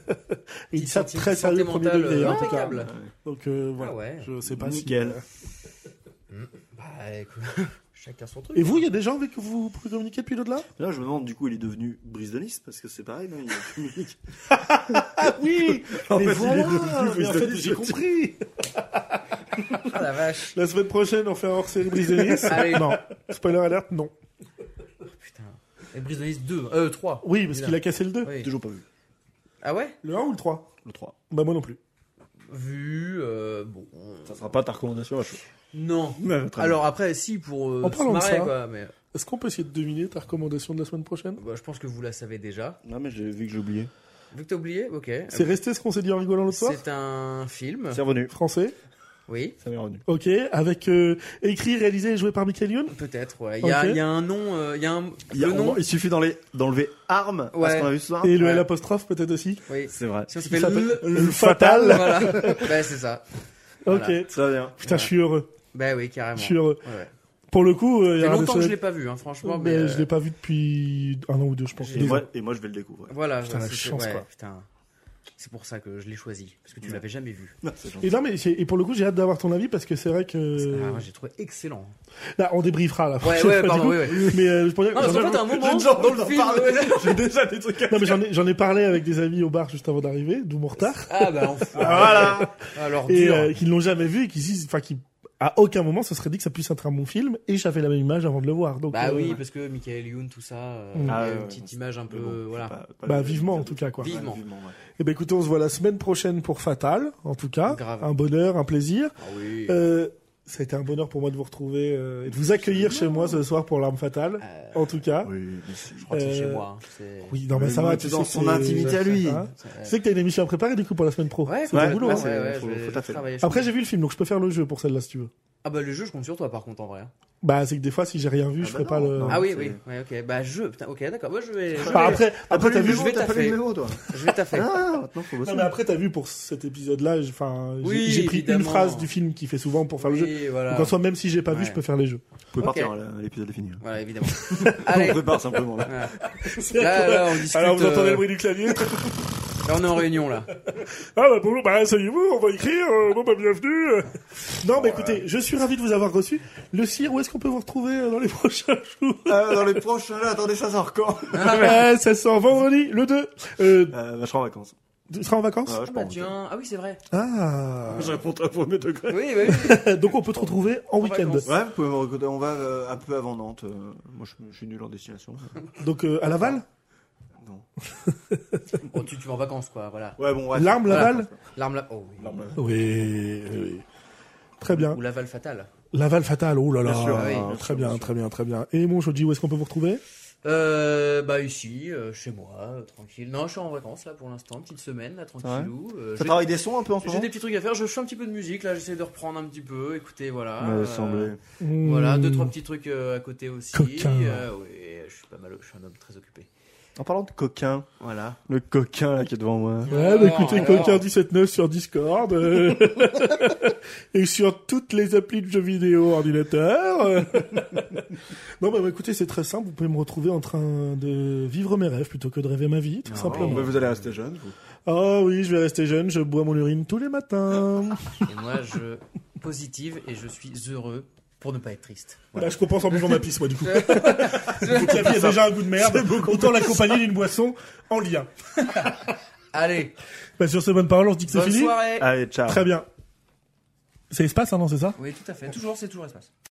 Speaker 3: il dit ça
Speaker 4: Petite
Speaker 3: très
Speaker 4: santé
Speaker 3: sérieux premier
Speaker 4: mentale,
Speaker 3: degré,
Speaker 4: euh,
Speaker 3: hein, en tout cas.
Speaker 4: impeccable.
Speaker 3: Donc euh, voilà.
Speaker 4: Ah ouais.
Speaker 3: Je sais pas
Speaker 5: Nickel.
Speaker 3: si. euh,
Speaker 4: Bah écoute, chacun son truc.
Speaker 3: Et vous, il y a des gens avec qui vous pouvez communiquer depuis l'au-delà
Speaker 5: Là, je me demande, du coup, il est devenu Brise de Nice, parce que c'est pareil, non Il communique.
Speaker 3: Ah oui
Speaker 5: En
Speaker 3: Mais
Speaker 5: fait, il est
Speaker 3: voilà
Speaker 5: devenu
Speaker 3: Mais en
Speaker 5: Brise de
Speaker 3: fait,
Speaker 5: Nice,
Speaker 3: j'ai
Speaker 5: le
Speaker 3: compris
Speaker 4: Ah la vache.
Speaker 3: La semaine prochaine, on fait un hors-série Brise de Nice
Speaker 4: Allez.
Speaker 3: Non. Spoiler alerte, non.
Speaker 4: Putain. Et Brise de Nice 2, euh 3.
Speaker 3: Oui, parce qu'il a cassé le 2.
Speaker 4: Oui.
Speaker 5: Toujours pas vu.
Speaker 4: Ah ouais
Speaker 3: Le 1 ou le 3
Speaker 5: Le 3.
Speaker 3: Bah moi non plus.
Speaker 4: Vu, euh, bon.
Speaker 7: Ça sera pas ta recommandation à chaud.
Speaker 4: Non.
Speaker 7: Alors,
Speaker 4: Alors après, si, pour euh,
Speaker 3: En
Speaker 4: se
Speaker 3: parlant de
Speaker 4: marrer,
Speaker 3: ça.
Speaker 4: quoi. Mais,
Speaker 3: Est-ce qu'on peut essayer de deviner ta recommandation de la semaine prochaine
Speaker 4: bah, je pense que vous la savez déjà.
Speaker 5: Non, mais j'ai vu que j'ai oublié.
Speaker 4: Vu que t'as oublié, ok.
Speaker 3: C'est resté ce qu'on s'est dit en rigolant l'autre soir
Speaker 4: C'est un
Speaker 3: Ah.
Speaker 4: film,
Speaker 7: c'est revenu.
Speaker 3: Français.
Speaker 4: oui,
Speaker 7: Ça m'est revenu.
Speaker 3: Ok, avec euh, écrit, réalisé et joué par Michael Youn
Speaker 4: peut-être, ouais. Il y, a,
Speaker 3: Ok.
Speaker 4: il y a un nom, euh, il y a un...
Speaker 5: Il, y a-
Speaker 4: le
Speaker 5: on-
Speaker 4: nom,
Speaker 5: il suffit d'enlever, d'enlever arme, parce
Speaker 4: Ouais.
Speaker 5: qu'on a vu ce soir.
Speaker 3: Et le
Speaker 4: Ah, Ouais.
Speaker 3: L apostrophe peut-être aussi
Speaker 4: oui.
Speaker 5: C'est vrai.
Speaker 4: Si on
Speaker 3: Il
Speaker 4: s'appelle
Speaker 3: s'appelle
Speaker 4: le...
Speaker 3: Le fatal
Speaker 4: Voilà, bah c'est ça.
Speaker 3: Ok.
Speaker 4: Voilà.
Speaker 5: Ça va bien.
Speaker 3: Putain, je suis heureux.
Speaker 4: Bah oui, carrément.
Speaker 3: Je suis heureux.
Speaker 4: Ouais, ouais.
Speaker 3: Pour le coup, euh, il y a
Speaker 4: Ça fait
Speaker 3: un
Speaker 4: longtemps
Speaker 3: des
Speaker 4: que je
Speaker 3: seuls-
Speaker 4: l'ai pas vu, hein, franchement.
Speaker 3: Mais
Speaker 4: Mais,
Speaker 3: je l'ai pas vu depuis un an ou deux, je pense.
Speaker 5: Et
Speaker 3: Deux
Speaker 5: moi,
Speaker 3: ans.
Speaker 5: et moi, je vais le découvrir.
Speaker 4: Voilà,
Speaker 3: Putain, la
Speaker 4: c'est-
Speaker 3: chance,
Speaker 4: ouais,
Speaker 3: quoi.
Speaker 4: putain. C'est pour ça que je l'ai choisi, parce que tu l'avais jamais vu.
Speaker 3: Et non, mais c'est- et pour le coup, j'ai hâte d'avoir ton avis parce que c'est vrai
Speaker 4: Ah,
Speaker 3: que
Speaker 4: moi, j'ai trouvé excellent.
Speaker 3: là, on débriefera là.
Speaker 4: Ouais, ouais, pardon, ouais, ouais.
Speaker 3: Mais euh, je pourrais-
Speaker 4: Non, parce qu'en
Speaker 3: j'en-
Speaker 4: fait, à un moment, dans le film... ouais.
Speaker 7: J'ai déjà des trucs à
Speaker 3: non, mais j'en ai, j'en ai parlé avec des amis au bar juste avant d'arriver, d'où mon retard.
Speaker 4: Ah bah enfin. ah,
Speaker 7: Voilà.
Speaker 4: Alors
Speaker 3: et
Speaker 4: dur.
Speaker 3: euh, qui ne l'ont jamais vu et qui se disent, enfin, qui à aucun moment se serait dit que ça puisse être un bon film et j'avais la même image avant de le voir. Donc,
Speaker 4: Bah
Speaker 3: euh,
Speaker 4: oui, parce que Michael Youn, tout ça, euh,
Speaker 3: Mm.
Speaker 4: il y a
Speaker 5: Ah,
Speaker 4: une
Speaker 5: ouais,
Speaker 4: petite
Speaker 5: ouais.
Speaker 4: image un peu, voilà.
Speaker 3: Euh, Bah, vivement, en tout cas, quoi.
Speaker 4: Vivement.
Speaker 5: ouais.
Speaker 3: Eh ben écoutez, on se voit la semaine prochaine pour Fatal, en tout cas.
Speaker 4: Grave.
Speaker 3: Un bonheur, un plaisir.
Speaker 4: Ah oui.
Speaker 3: Euh, ça a été un bonheur pour moi de vous retrouver euh, et de vous accueillir chez moi ce soir pour l'arme fatale,
Speaker 4: Euh,
Speaker 3: en tout cas. Oui,
Speaker 5: Oui, mais c'est-
Speaker 4: je crois que c'est chez
Speaker 3: euh,
Speaker 4: moi. hein. C'est-
Speaker 3: non, mais
Speaker 5: Mais
Speaker 3: ça
Speaker 5: nous,
Speaker 3: va.
Speaker 5: on
Speaker 3: tu
Speaker 5: est
Speaker 3: sais
Speaker 5: dans
Speaker 3: que
Speaker 5: son
Speaker 3: c'est-
Speaker 5: intimité à lui.
Speaker 3: Hein
Speaker 4: c'est-
Speaker 3: tu sais que t'as une émission à préparer du coup pour la semaine pro.
Speaker 4: Ouais, bah,
Speaker 3: c'est du
Speaker 4: complètement,
Speaker 3: boulot. hein.
Speaker 4: ouais, ouais,
Speaker 5: Faut-
Speaker 4: je vais-
Speaker 5: faut
Speaker 4: je vais
Speaker 5: taffer.
Speaker 4: travailler, je
Speaker 3: Après,
Speaker 4: vais-
Speaker 3: j'ai vu le film, donc je peux faire le jeu pour celle-là si tu veux.
Speaker 4: Ah bah le jeu, je compte sur toi par contre en vrai. hein.
Speaker 3: Bah, c'est que des fois, si j'ai rien vu,
Speaker 5: Ah
Speaker 3: je
Speaker 5: bah
Speaker 3: ferai pas
Speaker 5: non,
Speaker 3: le.
Speaker 5: non.
Speaker 4: Ah oui,
Speaker 5: c'est-
Speaker 4: oui, ouais, ok. Bah je, putain, ok, d'accord. Moi je vais, je vais,
Speaker 3: Bah, après,
Speaker 5: T'as pas
Speaker 3: après
Speaker 5: lu
Speaker 3: t'as
Speaker 5: le
Speaker 3: vu,
Speaker 4: je
Speaker 5: mémo,
Speaker 4: vais
Speaker 5: t'as pas lu
Speaker 4: taffer.
Speaker 5: le mémo, toi
Speaker 4: je vais taffer.
Speaker 3: Hein
Speaker 5: Ah, maintenant, faut bosser.
Speaker 3: Non, mais après, t'as vu pour cet épisode-là, j'- enfin, j'ai-
Speaker 4: Oui,
Speaker 3: j'ai pris
Speaker 4: évidemment.
Speaker 3: une phrase du film qui fait souvent pour faire le jeu.
Speaker 4: Oui, voilà.
Speaker 3: Donc en soi, même si j'ai pas
Speaker 4: Ouais.
Speaker 3: vu, je peux faire les jeux.
Speaker 5: Vous pouvez
Speaker 4: Ok.
Speaker 5: partir, hein, là, l'épisode est fini. là.
Speaker 4: Voilà, évidemment.
Speaker 5: On
Speaker 4: Allez,
Speaker 5: prépare simplement, là.
Speaker 4: là, là, on discute.
Speaker 3: Alors vous entendez
Speaker 4: euh,
Speaker 3: le bruit du clavier
Speaker 4: Là, on est en réunion, là.
Speaker 3: Ah bah bonjour, bah asseyez-vous, on va écrire, euh, bon bah bienvenue. euh. Non bah écoutez, je suis ravi de vous avoir reçu. Le cire, où est-ce qu'on peut vous retrouver euh, dans les prochains jours
Speaker 5: Ah, dans les prochains, là, attendez, ça sort quand
Speaker 4: Ah,
Speaker 3: Ouais, Ça sort vendredi, le 2. Euh,
Speaker 5: euh, bah, Je serai en vacances.
Speaker 3: tu seras en vacances
Speaker 5: Ouais, je
Speaker 4: Ah,
Speaker 5: pars
Speaker 4: bah,
Speaker 5: en week-end.
Speaker 4: tiens. Ah oui, c'est vrai.
Speaker 3: Ah
Speaker 7: Je réponds à premier degré.
Speaker 4: Oui, oui.
Speaker 3: Donc on peut te retrouver en,
Speaker 4: En
Speaker 3: week-end.
Speaker 4: vacances.
Speaker 5: Ouais, vous pouvez me recruter. On va euh, un peu avant Nantes. euh, moi, je, je suis nul en destination.
Speaker 3: Donc euh, à Laval
Speaker 5: Non.
Speaker 4: Bon, tu, tu vas en vacances, quoi, voilà.
Speaker 5: Ouais, bon, ouais.
Speaker 3: L'arme, Laval
Speaker 4: L'arme là. Oh, oui.
Speaker 3: oui, oui, oui. Très bien.
Speaker 4: Ou l'aval fatale.
Speaker 3: Laval Fatal, oh là là.
Speaker 5: Bien sûr,
Speaker 4: oui,
Speaker 5: bien
Speaker 3: très
Speaker 5: sûr,
Speaker 3: bien,
Speaker 5: bien
Speaker 3: très bien, très bien. Et mon Shoji, où est-ce qu'on peut vous retrouver
Speaker 4: Euh, bah ici, euh, chez moi, euh, tranquille. Non, je suis en vacances là pour l'instant, petite semaine là, tranquillou. Euh,
Speaker 5: Ça
Speaker 4: j'ai-
Speaker 5: travaille des sons un peu en ce
Speaker 4: j'ai
Speaker 5: moment
Speaker 4: des petits trucs à faire. Je fais un petit peu de musique là, j'essaie de reprendre un petit peu. Écoutez, voilà.
Speaker 7: Ah.
Speaker 5: Me
Speaker 4: euh,
Speaker 5: semblait.
Speaker 4: Voilà,
Speaker 3: Hmm.
Speaker 4: deux trois petits trucs euh, à côté aussi.
Speaker 3: Coquin.
Speaker 4: Euh, oui, je suis pas mal, je suis un homme très occupé.
Speaker 5: En parlant de coquin, voilà.
Speaker 7: Le coquin, là, qui est devant moi.
Speaker 3: Ouais, bah écoutez,
Speaker 4: Alors,
Speaker 3: Coquin 17.9 sur Discord euh, et sur toutes les applis de jeux vidéo ordinateur. non, bah, bah, écoutez, c'est très simple. Vous pouvez me retrouver en train de vivre mes rêves plutôt que de rêver ma vie, tout
Speaker 4: Ah,
Speaker 3: simplement.
Speaker 5: Mais vous allez rester jeune, vous.
Speaker 3: Ah oui, je vais rester jeune. Je bois mon urine tous les matins.
Speaker 4: Et moi, je positive et je suis heureux pour ne pas être triste.
Speaker 3: Bah, je compense en buvant ma pisse, moi, du coup. Donc la vie a déjà un goût de merde. Autant l'accompagner d'une boisson en lien.
Speaker 4: Allez,
Speaker 3: Bah, sur ces bonnes paroles, on se dit que c'est
Speaker 4: bonne
Speaker 3: fini.
Speaker 4: soirée.
Speaker 5: Allez, ciao.
Speaker 3: Très bien. C'est espace, hein, non, c'est ça
Speaker 4: Oui, tout à fait. Toujours, c'est toujours espace.